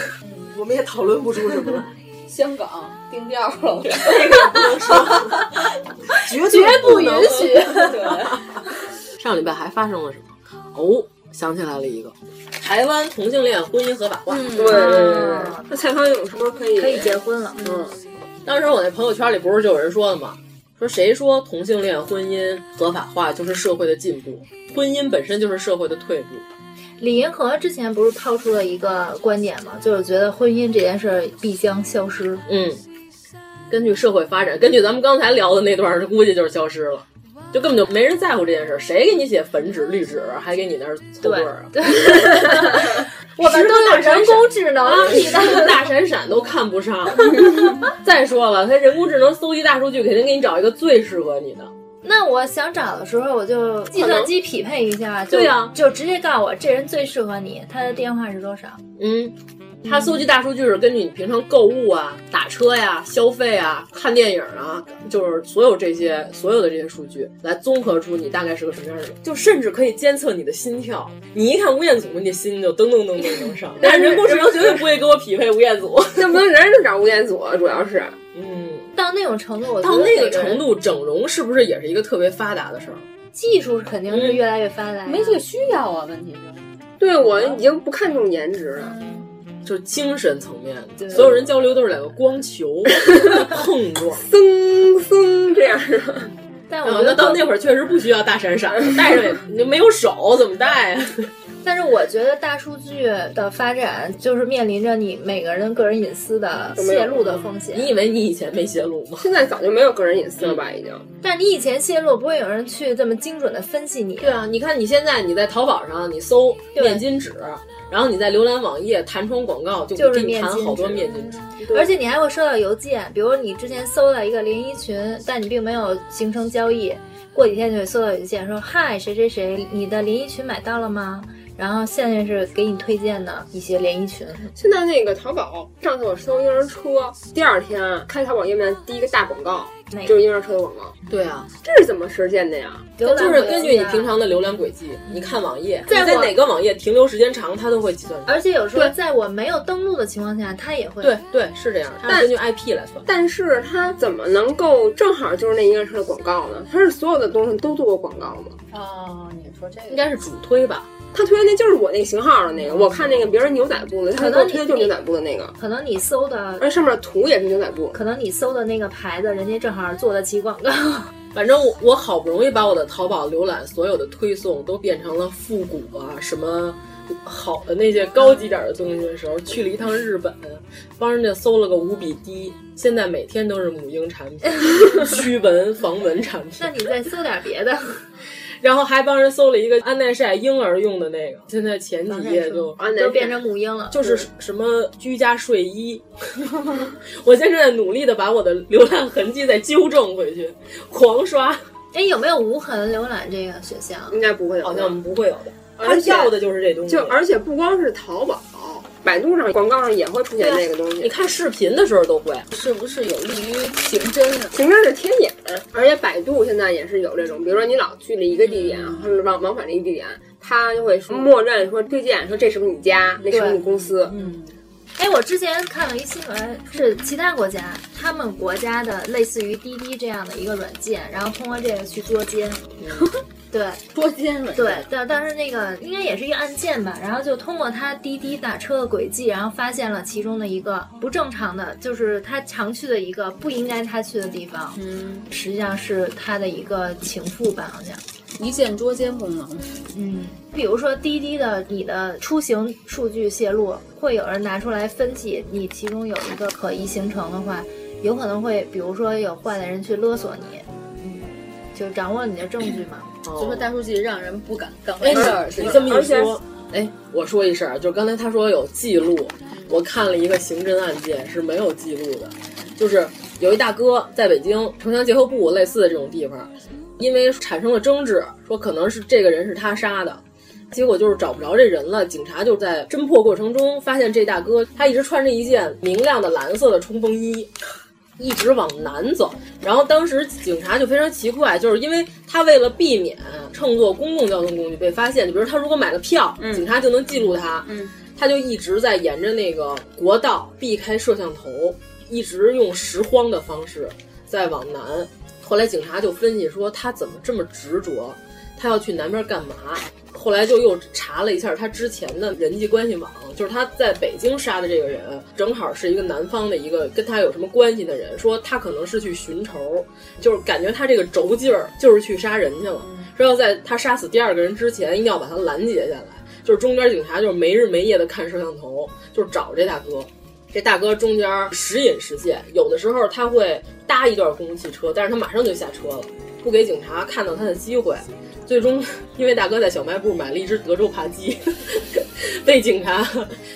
Speaker 9: 我们也讨论不出什么来。
Speaker 10: 香港定调了，
Speaker 9: 绝
Speaker 8: 绝
Speaker 9: 不
Speaker 8: 不允
Speaker 9: 能
Speaker 8: 许
Speaker 9: *laughs* 上礼拜还发生了什么？哦，想起来了一个，台湾同性恋婚姻合法化。
Speaker 11: 对对对对，那蔡康永是不是可以。
Speaker 8: 嗯可以结婚了？
Speaker 9: 嗯，当时我那朋友圈里不是就有人说了吗？说谁说同性恋婚姻合法化就是社会的进步？婚姻本身就是社会的退步。
Speaker 8: 李银河之前不是抛出了一个观点吗？就是觉得婚姻这件事儿必将消
Speaker 9: *laughs*
Speaker 8: 失。
Speaker 9: 嗯，根据社会发展，根据咱们刚才聊的那段儿，估计就是消失了，就根本就没人在乎这件事儿。谁给你写粉纸、绿纸，还给你那儿凑对儿啊？
Speaker 8: 我们都有人工智能
Speaker 9: 啊，
Speaker 8: 替代
Speaker 9: 你大闪闪都看不 *laughs* 上。再说了，他人工智能搜集大数据，肯定给你找一个最适合你的。
Speaker 8: *laughs* 那我想找的时候，我就计算机匹配一下，就
Speaker 9: 对啊呀
Speaker 8: 就直接告诉我这人最适合你，他的电话是多少？
Speaker 9: 嗯，他搜集大数据是根据你平常购物啊、打车呀、消费啊、看电影啊，就是所有这些所有的这些数据来综合出你大概是个什么样的人，就甚至可以监测你的心跳。你一看吴彦祖，你的心就噔噔噔噔噔上 *laughs* 但是人工智能绝对不会给我匹配吴彦 *laughs* 祖，
Speaker 11: 那不能人人都找吴彦祖，啊主要是
Speaker 9: 嗯
Speaker 8: 到那种程度，我觉
Speaker 9: 到
Speaker 8: 得
Speaker 9: 那
Speaker 8: 每
Speaker 9: 个
Speaker 8: 人
Speaker 9: 程度，整容是不是也是一个特别发达的事儿？
Speaker 8: 技术肯定是越来越发
Speaker 9: 嗯
Speaker 8: 达、没
Speaker 10: 这个需要啊，问题是。
Speaker 11: 对我已经不看重颜值了。
Speaker 9: 就是精神层面的，所有人交流都是两个光 *laughs* 球碰撞，
Speaker 11: 噌噌这样的。
Speaker 8: 但
Speaker 9: 我觉得 *laughs* 啊到那会儿确实不需要大闪 *laughs* 闪，戴上也你就没有手怎么戴啊 *laughs* 呀、
Speaker 8: 但是我觉得大数据的发展就是面临着你每个人个人隐私的泄露的风险。
Speaker 9: 你以为你以前没泄露吗？
Speaker 11: 现在早就没有个人隐私了吧？已经。
Speaker 8: 但你以前泄露，不会有人去这么精准的分析你。
Speaker 9: 对啊，你看你现在你在淘宝上你搜面巾纸，然后你在浏览网页弹窗广告，就
Speaker 8: 就是
Speaker 9: 给你
Speaker 8: 面
Speaker 9: 弹
Speaker 8: 巾
Speaker 9: 好多
Speaker 8: 纸
Speaker 9: 面巾纸。
Speaker 8: 而且你还会收到邮件，比如你之前搜了一个连衣裙，但你并没有形成交易，过几天就会收到邮件说：“嗨，谁谁谁，你的连衣裙买到了吗？”然后现在是给你推荐的一些连衣裙，
Speaker 11: 现在那个淘宝，上次我搜婴儿车，第二天开淘宝页面第一个大广告
Speaker 8: 哪个
Speaker 11: 就是婴儿车的广告，
Speaker 9: 对啊，
Speaker 11: 这是怎么实现的呀？
Speaker 9: 它就是根据你平常的浏览轨迹，你看网页，你
Speaker 8: 在
Speaker 9: 啊在
Speaker 8: 我
Speaker 9: 哪个网啊页停留时间长，它都会计算出来。
Speaker 8: 而且有时候
Speaker 9: 对
Speaker 8: 在我没有登录的情况下，它也会
Speaker 9: 对对是这样，它是根据 IP 来算。
Speaker 11: 但是它怎么能够正好就是那婴儿车的广告呢？它是所有的东西都做过广告吗？
Speaker 10: 哦，你说这个
Speaker 9: 应该是主推吧？
Speaker 11: 他推的那就是我那个型号的那个，我看那个别人牛仔布的，他
Speaker 8: 可
Speaker 11: 给我
Speaker 8: 能
Speaker 11: 推的
Speaker 8: 你
Speaker 11: 就是牛仔布的那个，
Speaker 8: 可能你搜的
Speaker 11: 而上面图也是牛仔布。
Speaker 8: 可能你搜的那个牌子，人家正好做得起广告。 *laughs*
Speaker 9: 反正我我好不容易把我的淘宝浏览所有的推送都变成了复古啊，什么好的那些高级点儿的东西的时候，去了一趟日本，帮人家搜了个五比低，现在每天都是母婴产品、 *laughs* 驱蚊防蚊产品
Speaker 8: 那，你再搜点别的，
Speaker 9: 然后还帮人搜了一个安耐晒婴儿用的那个，现在前几页就
Speaker 8: 就变成母婴了。
Speaker 9: 就是什么居家睡衣， *laughs* 我现在正在努力的把我的浏览痕迹再纠正回去，狂刷。
Speaker 8: 哎，有没有无痕浏览这个选项？
Speaker 11: 应该不会有，
Speaker 9: 好像不会有的。
Speaker 11: 而且
Speaker 9: 他要的就是这东西，
Speaker 11: 就而且不光是淘宝，百度上广告上也会出现
Speaker 9: 啊
Speaker 11: 那个东西。
Speaker 9: 你看视频的时候都会。
Speaker 10: 是不是有利于刑侦啊？
Speaker 11: 行政是天眼，而且百度现在也是有这种，比如说你老去了一个地点，或者往往返了一个地点，它就会说默认说推荐说这是不是你家，那是不是你公司， *laughs*
Speaker 10: 嗯，
Speaker 8: 哎，我之前看了一新闻，是其他国家，他们国家的类似于滴滴这样的一个软件，然后通过这个去捉奸。 *laughs* 对
Speaker 10: 捉奸软件
Speaker 8: 对，但但是那个应该也是一个案件吧，然后就通过他滴滴打车的轨迹，然后发现了其中的一个不正常的，就是他常去的一个不应该他去的地方，
Speaker 10: 嗯，
Speaker 8: 实际上是他的一个情妇吧，好像。
Speaker 10: 一键捉奸功能，
Speaker 8: 嗯，比如说滴滴的你的出行数据泄露，会有人拿出来分析，你其中有一个可疑行程的话，有可能会，比如说有坏的人去勒索你，嗯，就掌握你的证据嘛。
Speaker 10: 就说大数据让人不敢干坏
Speaker 9: 哎，
Speaker 10: 事儿，
Speaker 9: 你你这么一说，哎，我说一声啊，就是刚才他说有记录，我看了一个刑侦案件是没有记录的，就是有一大哥在北京城乡结合部类似的这种地方，因为产生了争执，说可能是这个人是他杀的。结果就是找不着这人了，警察就在侦破过程中发现这大哥他一直穿着一件明亮的蓝色的冲锋衣，一直往南走。然后当时警察就非常奇怪，就是因为他为了避免乘坐公共交通工具被发现，就比如他如果买了票，警察就能记录他。
Speaker 10: 嗯，
Speaker 9: 他就一直在沿着那个国道避开摄像头，一直用拾荒的方式在往南。后来警察就分析说他怎么这么执着，他要去南边干嘛？后来就又查了一下他之前的人际关系网，就是他在北京杀的这个人，正好是一个南方的一个跟他有什么关系的人，说他可能是去寻仇，就是感觉他这个轴劲儿就是去杀人去了，说要在他杀死第二个人之前，一定要把他拦截下来。就是中间警察就是没日没夜的看摄像头，就是找这大哥。这大哥中间时隐时现，有的时候他会搭一段公共汽车，但是他马上就下车了，不给警察看到他的机会。最终，因为大哥在小卖部买了一只德州扒鸡， *laughs* 被警察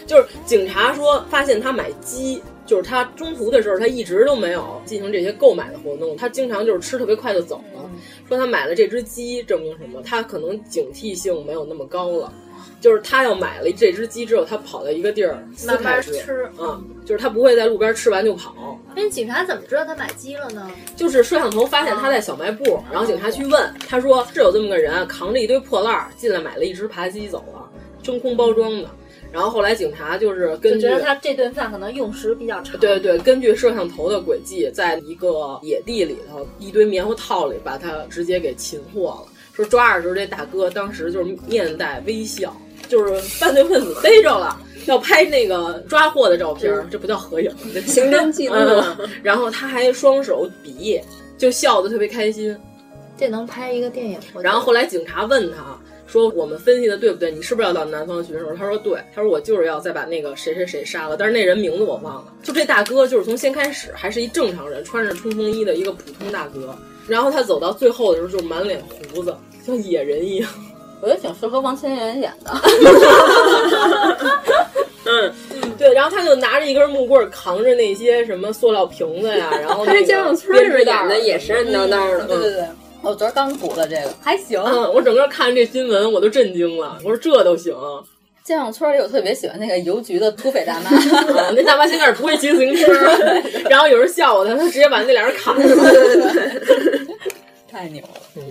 Speaker 9: 就是警察说发现他买鸡，就是他中途的时候他一直都没有进行这些购买的活动，他经常就是吃特别快就走
Speaker 8: 嗯
Speaker 9: 了。说他买了这只鸡，证明什么？他可能警惕性没有那么高了。就是他要买了这只鸡之后，他跑到一个地儿撕
Speaker 8: 慢
Speaker 9: 开
Speaker 8: 慢吃嗯
Speaker 9: 啊、就是他不会在路边吃完就跑。
Speaker 8: 那警察怎么知道他买鸡了呢？
Speaker 9: 就是摄像头发现他在小卖
Speaker 8: 哦
Speaker 9: 部，然后警察去问，他说是有这么个人啊扛着一堆破烂儿进来买了一只扒鸡走了，真空包装的。然后后来警察就是根
Speaker 8: 就
Speaker 9: 据
Speaker 8: 觉得他这顿饭可能用时比较长。
Speaker 9: 对对，根据摄像头的轨迹，在一个野地里头，一堆棉花套里把他直接给擒获了。说抓着时候，这大哥当时就是面带微笑，就是犯罪分子逮着了，要拍那个抓获的照片
Speaker 8: 嗯
Speaker 9: 儿，这不叫合影，这是
Speaker 10: 刑侦记录
Speaker 9: 嗯然后他还双手比耶，就笑得特别开心。
Speaker 8: 这能拍一个电影。
Speaker 9: 然后后来警察问他说：“我们分析的对不对？你是不是要到南方巡守？”他说：“对。”他说：“我就是要再把那个谁谁谁杀了，但是那人名字我忘了。”就这大哥就是从先开始还是一正常人，穿着冲锋衣的一个普通大哥，然后他走到最后的时候就满脸胡子，像野人一样。 *laughs*
Speaker 10: 我觉得挺适合王千源演的。
Speaker 9: 嗯，对，然后他就拿着一根木棍儿扛着那些什么塑料瓶子呀，然后
Speaker 10: 他
Speaker 9: 那个
Speaker 10: 在
Speaker 9: 编
Speaker 10: 家长
Speaker 9: 织
Speaker 10: 村里边
Speaker 9: 袋儿
Speaker 10: 演的也神神叨叨的
Speaker 9: 嗯
Speaker 10: 对对对
Speaker 9: 嗯
Speaker 10: 哦我昨儿刚补了这个，啊还行。
Speaker 9: 嗯， *laughs* 我整个看这新闻我都震惊了，我说这都行。嗯
Speaker 10: 建厂村里我特别喜欢那个邮局的土匪大 *laughs* 妈，
Speaker 9: 那大妈现在是不会骑自行车，然后有人笑我，他直接把那俩人砍了。
Speaker 10: 太牛了。
Speaker 8: 嗯，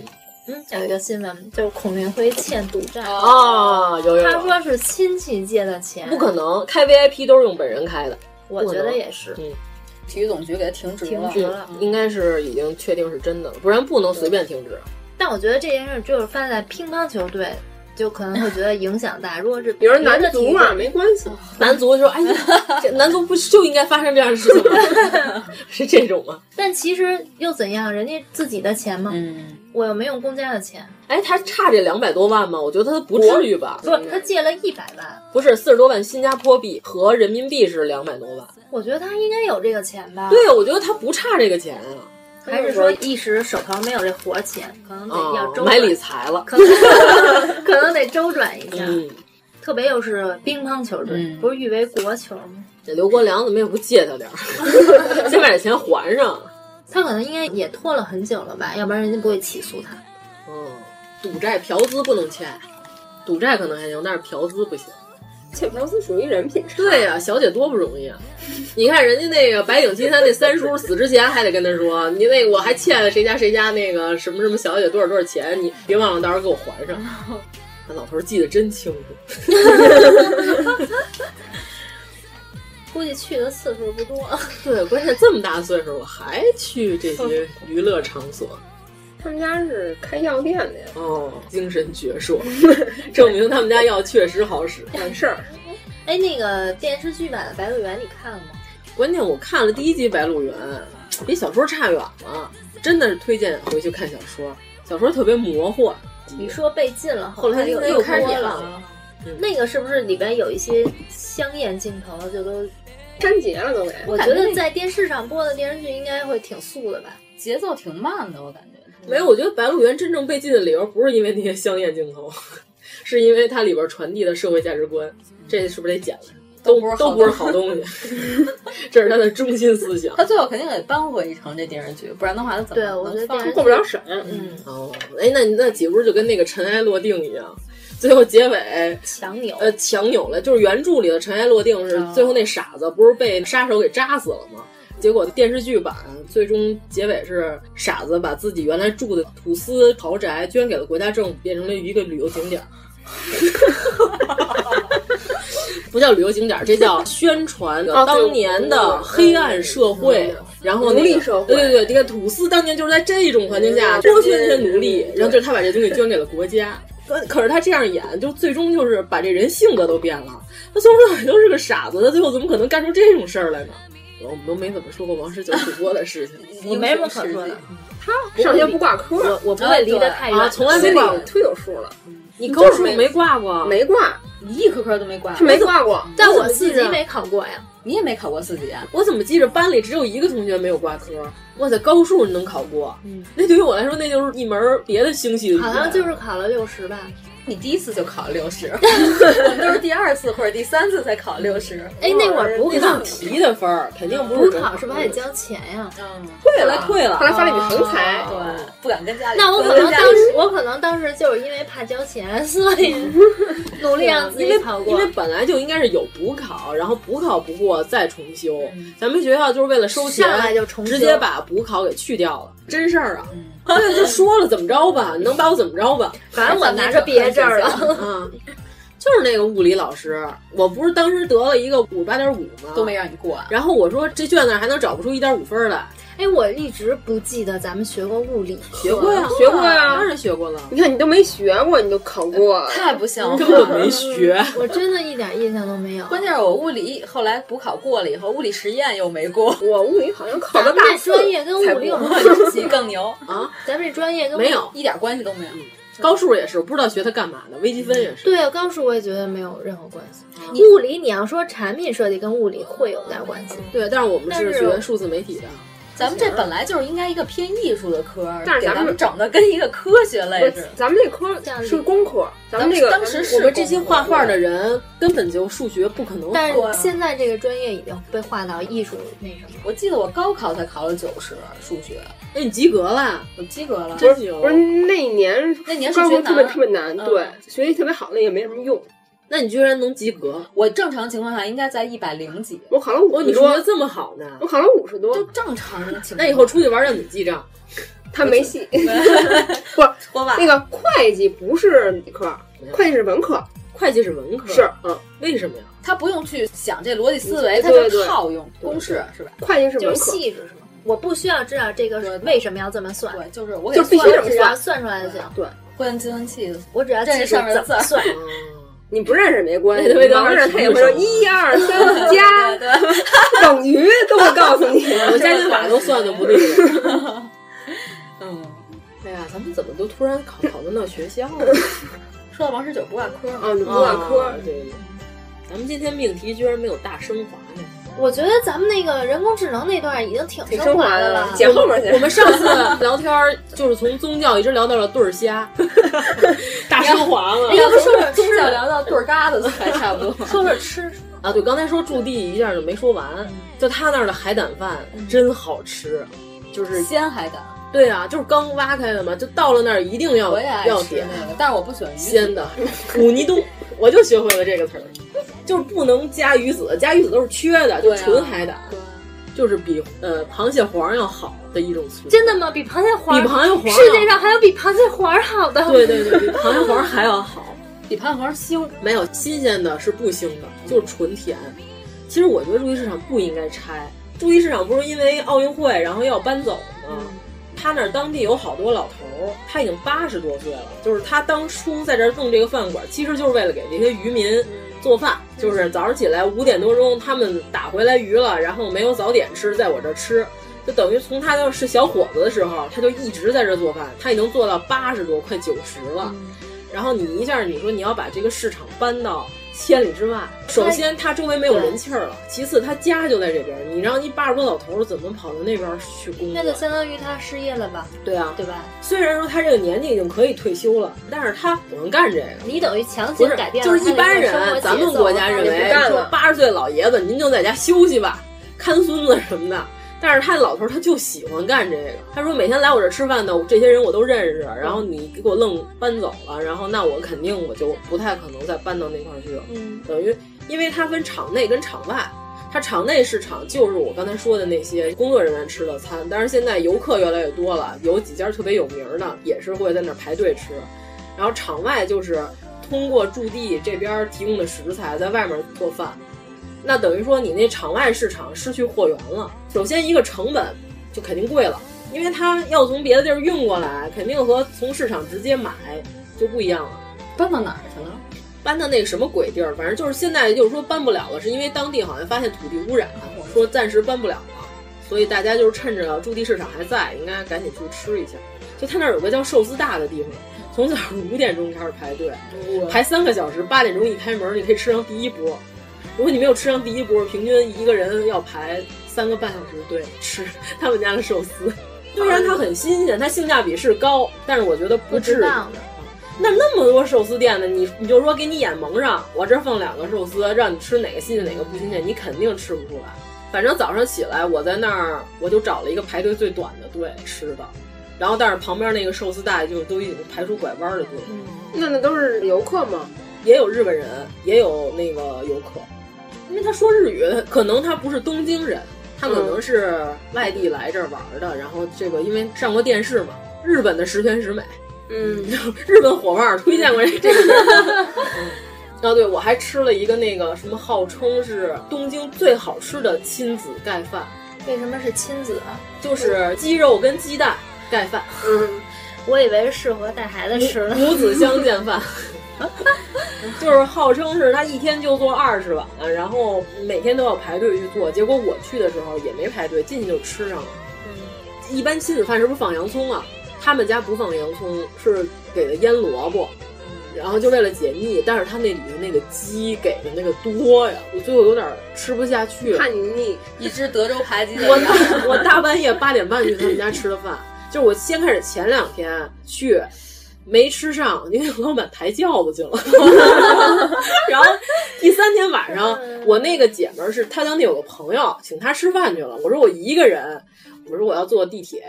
Speaker 8: 有一个新闻就是孔令辉欠赌债
Speaker 9: 哦有有有
Speaker 8: 他说是亲戚借的钱，
Speaker 9: 不可能，开 VIP 都是用本人开的，
Speaker 8: 我觉得也是。
Speaker 9: 嗯，
Speaker 10: 体育总局给他停职了。
Speaker 8: 停职了
Speaker 9: 嗯应该是已经确定是真的了，不然不能随便停止。
Speaker 8: 但我觉得这件事只有发在乒乓球队，就可能会觉得影响大。如果是
Speaker 9: 比如男
Speaker 8: 别的
Speaker 9: 足
Speaker 8: 体育
Speaker 9: 嘛
Speaker 8: 队
Speaker 9: 没关系 *laughs* 男足说：“哎呀，这男足不就应该发生这样的事情吗？ *laughs* 是这种吗？
Speaker 8: 但其实又怎样？人家自己的钱嘛，
Speaker 10: 嗯，
Speaker 8: 我又没用公家的钱，
Speaker 9: 哎，他差这两百多万吗？我觉得他不至于吧。
Speaker 8: 不是他借了一百万，
Speaker 9: 不是四十多万新加坡币和人民币是两百多万。
Speaker 8: 我觉得他应该有这个钱吧？
Speaker 9: 对，我觉得他不差这个钱啊。
Speaker 8: 还是说一时手头没有这活钱，可能得嗯要
Speaker 9: 哦
Speaker 8: 周转、
Speaker 9: 买理财了，
Speaker 8: *laughs* 可啊能 *laughs* 可能得周转一下。
Speaker 9: 嗯
Speaker 8: 特别又是乒乓球队，不是誉为国球吗？
Speaker 9: 这刘国梁怎么也不借他点儿， *laughs* 先把这钱还上。
Speaker 8: 他可能应该也拖了很久了吧，要不然人家不会起诉他。
Speaker 9: 嗯，赌债嫖资不能欠，赌债可能还行，但是嫖资不行。
Speaker 11: 欠嫖资属于人品差。
Speaker 9: 对呀、小姐多不容易啊！你看人家那个白景七，他那三叔死之前还得跟他说，你那个我还欠了谁家谁家那个什么什么小姐多少多少钱，你别忘了到时候给我还
Speaker 8: *laughs*
Speaker 9: 上。那老头儿记得真清楚。
Speaker 8: 估计去的次数不多。
Speaker 9: 对，关键这么大岁数了还去这些娱乐场所。
Speaker 11: 他们家是开药店的呀，
Speaker 9: 哦，精神矍铄， *laughs* 证明他们家药确实好使。
Speaker 11: 管事儿。
Speaker 8: 哎，那个电视剧版的《白鹿原》你看了吗？
Speaker 9: 关键我看了第一集《白鹿原》，比小说差远了，真的是推荐回去看小说。小说特别魔幻，
Speaker 8: 你说被禁了，
Speaker 9: 后来
Speaker 8: 又
Speaker 9: 又开始
Speaker 8: 播
Speaker 9: 演
Speaker 8: 了。
Speaker 9: 嗯
Speaker 8: 那个是不是里边有一些香艳镜头，就都
Speaker 11: 删节了都给。
Speaker 8: 我觉得在电视上播的电视剧应该会挺素的吧？
Speaker 10: 节奏挺慢的，我感觉。
Speaker 9: 没有，我觉得《白鹿原》真正被禁的理由不是因为那些香艳镜头， *laughs* 是因为它里边传递的社会价值观，这是不是得剪了？嗯都都不是好东西， *laughs* 这是他的中心思想。
Speaker 10: 他最后肯定得扳回一城这电视剧，不然的
Speaker 9: 呃
Speaker 10: 话他怎么
Speaker 8: 对我觉得
Speaker 10: 能放
Speaker 8: 电视剧
Speaker 10: 过不了
Speaker 11: 审？
Speaker 10: 嗯，
Speaker 9: 哦，哎，那你那岂不是就跟那个尘埃落定一样？最后结尾
Speaker 8: 强扭，
Speaker 9: 呃，
Speaker 11: 啊
Speaker 9: 强扭了，就是原著里的尘埃落定是、最后那傻子不是被杀手给扎死了吗？结果电视剧版最终结尾是傻子把自己原来住的土司豪宅捐给了国家政府，变成了一个旅游景点儿。 *laughs* 不叫旅游景点儿，这叫宣传
Speaker 11: 哦对
Speaker 9: 当年的黑暗社会，然后那
Speaker 11: 嗯奴
Speaker 9: 个
Speaker 11: 隶社会
Speaker 9: 对对对，你看土司当年就是在这种环境下剥削这些奴隶，然后就是他把这东西捐给了国家。可可是他这样演，就最终就是把这人性格都变了。他从头到尾都是个傻子，他最后怎么可能干出这种事儿来呢？我们都没怎么说过王十九主播的事情，
Speaker 4: 你没什么可说的。
Speaker 9: 他
Speaker 11: 上学不挂科，
Speaker 4: 我我不会离得太远
Speaker 9: 啊从来没挂过
Speaker 11: 心里忒有数了。
Speaker 9: 你
Speaker 11: 就
Speaker 9: 高
Speaker 11: 是
Speaker 9: 数没挂过，
Speaker 11: 没挂，
Speaker 10: 你一科科都没挂，
Speaker 11: 是没挂过。
Speaker 8: 但我
Speaker 9: 四
Speaker 8: 四
Speaker 9: 级
Speaker 8: 级
Speaker 9: 没
Speaker 8: 没考过呀。
Speaker 10: 你也没考过四级啊？
Speaker 9: 我怎么记着班里只有一个同学没有挂科？哇塞，高数能考过，那对于我来说那就是一门别的星系的语言。
Speaker 8: 好像就是考了六十吧。
Speaker 10: 你第一次就考六十，我们都是第二次或者第三次才考六十。
Speaker 8: 哎，那会儿不
Speaker 9: 那
Speaker 8: 考
Speaker 9: 是，题的嗯啊分儿，肯定不
Speaker 8: 不
Speaker 9: 是
Speaker 8: 考是不是还得
Speaker 9: 交？
Speaker 8: 交钱呀？
Speaker 9: 退了，退了。
Speaker 11: 啊后来发了一笔横财
Speaker 9: 啊
Speaker 10: 哦对，不敢跟家里。
Speaker 8: 那我可能当时，我可能当时就是因为怕交钱，所
Speaker 9: *laughs*
Speaker 8: 以努力让自
Speaker 9: 啊因
Speaker 8: 己
Speaker 9: 为
Speaker 8: 考
Speaker 9: 因
Speaker 8: 过
Speaker 9: 为。本来就应该是有补考，然后补考不过再重修。咱嗯们学校就是为了收钱，
Speaker 8: 上来就重修
Speaker 9: 直接把补考给去掉了，真事儿啊。那就说了怎么着吧，你能把我怎么着 *laughs* 吧？
Speaker 8: 反正我拿着毕业证了，
Speaker 9: 嗯，就是那个物理老师，我不是当时得了一个五十八点五吗？
Speaker 10: 都没。让你过，啊
Speaker 9: 然后我说这卷子还能找不出一点五分儿来，
Speaker 8: 哎，我一直不记得咱们学过物理课，
Speaker 9: 学过呀，
Speaker 11: 学过呀
Speaker 9: 当然学过了，
Speaker 11: 你看你都没学过，你都考过，
Speaker 10: 太不像话
Speaker 9: *laughs* 根本没 *laughs* 学。
Speaker 8: 我真的一点印象都没有。
Speaker 10: 关键是我物理后来补考过了以后，物理实验又没过，
Speaker 11: 我物理好像考
Speaker 8: 咱
Speaker 11: 的
Speaker 8: 们
Speaker 11: 大
Speaker 8: 这
Speaker 11: 四
Speaker 8: 专业跟
Speaker 10: 才
Speaker 8: 物理有什么
Speaker 10: 过
Speaker 8: 关
Speaker 10: 这
Speaker 8: 系？
Speaker 10: 期更
Speaker 8: *laughs*
Speaker 10: 牛，
Speaker 9: 啊，
Speaker 8: 咱们这专业跟物理
Speaker 9: 没有
Speaker 10: 一点关系都没有。
Speaker 9: 高数也是，不知道学它干嘛的，微积分也是。
Speaker 8: 对高数我也觉得没有任何关系。
Speaker 10: 嗯
Speaker 8: 物理你要说产品设计跟物理会有点关系，
Speaker 9: 对，但是我们
Speaker 8: 但
Speaker 9: 是
Speaker 8: 是
Speaker 9: 学数字媒体的，
Speaker 10: 咱们这本来就是应该一个偏艺术的科，
Speaker 11: 但是
Speaker 10: 给咱
Speaker 11: 咱们
Speaker 10: 们整的跟一个科学类似
Speaker 11: 不是
Speaker 10: 的。
Speaker 11: 咱们这科是工科，咱们这个
Speaker 10: 当时是
Speaker 9: 我们这些
Speaker 10: 工作
Speaker 9: 画画的人根本就数学不可能好。啊
Speaker 8: 但是现在这个专业已经被划到艺术那什么。
Speaker 10: 啊我记得我高考才考了九十数学，
Speaker 9: 哎，你及格了，
Speaker 10: 我及格了。
Speaker 11: 不
Speaker 9: 真
Speaker 11: 是
Speaker 9: 牛
Speaker 11: 不！是那一年
Speaker 10: 那年数
Speaker 11: 高
Speaker 10: 学
Speaker 11: 中特别
Speaker 10: 难
Speaker 11: 特别难，
Speaker 10: 嗯
Speaker 11: 对，学习特别好那也没什么用。
Speaker 9: 那你居然能及格？
Speaker 10: 我正常情况下应该在一百零几，
Speaker 11: 我考了五
Speaker 9: 哇，哦你
Speaker 11: 十
Speaker 9: 数学
Speaker 11: 多，
Speaker 9: 这么好呢
Speaker 11: 我？考了五十
Speaker 10: 就
Speaker 11: 多，
Speaker 10: 正常情况下。
Speaker 9: 那以后出去玩让你记账，
Speaker 11: 他没戏。 *laughs* 不是
Speaker 10: 我吧，
Speaker 11: 那个会计不是理科，会计是文科，
Speaker 9: 会计是文科，
Speaker 11: 是
Speaker 9: 嗯，为什么呀？
Speaker 10: 他不用去想这逻辑思维，他
Speaker 11: 对
Speaker 10: 就
Speaker 11: 对
Speaker 10: 套用公式是吧？
Speaker 11: 会计是
Speaker 8: 就
Speaker 11: 文
Speaker 8: 是
Speaker 11: 科。
Speaker 8: 细致是吗？我不需要知道这个为什么要这么算，
Speaker 10: 对，就是我给
Speaker 11: 就必须
Speaker 10: 算
Speaker 11: 这
Speaker 10: 了
Speaker 11: 么
Speaker 8: 只
Speaker 10: 是
Speaker 8: 要
Speaker 11: 算
Speaker 8: 算出来就行。
Speaker 11: 对，
Speaker 10: 会用计算器的，
Speaker 8: 我只要记
Speaker 10: 这
Speaker 8: 住
Speaker 10: 上面
Speaker 8: 怎
Speaker 10: 的
Speaker 8: 么算，
Speaker 9: 嗯
Speaker 11: 你不认识没关系，
Speaker 9: 那
Speaker 11: 你
Speaker 9: 那
Speaker 11: 忙着他也会说
Speaker 9: 那
Speaker 11: 一二三加
Speaker 10: 对对
Speaker 11: 等于都会告诉你。
Speaker 10: *laughs*
Speaker 9: 我加减法都算的不对了。
Speaker 10: 嗯。
Speaker 9: 哎呀，咱们怎么都突然考讨论到学校
Speaker 11: *laughs*
Speaker 9: 了？
Speaker 10: 说到王十九不挂科吗，
Speaker 11: 啊，你不挂科
Speaker 10: 哦
Speaker 9: 啊，对对。对咱们今天命题居然没有大升华呢。
Speaker 8: 我觉得咱们那个人工智能那段已经挺
Speaker 11: 挺
Speaker 8: 升
Speaker 11: 升华
Speaker 8: 的
Speaker 11: 的
Speaker 8: 了
Speaker 11: 了，。解后面去。
Speaker 9: 哎我们上次聊天儿就是从宗教一直聊到了对儿虾，大升华
Speaker 8: 啊哎
Speaker 9: 了。
Speaker 10: 要不说说宗教聊到对儿疙瘩才差不多。
Speaker 8: *laughs* 说说吃，
Speaker 9: 啊，对，刚才说驻地一下就没说
Speaker 10: 嗯
Speaker 9: 完，就他那儿的海胆饭真好吃，就是
Speaker 10: 鲜海胆，
Speaker 9: 对啊，就是刚挖开的嘛，就到了那儿一定要
Speaker 10: 我也爱
Speaker 9: 要
Speaker 10: 吃
Speaker 9: 点
Speaker 10: 那个，但是我不喜欢鱼子
Speaker 9: 鲜的骨泥冻，我就学会了这个词儿，就是不能加鱼子，加鱼子都是缺的，就
Speaker 10: 对啊
Speaker 9: 纯海胆，
Speaker 10: 对
Speaker 9: 就是比呃螃蟹黄要好的一种存，
Speaker 8: 真的吗？比螃蟹
Speaker 9: 比
Speaker 8: 黄，
Speaker 9: 螃蟹黄要
Speaker 8: 世界上还有比螃蟹黄好 *laughs* 的？
Speaker 9: 对对对，比螃蟹黄还要好。
Speaker 10: 比螃蟹黄腥。
Speaker 9: 没有新鲜的是不腥的，就是纯甜。其实我觉得驻地市场不应该拆，驻地市场不是因为奥运会然后要搬走吗？他那儿当地有好多老头儿，他已经八十多岁了，就是他当初在这儿弄这个饭馆，其实就是为了给这些渔民做饭，就是早上起来五点多钟他们打回来鱼了，然后没有早点吃，在我这儿吃。就等于从他是小伙子的时候，他就一直在这儿做饭，他已经做到八十多，快九十了。然后你一下你说你要把这个市场搬到千里之外，首先它周围没有人气儿了，其次他家就在这边儿，你让一八十多老头儿怎么跑到那边儿去工
Speaker 8: 那就
Speaker 9: 作？啊
Speaker 8: 相当于他失业了吧，
Speaker 9: 对啊，
Speaker 8: 对吧？
Speaker 9: 虽然说他这个年纪已经可以退休了，但是他不能干这个。
Speaker 8: 你等于强
Speaker 9: 不
Speaker 8: 行
Speaker 9: 是
Speaker 8: 改，变了
Speaker 9: 就是一
Speaker 8: 他
Speaker 9: 般
Speaker 8: 的
Speaker 9: 人啊
Speaker 8: 生活，节
Speaker 9: 咱们
Speaker 8: 奏
Speaker 9: 国家
Speaker 8: 他
Speaker 9: 认
Speaker 8: 就
Speaker 9: 为
Speaker 8: 不干
Speaker 9: 说
Speaker 8: 了
Speaker 9: 八十岁老爷子您就在家休息吧，看孙子什么的。但是他老头儿他就喜欢干这个，他说每天来我这儿吃饭的这些人我都认识，然后你给我愣搬走了，然后那我肯定我就不太可能再搬到那块儿去了。
Speaker 8: 嗯，
Speaker 9: 等于因为它分场内跟场外，它场内市场就是我刚才说的那些工作人员吃的餐，但是现在游客越来越多了，有几家特别有名儿的也是会在那儿排队吃。然后场外就是通过驻地这边提供的食材，在外面做饭。那等于说你那场外市场失去货源了。首先，一个成本就肯定贵了，因为它要从别的地儿运过来，肯定和从市场直接买就不一样了。
Speaker 10: 搬到哪儿去了？
Speaker 9: 搬到那个什么鬼地儿，反正就是现在就是说搬不了了，是因为当地好像发现土地污染，说暂时搬不了了，所以大家就是趁着啊驻地市场还在，应该赶紧去吃一下。就他那儿有个叫寿司大的地方，从早上五点钟开始排队，排三个小时，八点钟一开门，你可以吃上第一波。如果你没有吃上第一波，平均一个人要排三个半小时队吃他们家的寿司。虽然它很新鲜，它性价比是高，但是我觉得不至于。啊那那么多寿司店呢，你你就说给你眼蒙上，我这儿放两个寿司，让你吃哪个新鲜哪个不新鲜，你肯定吃不出来。反正早上起来我在那儿，我就找了一个排队最短的队吃的，然后但是旁边那个寿司大爷就是都已经排出拐弯的队，
Speaker 11: 那那都是游客吗？
Speaker 9: 也有日本人，也有那个游客，因为他说日语，可能他不是东京人，他可能是外地来这儿玩的，然后这个因为上过电视嘛，日本的十全十美。 *laughs*
Speaker 11: 嗯，
Speaker 9: 日本火旺推荐过这这个。 *laughs* 哦，对，我还吃了一个那个什么，号称是东京最好吃的亲子盖饭。
Speaker 8: 为什么是亲子啊？
Speaker 9: 就是鸡肉跟鸡蛋盖饭。
Speaker 8: 嗯，我以为是适合带孩子吃的
Speaker 9: *laughs* 母子相见饭。 *laughs* 就是号称是他一天就做二十碗，然后每天都要排队去做。结果我去的时候也没排队，进去就吃上了。嗯，一般亲子饭是不是放洋葱啊？他们家不放洋葱，是给的腌萝卜，然后就为了解腻。但是他那里头那个鸡给的那个多呀，我最后有点吃不下去了。
Speaker 11: 怕你腻，
Speaker 10: 一只德州扒鸡的
Speaker 9: 我大我大半夜八点半去他们家吃的饭，就是我先开始前两天去。没吃上，因为老板抬轿子去了。 *laughs* 然后第三天晚上，我那个姐们儿是她当地有个朋友，请她吃饭去了。我说我一个人，我说我要坐地铁，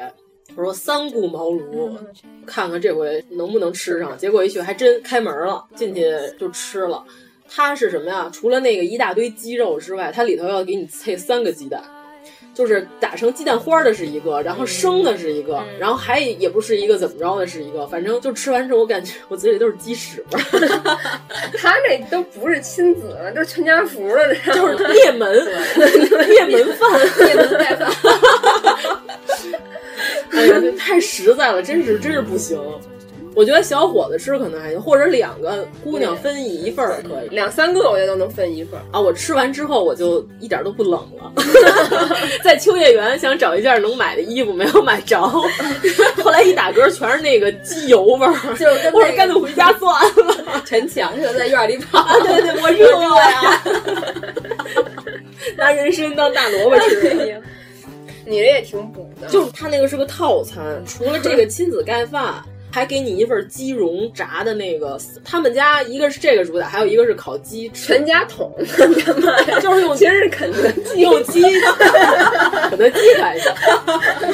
Speaker 9: 我说三顾茅庐，
Speaker 8: 嗯
Speaker 9: 看看这回能不能吃上。结果一去还真开门了，进去就吃了。它是什么呀？除了那个一大堆鸡肉之外，它里头要给你配三个鸡蛋。就是打成鸡蛋花儿的是一个，然后生的是一个，然后还也不是一个怎么着的是一个，反正就吃完之后我感觉 *laughs* 我嘴里都是鸡屎味 *laughs* 儿，
Speaker 11: 他这都不是亲子了，都是全家福了，
Speaker 9: 就是灭门灭门饭，
Speaker 10: 灭门盖饭。
Speaker 9: *laughs* 哎呀，这太实在了，真是真是不行。我觉得小伙子吃可能还行，或者两个姑娘分一份儿可以。
Speaker 11: *laughs* 两三个我觉得都能分一份儿。
Speaker 9: 啊，我吃完之后我就一点都不冷了， *laughs* 在秋叶原想找一件能买的衣服没有买着， *laughs* 后来一打嗝全是那个鸡油味儿，
Speaker 10: 就是跟那个
Speaker 9: 我说干脆回家算 *laughs* 了。
Speaker 10: 陈强似的在院里跑，
Speaker 9: 啊，对对，我热呀，拿人参当大萝卜吃，
Speaker 11: 你这也挺补的，
Speaker 9: *laughs* 就是他那个是个套餐，除了这个亲子盖饭。还给你一份鸡茸炸的那个，他们家一个是这个主打，还有一个是烤鸡翅，
Speaker 11: 全家桶，我的妈呀！
Speaker 9: 就是
Speaker 11: *laughs*
Speaker 9: 用
Speaker 11: 其实是肯德基，
Speaker 9: 用鸡，
Speaker 10: *laughs*
Speaker 9: 肯德基还行。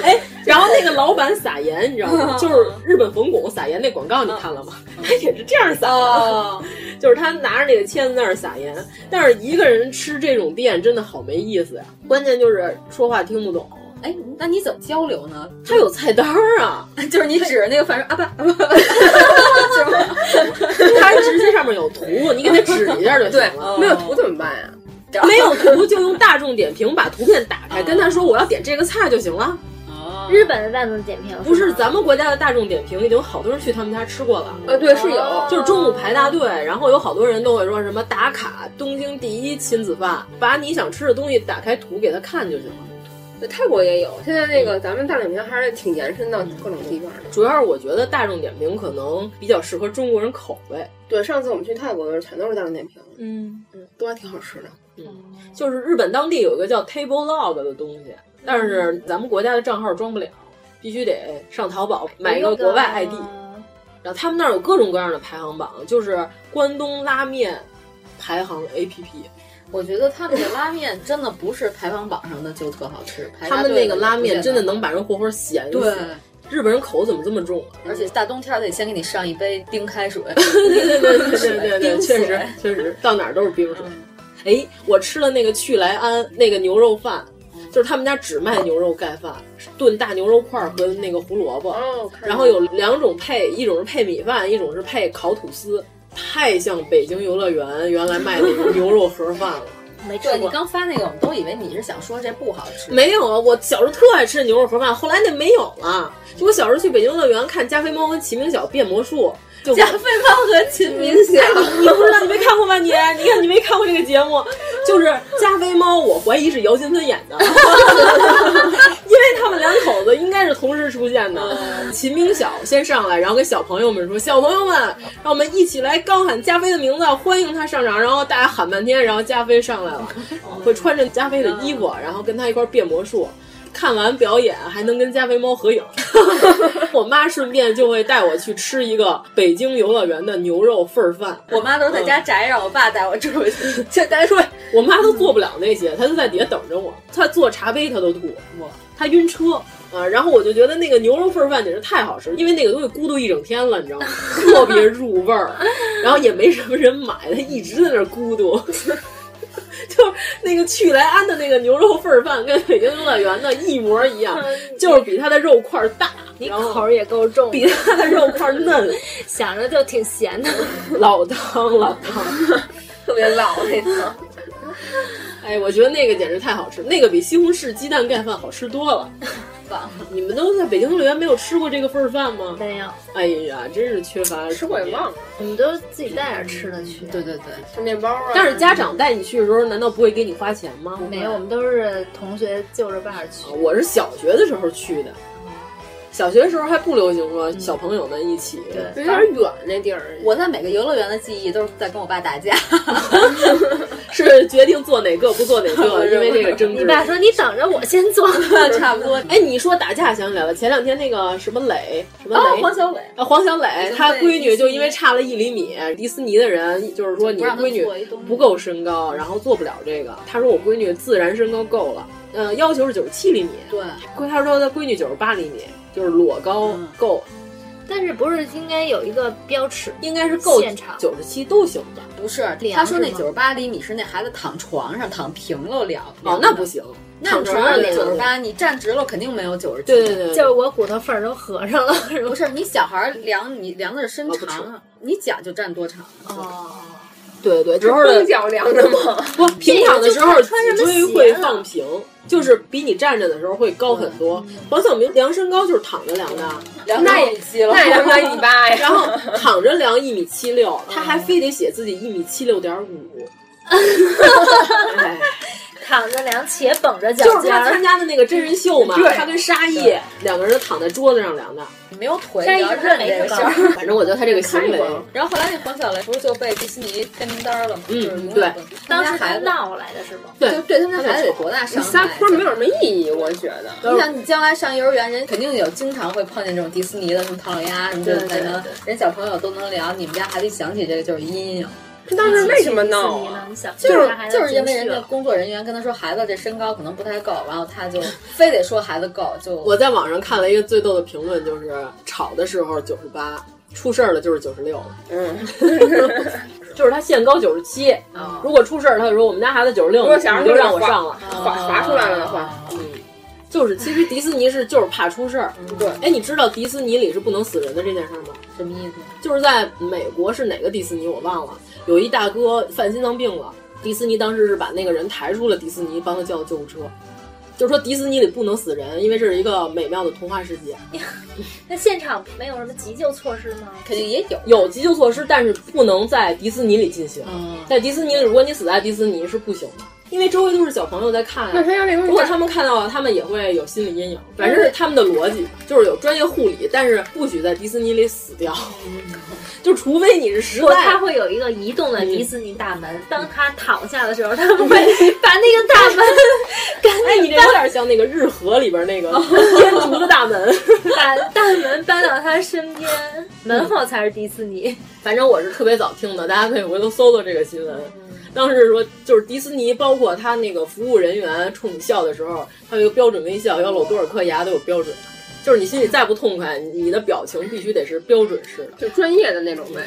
Speaker 9: 哎，然后那个老板撒盐，你知道
Speaker 10: 嗯
Speaker 9: 吗？就是日本冯巩撒盐那广告，你看了吗？他也是这样撒
Speaker 10: 哦
Speaker 9: 的， *laughs* 就是他拿着那个签子那儿撒盐。但是一个人吃这种店真的好没意思呀，关键就是说话听不懂。
Speaker 10: 哎，那你怎么交流呢？
Speaker 9: 他有菜单
Speaker 10: *laughs*
Speaker 9: 儿啊，
Speaker 10: *laughs* 就是你指着那个反正啊不，啊不
Speaker 9: 他直接上面有图，你给他指一下就行
Speaker 11: 对
Speaker 9: 了。，
Speaker 11: 没有图怎么办呀？
Speaker 10: 哦
Speaker 9: 没有图就用大众点评把图片打开，跟他说我要点这个菜就行了。
Speaker 8: 日本的大众点评
Speaker 9: *laughs* 不是
Speaker 8: 吗
Speaker 9: 咱们国家的大众点评，已经好多人去他们家吃过了。
Speaker 10: 哦
Speaker 11: 呃，对，是有，
Speaker 9: 就是中午排大队，然后有好多人都会说什么打卡东京第一亲子饭，把你想吃的东西打开图给他看就行了。
Speaker 11: 对泰国也有。现在那个咱们大众点评还是挺延伸到各种地方的。
Speaker 9: 主要是我觉得大众点评可能比较适合中国人口味，
Speaker 11: 对，上次我们去泰国的时候，全都是大众点评，
Speaker 9: 嗯，
Speaker 11: 嗯，都还挺好吃的。
Speaker 9: 就是日本当地有一个叫 Table Log 的东西，但是咱们国家的账号装不了，必须得上淘宝买一个国外 ID。
Speaker 8: 嗯
Speaker 9: 然后他们那儿有各种各样的排行榜，就是关东拉面排行 APP，
Speaker 10: 我觉得他们的拉面真的不是排行榜上的就特好吃，排
Speaker 9: 他
Speaker 10: 大队
Speaker 9: 们
Speaker 10: 的
Speaker 9: 那个拉面真的哎能
Speaker 10: 把
Speaker 9: 把人活活咸死。
Speaker 10: 对，
Speaker 9: 日本人口怎么这么重啊？
Speaker 10: 而且大冬天得先给你上一杯冰开水。
Speaker 9: 对对对对对对，
Speaker 10: 冰
Speaker 9: *laughs* 确
Speaker 10: 水
Speaker 9: 实确实，到哪儿都是冰水。哎，我吃了那个去来安那个牛肉饭，就是他们家只卖牛肉盖饭，炖大牛肉块儿和那个胡萝卜，然后有两种配，一种是配米饭，一种是配烤吐司，太像北京游乐园原来卖的牛肉盒饭了。
Speaker 10: 没对你刚发那个，我们都以为你是想说这不好
Speaker 8: *laughs*
Speaker 10: 吃。
Speaker 9: 没有啊，我小时候特爱吃牛肉盒饭，后来那没有了。就我小时候去北京乐园看加菲猫跟齐明晓变魔术，就哎
Speaker 10: 加菲猫和秦明
Speaker 9: *laughs*
Speaker 10: 晓
Speaker 9: 你不知道你没看过吗？你你看你没看过这个节目，就是加菲猫，我怀疑是姚金芬演 *laughs* 的，因为他们两口子应该是同时出现的。秦明晓先上来，然后跟小朋友们说：“小朋友们，让我们一起来高喊加菲的名字，欢迎他上场。”然后大家喊半天，然后加菲上来了，会穿着加菲的衣服，然后跟他一块儿变魔术。看完表演还能跟加菲猫合影， *laughs* 我妈顺便就会带我去吃一个北京游乐园的牛肉份儿饭。
Speaker 10: 我妈都在家宅，让我爸带我出去。现
Speaker 9: 在说，哎我妈
Speaker 8: 嗯
Speaker 9: 都做不了那些，她就在底下等着我。她做茶杯她都吐，我她晕车啊。然后我就觉得那个牛肉份儿饭简直太好吃了，因为那个东西咕嘟一整天了，你
Speaker 8: *laughs*
Speaker 9: 知道吗？特别入味儿，然后也没什么人买，她一直在那儿咕
Speaker 8: *laughs*
Speaker 9: 嘟。就是那个去来安的那个牛肉份儿饭，跟北京游乐园的一模一样，就是比它的肉块儿大，
Speaker 8: *laughs* 嗯你口也够
Speaker 10: *laughs*
Speaker 8: 重，
Speaker 9: 比它的肉块
Speaker 8: *laughs*
Speaker 9: 儿嫩，
Speaker 8: 想着就挺咸的，
Speaker 9: 老汤老汤，
Speaker 10: 特别老那汤。
Speaker 9: 哎，我觉得那个简直太好吃，那个比西红柿鸡蛋盖饭好吃多
Speaker 8: *laughs*
Speaker 9: 了。你们都在北京乐园没有吃过这个份儿饭吗？
Speaker 8: 没有。
Speaker 9: 哎呀，真是缺乏
Speaker 11: 吃过也忘了，
Speaker 8: 我们都自己带点吃的去。
Speaker 10: 对对对，
Speaker 11: 吃面包啊。
Speaker 9: 但是家长带你去的时候，难道不会给你花钱吗？啊
Speaker 8: 没有，我们都是同学就着伴儿去。
Speaker 10: 哦
Speaker 9: 我是小学的时候去的。小学的时候还不流行说
Speaker 8: 嗯
Speaker 9: 小朋友们一起，
Speaker 11: 对，有点远那地儿。
Speaker 10: 我在每个游乐园的记忆都是在跟我爸打架， *laughs*
Speaker 9: 是决定坐哪个不坐
Speaker 8: *laughs*
Speaker 9: 哪个，因为这个争执。
Speaker 8: 你爸说你等着我先
Speaker 10: *laughs*
Speaker 8: 坐，
Speaker 10: 差不多。
Speaker 9: 哎，你说打架想起来了，前两天那个什么磊，什么磊，
Speaker 10: 哦黄小磊
Speaker 9: 啊，黄小磊，他闺女就因为差了一厘米，迪士尼的人就是说你闺女不够身高，然后做不了这个。他说我闺女自然身高够了，嗯，要求是九十七厘米，
Speaker 10: 对，
Speaker 9: 他说他闺女九十八厘米。就是裸高
Speaker 10: 嗯
Speaker 9: 够，
Speaker 8: 但是不是应该有一个标尺？
Speaker 9: 应该是够
Speaker 8: 现场
Speaker 9: 九十七都行吧？
Speaker 10: 不是，他说那九十八厘米是那孩子躺床上躺平了了。
Speaker 9: 哦，那不行，躺床上
Speaker 10: 那九十八，你站直了肯定没有九十七。
Speaker 9: 对对对，
Speaker 8: 就是我骨头缝都合上了。
Speaker 10: 不是，你小孩量你量的是身长，你脚就站多长？
Speaker 8: 哦，
Speaker 9: 对对对，时候的
Speaker 11: 脚量的吗？
Speaker 10: *laughs*
Speaker 9: 不，平躺的时候脊椎
Speaker 10: 啊
Speaker 9: 会放平。就是比你站着的时候会高很多。
Speaker 10: 嗯
Speaker 9: 黄晓明量身高就是躺着量的，啊
Speaker 10: 量
Speaker 11: 那
Speaker 10: 也七了，
Speaker 11: 那也量一米八呀。
Speaker 9: 然后躺着量一米七六，
Speaker 10: 嗯
Speaker 9: 他还非得写自己一米七六点五。
Speaker 8: 躺着量且绷着脚
Speaker 9: 就是他参加的那个真人秀嘛，他跟沙溢两个人躺在桌子上量的，
Speaker 10: 没有腿，你要认这
Speaker 9: 个。反正我觉得他这个行为。
Speaker 10: 然后后来那黄晓雷不是就被迪士尼开名单了吗？
Speaker 9: 嗯，对，
Speaker 8: 当时他闹来的是吗？
Speaker 9: 对，
Speaker 10: 就对他们孩子得多大伤害？
Speaker 11: 撒泼没有什么意义，我觉得。
Speaker 10: 你想，你将来上幼儿园，人肯定有经常会碰见这种迪士尼的什么唐老鸭什么之类的，人小朋友都能聊，你们家孩子一想起这个就是阴影。
Speaker 11: 他当时为什么闹啊？
Speaker 10: 就是就是因为人家工作人员跟他说孩子这身高可能不太够，然后 *laughs* 他就非得说孩子够。就
Speaker 9: 我在网上看了一个最逗的评论，就是吵的时候九十八，出事儿了就是九十六了。嗯，就是他限高九十七，
Speaker 10: 哦
Speaker 9: 如果出事儿，他就说我们家孩子九十六，你就让我上了，
Speaker 11: 划划出来了的话，嗯，
Speaker 9: 就是其实迪士尼是就是怕出事儿。
Speaker 10: 对，
Speaker 9: 哎，你知道迪士尼里是不能死人的这件事吗？
Speaker 10: 什么意思？
Speaker 9: 就是在美国是哪个迪士尼我忘了。有一大哥犯心脏病了，迪士尼当时是把那个人抬出了迪士尼，帮他叫的救护车。就是说迪士尼里不能死人，因为这是一个美妙的童话世界。
Speaker 8: 那现场没有什么急救措施吗？
Speaker 10: 肯定也有，
Speaker 9: 有急救措施，但是不能在迪士尼里进行。嗯、在迪士尼，如果你死在迪士尼是不行的，因为周围都是小朋友在看、啊。
Speaker 11: 那谁让那东西？
Speaker 9: 如果他们看到了，他们也会有心理阴影。反正是他们的逻辑，就是有专业护理，但是不许在迪士尼里死掉。嗯就除非你是实在，
Speaker 8: 他会有一个移动
Speaker 10: 嗯
Speaker 8: 的迪士尼大门。当他躺下的时候，他们会把那个大
Speaker 10: *laughs*
Speaker 8: 门，
Speaker 9: 哎，你这有点像那个日和里边那 *laughs* 个天竺的大门，
Speaker 8: 把大门搬到他身边，门后才是迪士尼。
Speaker 9: *laughs* 反正我是特别早听的，大家可以回头搜搜这个新闻。当时说，就是迪士尼，包括他那个服务人员冲你笑的时候，他有一个标准微笑，要露多少颗牙都有标准。就是你心里再不痛快，你的表情必须得是标准式的，
Speaker 11: 就专业的那种呗。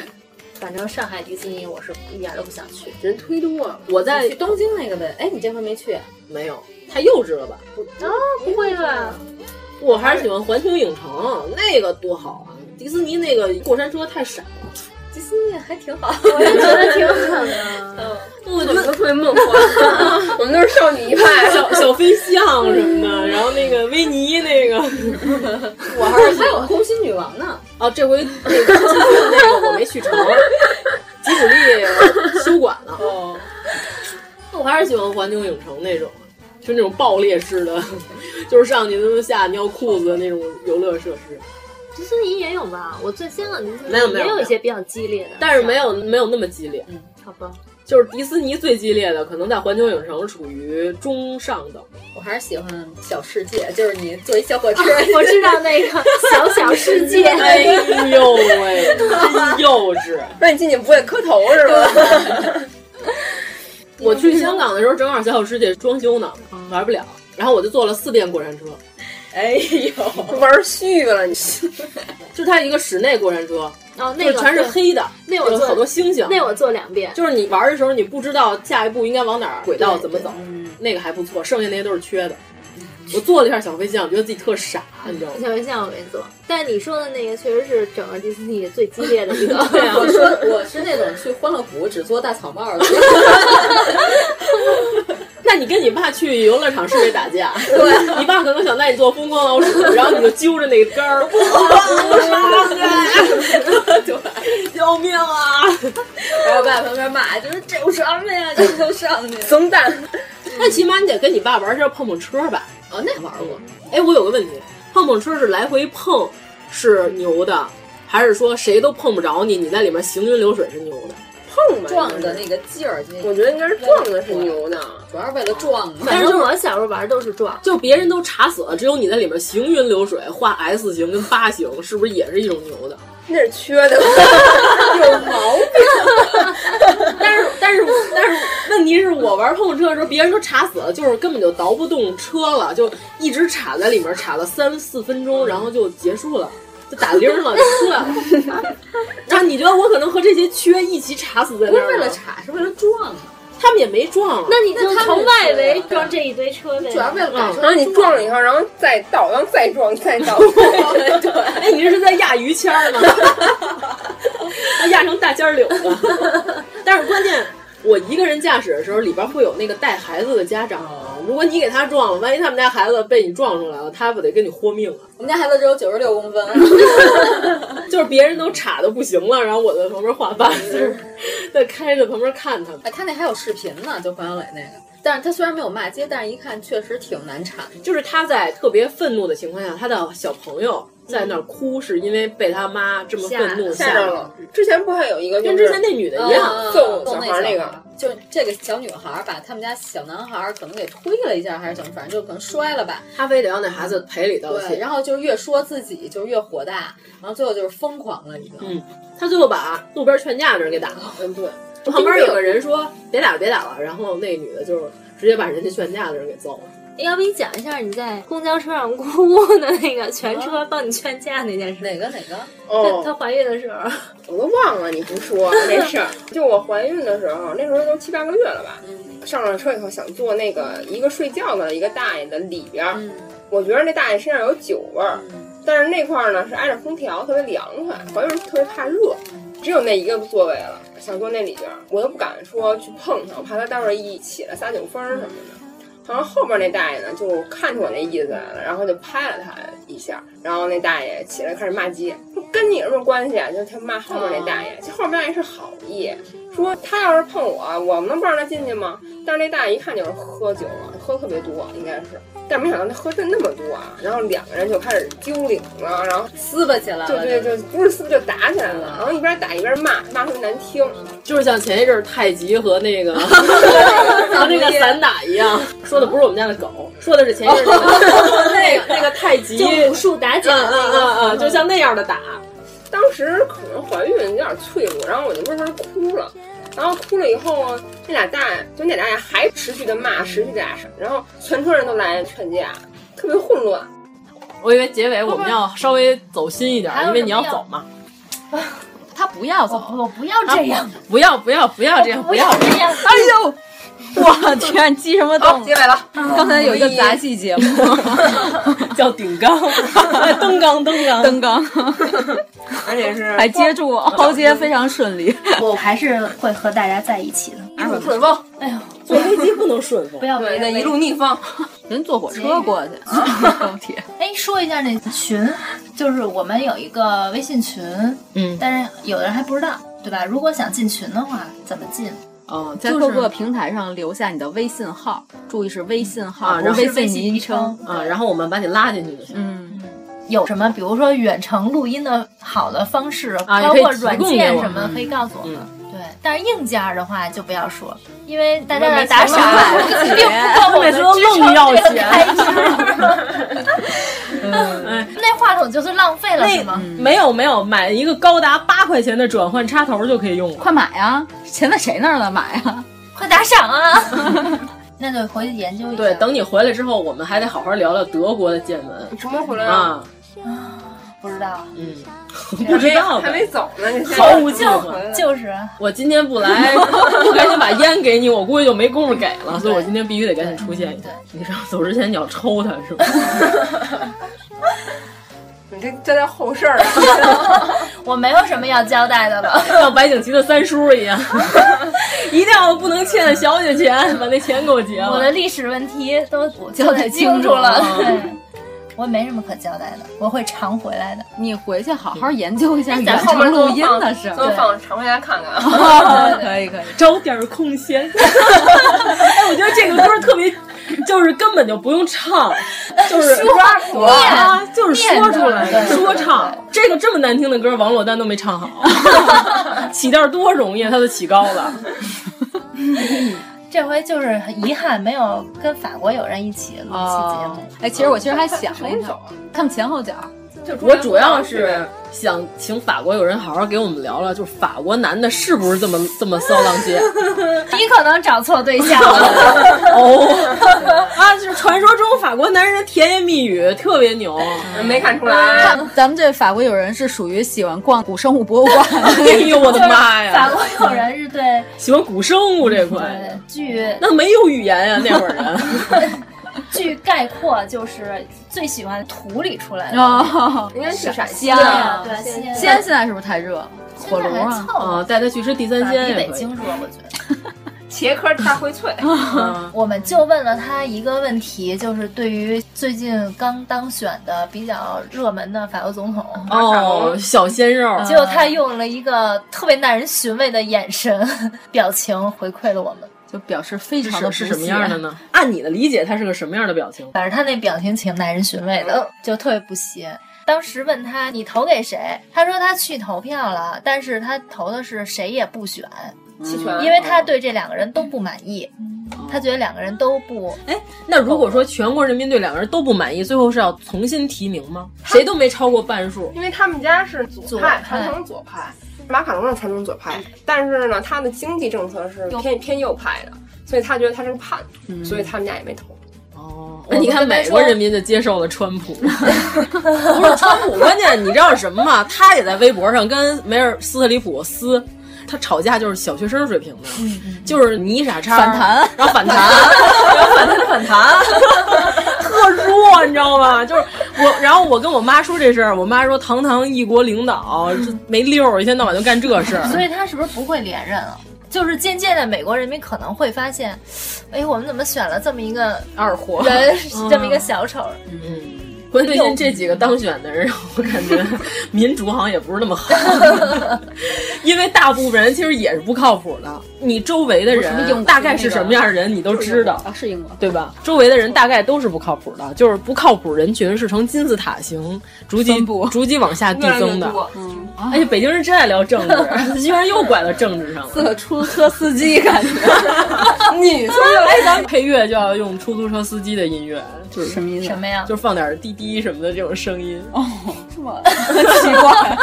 Speaker 8: 反正上海迪士尼我是一点儿都不想去，
Speaker 10: 人忒多了。我在
Speaker 8: 去
Speaker 10: 东京那个呗，哎，你这回没去？
Speaker 9: 没有，
Speaker 10: 太幼稚了吧？
Speaker 8: 啊，不会吧？
Speaker 9: 我还是喜欢环球影城，那个多好啊！迪士尼那个过山车太傻了，
Speaker 10: 迪士尼还挺好，嗯
Speaker 8: 我也觉得挺好
Speaker 10: *laughs*
Speaker 8: 的。
Speaker 10: 我
Speaker 11: 觉得特别梦
Speaker 9: *laughs*
Speaker 11: 幻，我们都是少女一派。
Speaker 9: 小小飞象什么的，然后那个维尼那个，
Speaker 10: 我还是还有空心女王呢。
Speaker 9: 哦，这回那个空心女王那个我没去成， *laughs* 吉卜力休馆了。哦，我还是喜欢环球影城那种，就那种爆裂式的， *laughs* 就是上去都吓尿裤子的那种游乐设施，
Speaker 8: 迪士尼也有吧？我最香港迪士尼
Speaker 9: 没有没有
Speaker 8: 也有一些比较激烈的，
Speaker 9: 但是没有没有那么激烈。
Speaker 8: 好吧？
Speaker 9: 就是迪士尼最激烈的，可能在环球影城属于中上
Speaker 8: *laughs*
Speaker 9: 等。
Speaker 10: 我还是喜欢小世界，就是你坐一小火车，
Speaker 8: *laughs* 我知道那个小小世界，
Speaker 9: *laughs* 哎呦喂，真幼
Speaker 8: *laughs*
Speaker 9: 稚！
Speaker 10: 不是你进去不会磕头是吧？
Speaker 9: 我去香港的时候，正好小小世界装修呢，玩不了，然后我就坐了四遍过山车，
Speaker 10: 哎呦，
Speaker 11: 玩虚了，你
Speaker 9: 就是它有一个室内过山车，
Speaker 8: 哦，
Speaker 9: 就
Speaker 8: 那
Speaker 9: 是
Speaker 8: 个
Speaker 9: 全是
Speaker 8: 对
Speaker 9: 黑的，
Speaker 8: 那我
Speaker 9: 有
Speaker 8: 坐
Speaker 9: 好多星星，
Speaker 8: 那我做两遍，
Speaker 9: 就是你玩的时候，你不知道下一步应该往哪儿轨道怎么走，
Speaker 8: 嗯
Speaker 9: 那个还不错，剩下那些都是缺的。我坐了一下小飞象，觉得自己特傻，你
Speaker 8: *laughs*
Speaker 9: 知道吗？
Speaker 8: 小飞象我没做，但你说的那个确实是整个迪士尼最激烈的一个。
Speaker 9: *laughs* 对啊
Speaker 10: 我说我是那种去欢乐谷只做大草帽的，
Speaker 9: 那你跟你爸去游乐场是得打架，对，你爸可能想带你做疯狂老鼠，然后你就揪着那个杆儿，不救命啊！
Speaker 10: 然后我爸旁边骂，就是这有什么呀，啊这都上去。
Speaker 8: *laughs*
Speaker 11: 怂蛋，
Speaker 9: 那起码你得跟你爸玩是要碰碰车吧？
Speaker 10: 哦，那玩过，
Speaker 9: 哎，我有个问题，碰碰车是来回碰是牛的，还是说谁都碰不着你，你在里面行云流水是牛的？
Speaker 11: 碰吧
Speaker 10: 撞的那个劲儿，那
Speaker 11: 我觉得应该是撞的是牛的，
Speaker 10: 主要是为了撞嘛。
Speaker 8: 反正我小时候玩都是撞，
Speaker 9: 就别人都查死了，只有你在里面行云流水，画 S 型跟八型，是不是也是一种牛的？
Speaker 11: 那是缺的，有毛病。
Speaker 9: 但是但是但是，问题是我玩碰碰车的时候，别人都查死了，就是根本就倒不动车了，就一直插在里面，插了三四分钟，然后就结束了。就打
Speaker 10: *laughs*
Speaker 9: 铃儿了，就出来了。 *laughs* 然后你觉得我可能和这些缺一起插死在
Speaker 10: 不
Speaker 9: 那
Speaker 10: 是
Speaker 9: 儿
Speaker 10: 为
Speaker 9: 吗
Speaker 10: 了查，是为了撞啊。
Speaker 9: 他们也没撞啊。
Speaker 8: 那你就
Speaker 10: 那他们
Speaker 8: 从外围装这一堆车呗。
Speaker 10: 主要为了感受。
Speaker 11: 嗯然后你撞了以后，然后再倒，然后再撞，再倒。
Speaker 9: *laughs* 哎，你这是在压于谦儿吗？ *laughs* 压成大尖儿柳了。 *laughs* 但是关键，我一个人驾驶的时候，里边会有那个带孩子的家长。
Speaker 11: 哦
Speaker 9: 如果你给他撞了，万一他们家孩子被你撞出来了，他不得跟你豁命啊？
Speaker 10: 我们家孩子只有九十六
Speaker 9: *laughs*
Speaker 10: 公分，
Speaker 9: 就是别人都岔的不行了，然后我在旁边画八字，
Speaker 11: 嗯
Speaker 9: *laughs* 在开着旁边看他们。
Speaker 10: 哎，他那还有视频呢，就黄小磊那个。但是他虽然没有骂街，但是一看确实挺难缠的。
Speaker 9: 就是他在特别愤怒的情况下，他的小朋友在那儿哭，是因为被他妈这么愤怒
Speaker 11: 嗯吓着了。之前不还有一个就
Speaker 9: 跟
Speaker 11: 是
Speaker 9: 之前那女的一样。
Speaker 10: 嗯
Speaker 11: 揍
Speaker 10: 揍
Speaker 11: 小
Speaker 10: 那
Speaker 11: 孩儿那个
Speaker 10: 小孩儿就是这个小女孩儿把他们家小男孩儿可能给推了一下，还是怎么，反正就可能摔了吧。
Speaker 9: 他非得让那孩子赔礼道
Speaker 10: 对，
Speaker 9: 歉。
Speaker 10: 然后就是越说自己就越火大，然后最后就是疯狂了，已经。
Speaker 9: 嗯，他最后把路边劝架的人给打了。
Speaker 11: 嗯对，
Speaker 9: *laughs* 旁边有个人说别打了，别打了，然后那女的就直接把人家劝架的人给揍了。
Speaker 8: 要不你讲一下你在公交车上姑姑的那个全车帮你劝架那件事？
Speaker 10: 啊哪个哪个？
Speaker 8: 她
Speaker 11: 哦，
Speaker 8: 她怀孕的时候，
Speaker 11: 我都忘了，你不说没事儿。就我怀孕的时候，那时候都七八个月了吧，上了车以后想坐那个一个睡觉的一个大爷的里边儿，
Speaker 10: 嗯
Speaker 8: 嗯
Speaker 11: 我觉得那大爷身上有酒味儿，但是那块儿呢是挨着空调，特别凉快，怀孕特别怕热，只有那一个座位了，想坐那里边儿，我又不敢说去碰它，我怕它待会儿一起来撒酒疯儿什么的。然后后边那大爷呢，就看出我那意思来了，然后就拍了他一下，然后那大爷起来开始骂街，说跟你有什么关系啊？就是他骂后面那大爷，其实后面大爷是好意，说他要是碰我，我能不让他进去吗？但是那大爷一看就是喝酒了，喝特别多，应该是，但没想到他喝的那么多啊，然后两个人就开始揪领了，然后
Speaker 10: 撕巴起来了。
Speaker 11: 对对对，不是撕不就打起来了，然后一边打一边骂，骂特别难听，
Speaker 9: 就是像前一阵儿太极和那个和那个散打一样，说的不是我们家的狗，说的是前一阵 *laughs* 儿那个那个太极，
Speaker 8: 就武
Speaker 9: 嗯
Speaker 8: 术打假
Speaker 9: 嗯
Speaker 8: 那
Speaker 9: 嗯
Speaker 8: 个，
Speaker 9: 嗯，就像那样的打。
Speaker 11: 当时可能怀孕有点脆弱，然后我就闷闷哭了。然后哭了以后，那俩大爷就那俩大爷还持续的骂，持续的打，然后全车人都来劝架，特别混乱。
Speaker 9: 我以为结尾我们要稍微走心一点
Speaker 8: 还，有
Speaker 9: 因为你要
Speaker 8: 什么呀
Speaker 9: 走嘛。
Speaker 12: 他不要走，我不要
Speaker 9: 这样，
Speaker 8: 啊
Speaker 9: 不要不要不要这样，不要这样！哎
Speaker 13: *laughs*
Speaker 9: 呦，
Speaker 13: 啊
Speaker 9: 我天，激什么动？
Speaker 12: 结尾了
Speaker 13: 刚才有一个杂技节目，
Speaker 9: 嗯 *laughs* 叫顶
Speaker 13: *laughs*
Speaker 9: 缸，登缸登缸
Speaker 13: 登缸，
Speaker 14: 而且是
Speaker 13: 还接住我，抛接非常顺利。
Speaker 8: 我还是会和大家在一起的。
Speaker 14: 一路顺风，
Speaker 8: 哎呦，
Speaker 9: 坐飞机不能顺风，
Speaker 8: 不要
Speaker 14: 对，一路逆
Speaker 8: *laughs*
Speaker 14: 风，
Speaker 13: 人坐火车过去，高铁。
Speaker 8: 哎，说一下那群，就是我们有一个微信群，
Speaker 13: 嗯，
Speaker 8: 但是有的人还不知道，对吧？如果想进群的话，怎么进？
Speaker 13: 嗯，在各个平台上留下你的微信号，注意是微信号，不是微信昵称
Speaker 9: 啊，然后我们把你拉进去就行。
Speaker 13: 嗯，
Speaker 8: 有什么，比如说远程录音的好的方式，
Speaker 9: 啊
Speaker 8: 包括软件什么
Speaker 9: 也
Speaker 8: 的，
Speaker 9: 可
Speaker 8: 可
Speaker 9: 以
Speaker 8: 以
Speaker 9: 提供给我们
Speaker 8: 告诉我们。
Speaker 9: 嗯
Speaker 8: 对，但是硬件儿的话就不要说，因为大家
Speaker 9: 没
Speaker 8: 在打
Speaker 9: 钱
Speaker 8: 赏
Speaker 9: 了，
Speaker 8: 并不够我
Speaker 9: 每
Speaker 8: 们
Speaker 9: 次都
Speaker 8: 支撑
Speaker 9: 愣要
Speaker 8: 这个
Speaker 9: 钱
Speaker 8: 开嗯那话筒就是浪费了，是
Speaker 9: 那
Speaker 13: 嗯
Speaker 8: 吗？
Speaker 9: 嗯没有没有，买一个高达八块钱的转换插头就可以用了。
Speaker 13: 快买呀！
Speaker 10: 啊
Speaker 13: 钱在谁那儿呢？买呀！
Speaker 8: *laughs* 快打赏啊！ *laughs* 那就回去研究一下。
Speaker 9: 对，等你回来之后，我们还得好好聊聊德国的见闻。
Speaker 11: 什么回来
Speaker 9: 啊？
Speaker 8: 不知道，
Speaker 9: 嗯，不知道
Speaker 11: 还
Speaker 9: 的。
Speaker 11: 没走呢，你现在
Speaker 9: 毫无计
Speaker 11: 就
Speaker 9: 划
Speaker 11: 回来了
Speaker 8: 就是
Speaker 9: 我今天不 *laughs* 来，不赶紧把烟给你，我估计就没工夫给了，所以我今天必须得赶紧出现。你知道走之前你要抽他 *laughs* 是吧？
Speaker 11: 你这这叫后事儿啊。
Speaker 8: 我没有什么要交代的了。
Speaker 9: 像白景琦的三叔一 *laughs* 样，一定要不能欠小姐钱，把那钱给我结了。
Speaker 8: 我的历史问题都
Speaker 13: 交代
Speaker 8: 清
Speaker 13: 清
Speaker 8: 楚
Speaker 13: 楚
Speaker 8: 了
Speaker 13: 了，
Speaker 8: 对， *laughs* 我没什么可交代的，我会常回来的。
Speaker 13: 你回去好好研究一下远
Speaker 8: 咱后面
Speaker 13: 程录音
Speaker 11: 放
Speaker 13: 的事儿。
Speaker 11: 都放常回家看看啊。
Speaker 13: 可以可以，
Speaker 9: 找点儿空 *laughs* 闲。哎，我觉得这个歌儿特别，就是根本就不用唱，就是
Speaker 8: 说
Speaker 9: 啊，就是说出来
Speaker 8: 念
Speaker 9: 的，
Speaker 8: 着
Speaker 9: 说唱。这个这么难听的歌，王珞丹都没唱 *laughs* 好，起调多容易，啊他都起高了。
Speaker 8: 这回就是很遗憾，没有跟法国友人一起录期节目。
Speaker 13: 哎，其实我其实还想了一下，看前后脚。
Speaker 9: 我主要是想请法国友人好好给我们聊聊，就是法国男的是不是这么这么骚浪贱？
Speaker 8: 你可能找错对象了，
Speaker 9: *laughs* 哦，啊，就是传说中法国男人的甜言蜜语特别牛，
Speaker 11: 没看出来，
Speaker 13: 咱咱们这法国友人是属于喜欢逛古生物博物馆的
Speaker 9: *laughs* 哎呦我的妈
Speaker 8: 法
Speaker 9: 呀！
Speaker 8: 国友人是对
Speaker 9: 喜欢古生物这块，
Speaker 8: 对剧
Speaker 9: 那没有语言呀，那会儿人。
Speaker 8: 据概括就是最喜欢土里出来的，
Speaker 13: 哦，
Speaker 11: 应该去陕西
Speaker 13: 香啊。
Speaker 11: 啊
Speaker 8: 对，西安
Speaker 13: 西安现在是不是太热了？火
Speaker 8: 现
Speaker 13: 炉
Speaker 8: 在还
Speaker 13: 啊，
Speaker 8: 凑合
Speaker 9: 啊，带他去吃地三
Speaker 8: 吧
Speaker 9: 鲜
Speaker 8: 比
Speaker 9: 也
Speaker 8: 北
Speaker 9: 可以
Speaker 8: 京。热，我觉得。
Speaker 11: 茄科大荟萃，
Speaker 9: 啊，
Speaker 8: 我们就问了他一个问题，就是对于最近刚当选的比较热门的法国总统，
Speaker 9: 哦，小鲜肉，
Speaker 8: 结果他用了一个特别耐人寻味的眼神、表情回馈了我们。
Speaker 13: 就表示非常的
Speaker 9: 是是什么样的？呢？按你的理解，他是个什么样的表情？
Speaker 8: 反正他那表情挺耐人寻味的，嗯就特别不屑。当时问他你投给谁，他说他去投票了，但是他投的是谁也不选，
Speaker 11: 弃权，
Speaker 8: 因为他对这两个人都不满意，他觉得两个人都不
Speaker 9: 哎，那如果说全国人民对两个人都不满意，最后是要重新提名吗？谁都没超过半数。
Speaker 11: 因为他们家是左
Speaker 8: 左
Speaker 11: 派，
Speaker 8: 派
Speaker 11: 传统左派，马卡龙是传统左派，但是呢，他的经济政策是偏偏右派的，所以他觉得他是个叛徒，所以他们家也没投。
Speaker 9: 哦，那你看美国人民就接受了川普，不是川普，关键你知道是什么吗？他也在微博上跟梅尔斯特里普撕。他吵架就是小学生水平的，就是你一傻叉
Speaker 13: 反弹，
Speaker 9: 然后反弹，然后反弹反弹， *laughs* 特弱，你知道吗？就是我，然后我跟我妈说这事儿，我妈说堂堂一国领导这没溜儿，一天到晚就干这事儿。
Speaker 8: 所以他是不是不会连任啊？就是渐渐的，美国人民可能会发现，哎，我们怎么选了这么一个
Speaker 13: 二货，
Speaker 8: 人，这么一个小丑儿？
Speaker 9: *laughs* 关键最近这几个当选的人，让 *laughs* 我感觉民主好像也不是那
Speaker 13: *laughs*
Speaker 9: 么好，因为大部分人其实也是不靠谱的。你周围的
Speaker 13: 什么英
Speaker 9: 人
Speaker 13: 国
Speaker 9: 大概是什么样的人，你都知道，
Speaker 13: 啊，是英国。
Speaker 9: 对吧？周围的人大概都是不靠谱的，就是不靠谱人群是呈金字塔形逐级
Speaker 13: 分布嗯
Speaker 9: 逐级往下递
Speaker 11: 越来越
Speaker 9: 增的。
Speaker 11: 多，
Speaker 9: 哎，北京人真爱聊政
Speaker 13: *laughs*
Speaker 9: 治，啊居然又拐到政治上了。
Speaker 13: 四个出租车司机感觉
Speaker 9: 你说哎，咱们配乐就要用出租车司机的音乐，就是
Speaker 13: 什么意思？
Speaker 8: 什么呀？
Speaker 9: 就放点滴滴什么的这种声音。 *laughs*
Speaker 13: 是吗？很奇怪。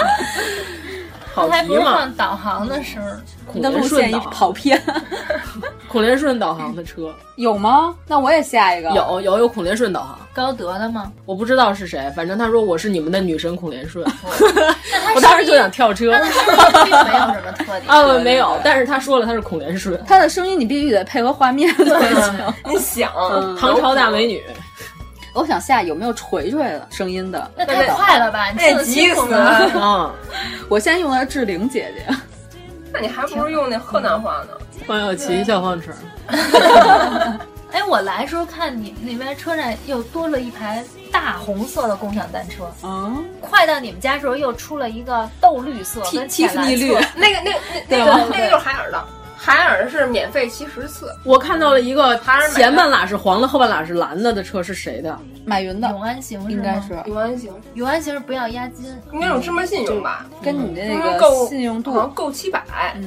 Speaker 9: 跑
Speaker 8: 刚才不
Speaker 9: 题
Speaker 8: 是
Speaker 9: 嘛
Speaker 8: 放，导航的声儿，
Speaker 9: 孔连顺
Speaker 10: 啊
Speaker 9: 导航偏，孔连顺导航的车
Speaker 10: 有吗？那我也下一
Speaker 8: 嗯
Speaker 10: 个。
Speaker 9: 有有有孔连顺导航，
Speaker 8: 高德的吗？
Speaker 9: 我不知道是谁，反正他说我是你们的女神孔连顺，
Speaker 8: 哦
Speaker 9: *laughs* 我当时就想跳车。
Speaker 8: 没有什么特点
Speaker 9: 啊，没有，但是他说了他是孔连顺，
Speaker 10: 他的声音你必须得配合画面 *laughs* 才行。
Speaker 9: 你想唐朝大美女，
Speaker 10: 我想下有没有锤锤的声音的？
Speaker 8: 那太快了吧？你
Speaker 10: 那
Speaker 8: 刺激孔
Speaker 10: 了
Speaker 8: 了。
Speaker 9: 啊！
Speaker 10: 我现在用的是志玲姐姐，
Speaker 11: 那你还不如用那河南话呢。
Speaker 9: 方小琪小方程，
Speaker 8: 哎，我来的时候看你们那边车站又多了一排大红色的共享单车。
Speaker 10: 嗯，
Speaker 8: 快到你们家时候又出了一个豆绿色跟浅蓝色。
Speaker 11: 那个那个那那
Speaker 8: 对吧
Speaker 11: 个那个就是海尔的，海尔是免费七十次。
Speaker 9: 我看到了一个
Speaker 11: 是买的
Speaker 9: 前半拉是黄的，后半拉是蓝的的车是谁的？
Speaker 10: 马云的
Speaker 8: 永安行
Speaker 10: 应该
Speaker 13: 嗯
Speaker 10: 是
Speaker 11: 永安行，
Speaker 8: 永安行是不要押金，
Speaker 11: 应该有芝麻信用吧？
Speaker 10: 跟你的那个
Speaker 11: 嗯够
Speaker 10: 信用度
Speaker 11: 好像够七百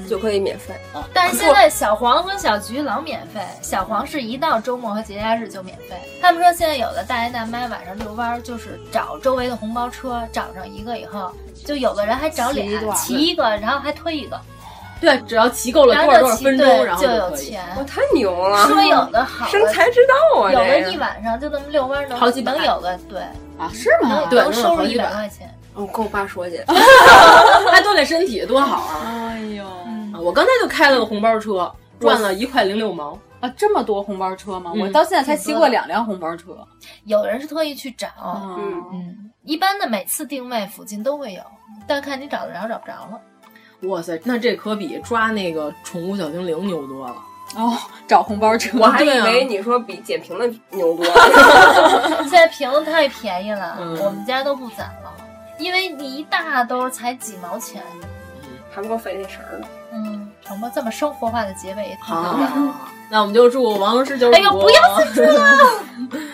Speaker 11: 就可以免费。
Speaker 8: 但是现在小黄和小菊老免费，小黄是一到周末和节假日就免费。他们说现在有的大爷大妈晚上遛弯儿，就是找周围的红包车，找上一个以后，就有的人还找
Speaker 9: 骑一
Speaker 8: 俩，
Speaker 9: 段
Speaker 8: 骑一个，然后还推一个，
Speaker 9: 对，只要骑够了多少多少分钟，然
Speaker 8: 然后就骑对
Speaker 9: 后可以
Speaker 8: 就有钱。
Speaker 11: 我太牛了！
Speaker 8: 嗯说有的好的
Speaker 11: 生财之道啊！
Speaker 8: 有
Speaker 11: 这
Speaker 8: 的
Speaker 11: 个
Speaker 8: 一晚上就这么遛弯儿能
Speaker 11: 好几百
Speaker 8: 能有个对
Speaker 10: 啊是
Speaker 8: 能
Speaker 9: 对
Speaker 8: 能收入
Speaker 9: 能有好几
Speaker 8: 一
Speaker 9: 百
Speaker 8: 百块钱。
Speaker 11: 我跟我爸说去，
Speaker 9: 还锻炼身体多好啊！
Speaker 10: 哎呦，
Speaker 8: 嗯
Speaker 9: 啊我刚才就开了个红包车，赚了一块零六毛。
Speaker 10: 啊，这么多红包车吗？
Speaker 9: 嗯
Speaker 10: 我到现在才骑过两辆红包车。
Speaker 8: 有人是特意去找，嗯嗯，一般的每次定位附近都会有，但看你找得着找不着 *laughs* 了。
Speaker 9: 哇塞，那这可比抓那个宠物小精灵牛多了。
Speaker 10: 哦，找红包车，
Speaker 11: 我还以
Speaker 9: 对啊
Speaker 11: 为你说比捡瓶的牛多。
Speaker 8: 现在瓶子太便宜了，
Speaker 11: 嗯
Speaker 8: 我们家都不攒了，因为你一大兜才几毛钱。
Speaker 11: *laughs* 还不够费这神儿呢。
Speaker 8: 嗯，成吧，这么生活化的结尾也挺好的。
Speaker 9: 好，那我们就祝王师九
Speaker 8: 哎呦，不要自助了！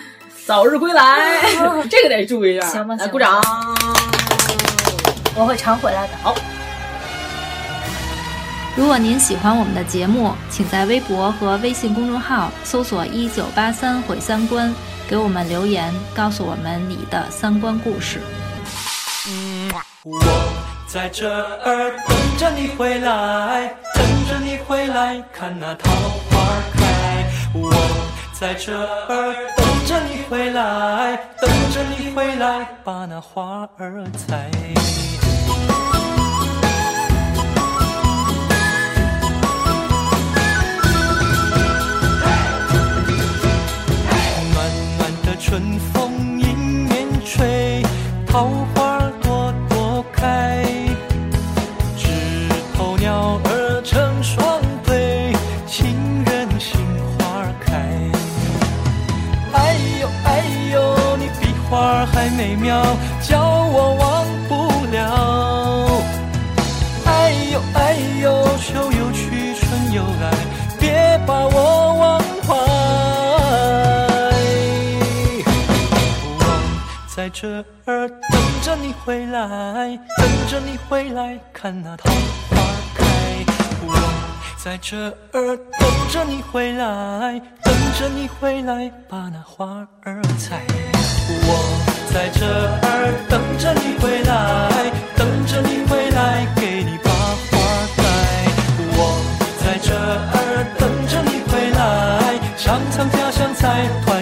Speaker 9: *laughs* 早日归
Speaker 8: *laughs*
Speaker 9: 来，这个得注意一下。
Speaker 8: 行吧，
Speaker 9: 来
Speaker 8: 行吧
Speaker 9: 鼓掌。
Speaker 8: 我会常回来的。好。
Speaker 13: 如果您喜欢我们的节目，请在微博和微信公众号搜索“一九八三毁三观”，给我们留言，告诉我们你的三观故事。
Speaker 7: 我在这儿等着你回来，等着你回来，看那桃花开。我在这儿等着你回来，等着你回来，把那花儿采。暖暖的春风迎面吹，桃花朵朵开，枝头鸟儿成双对，情人心花开。哎呦哎呦，你比花儿还美妙，叫我忘不了。哎呦哎呦，秋又去，春又来，别把我忘怀。我在这儿等着你回来，等着你回来，看那桃花开。我在这儿等着你回来，等着你回来，把那花儿采。我在这儿等着你回来，等着你回来，给你把花戴。我在这儿等着你回来，尝尝家乡菜，团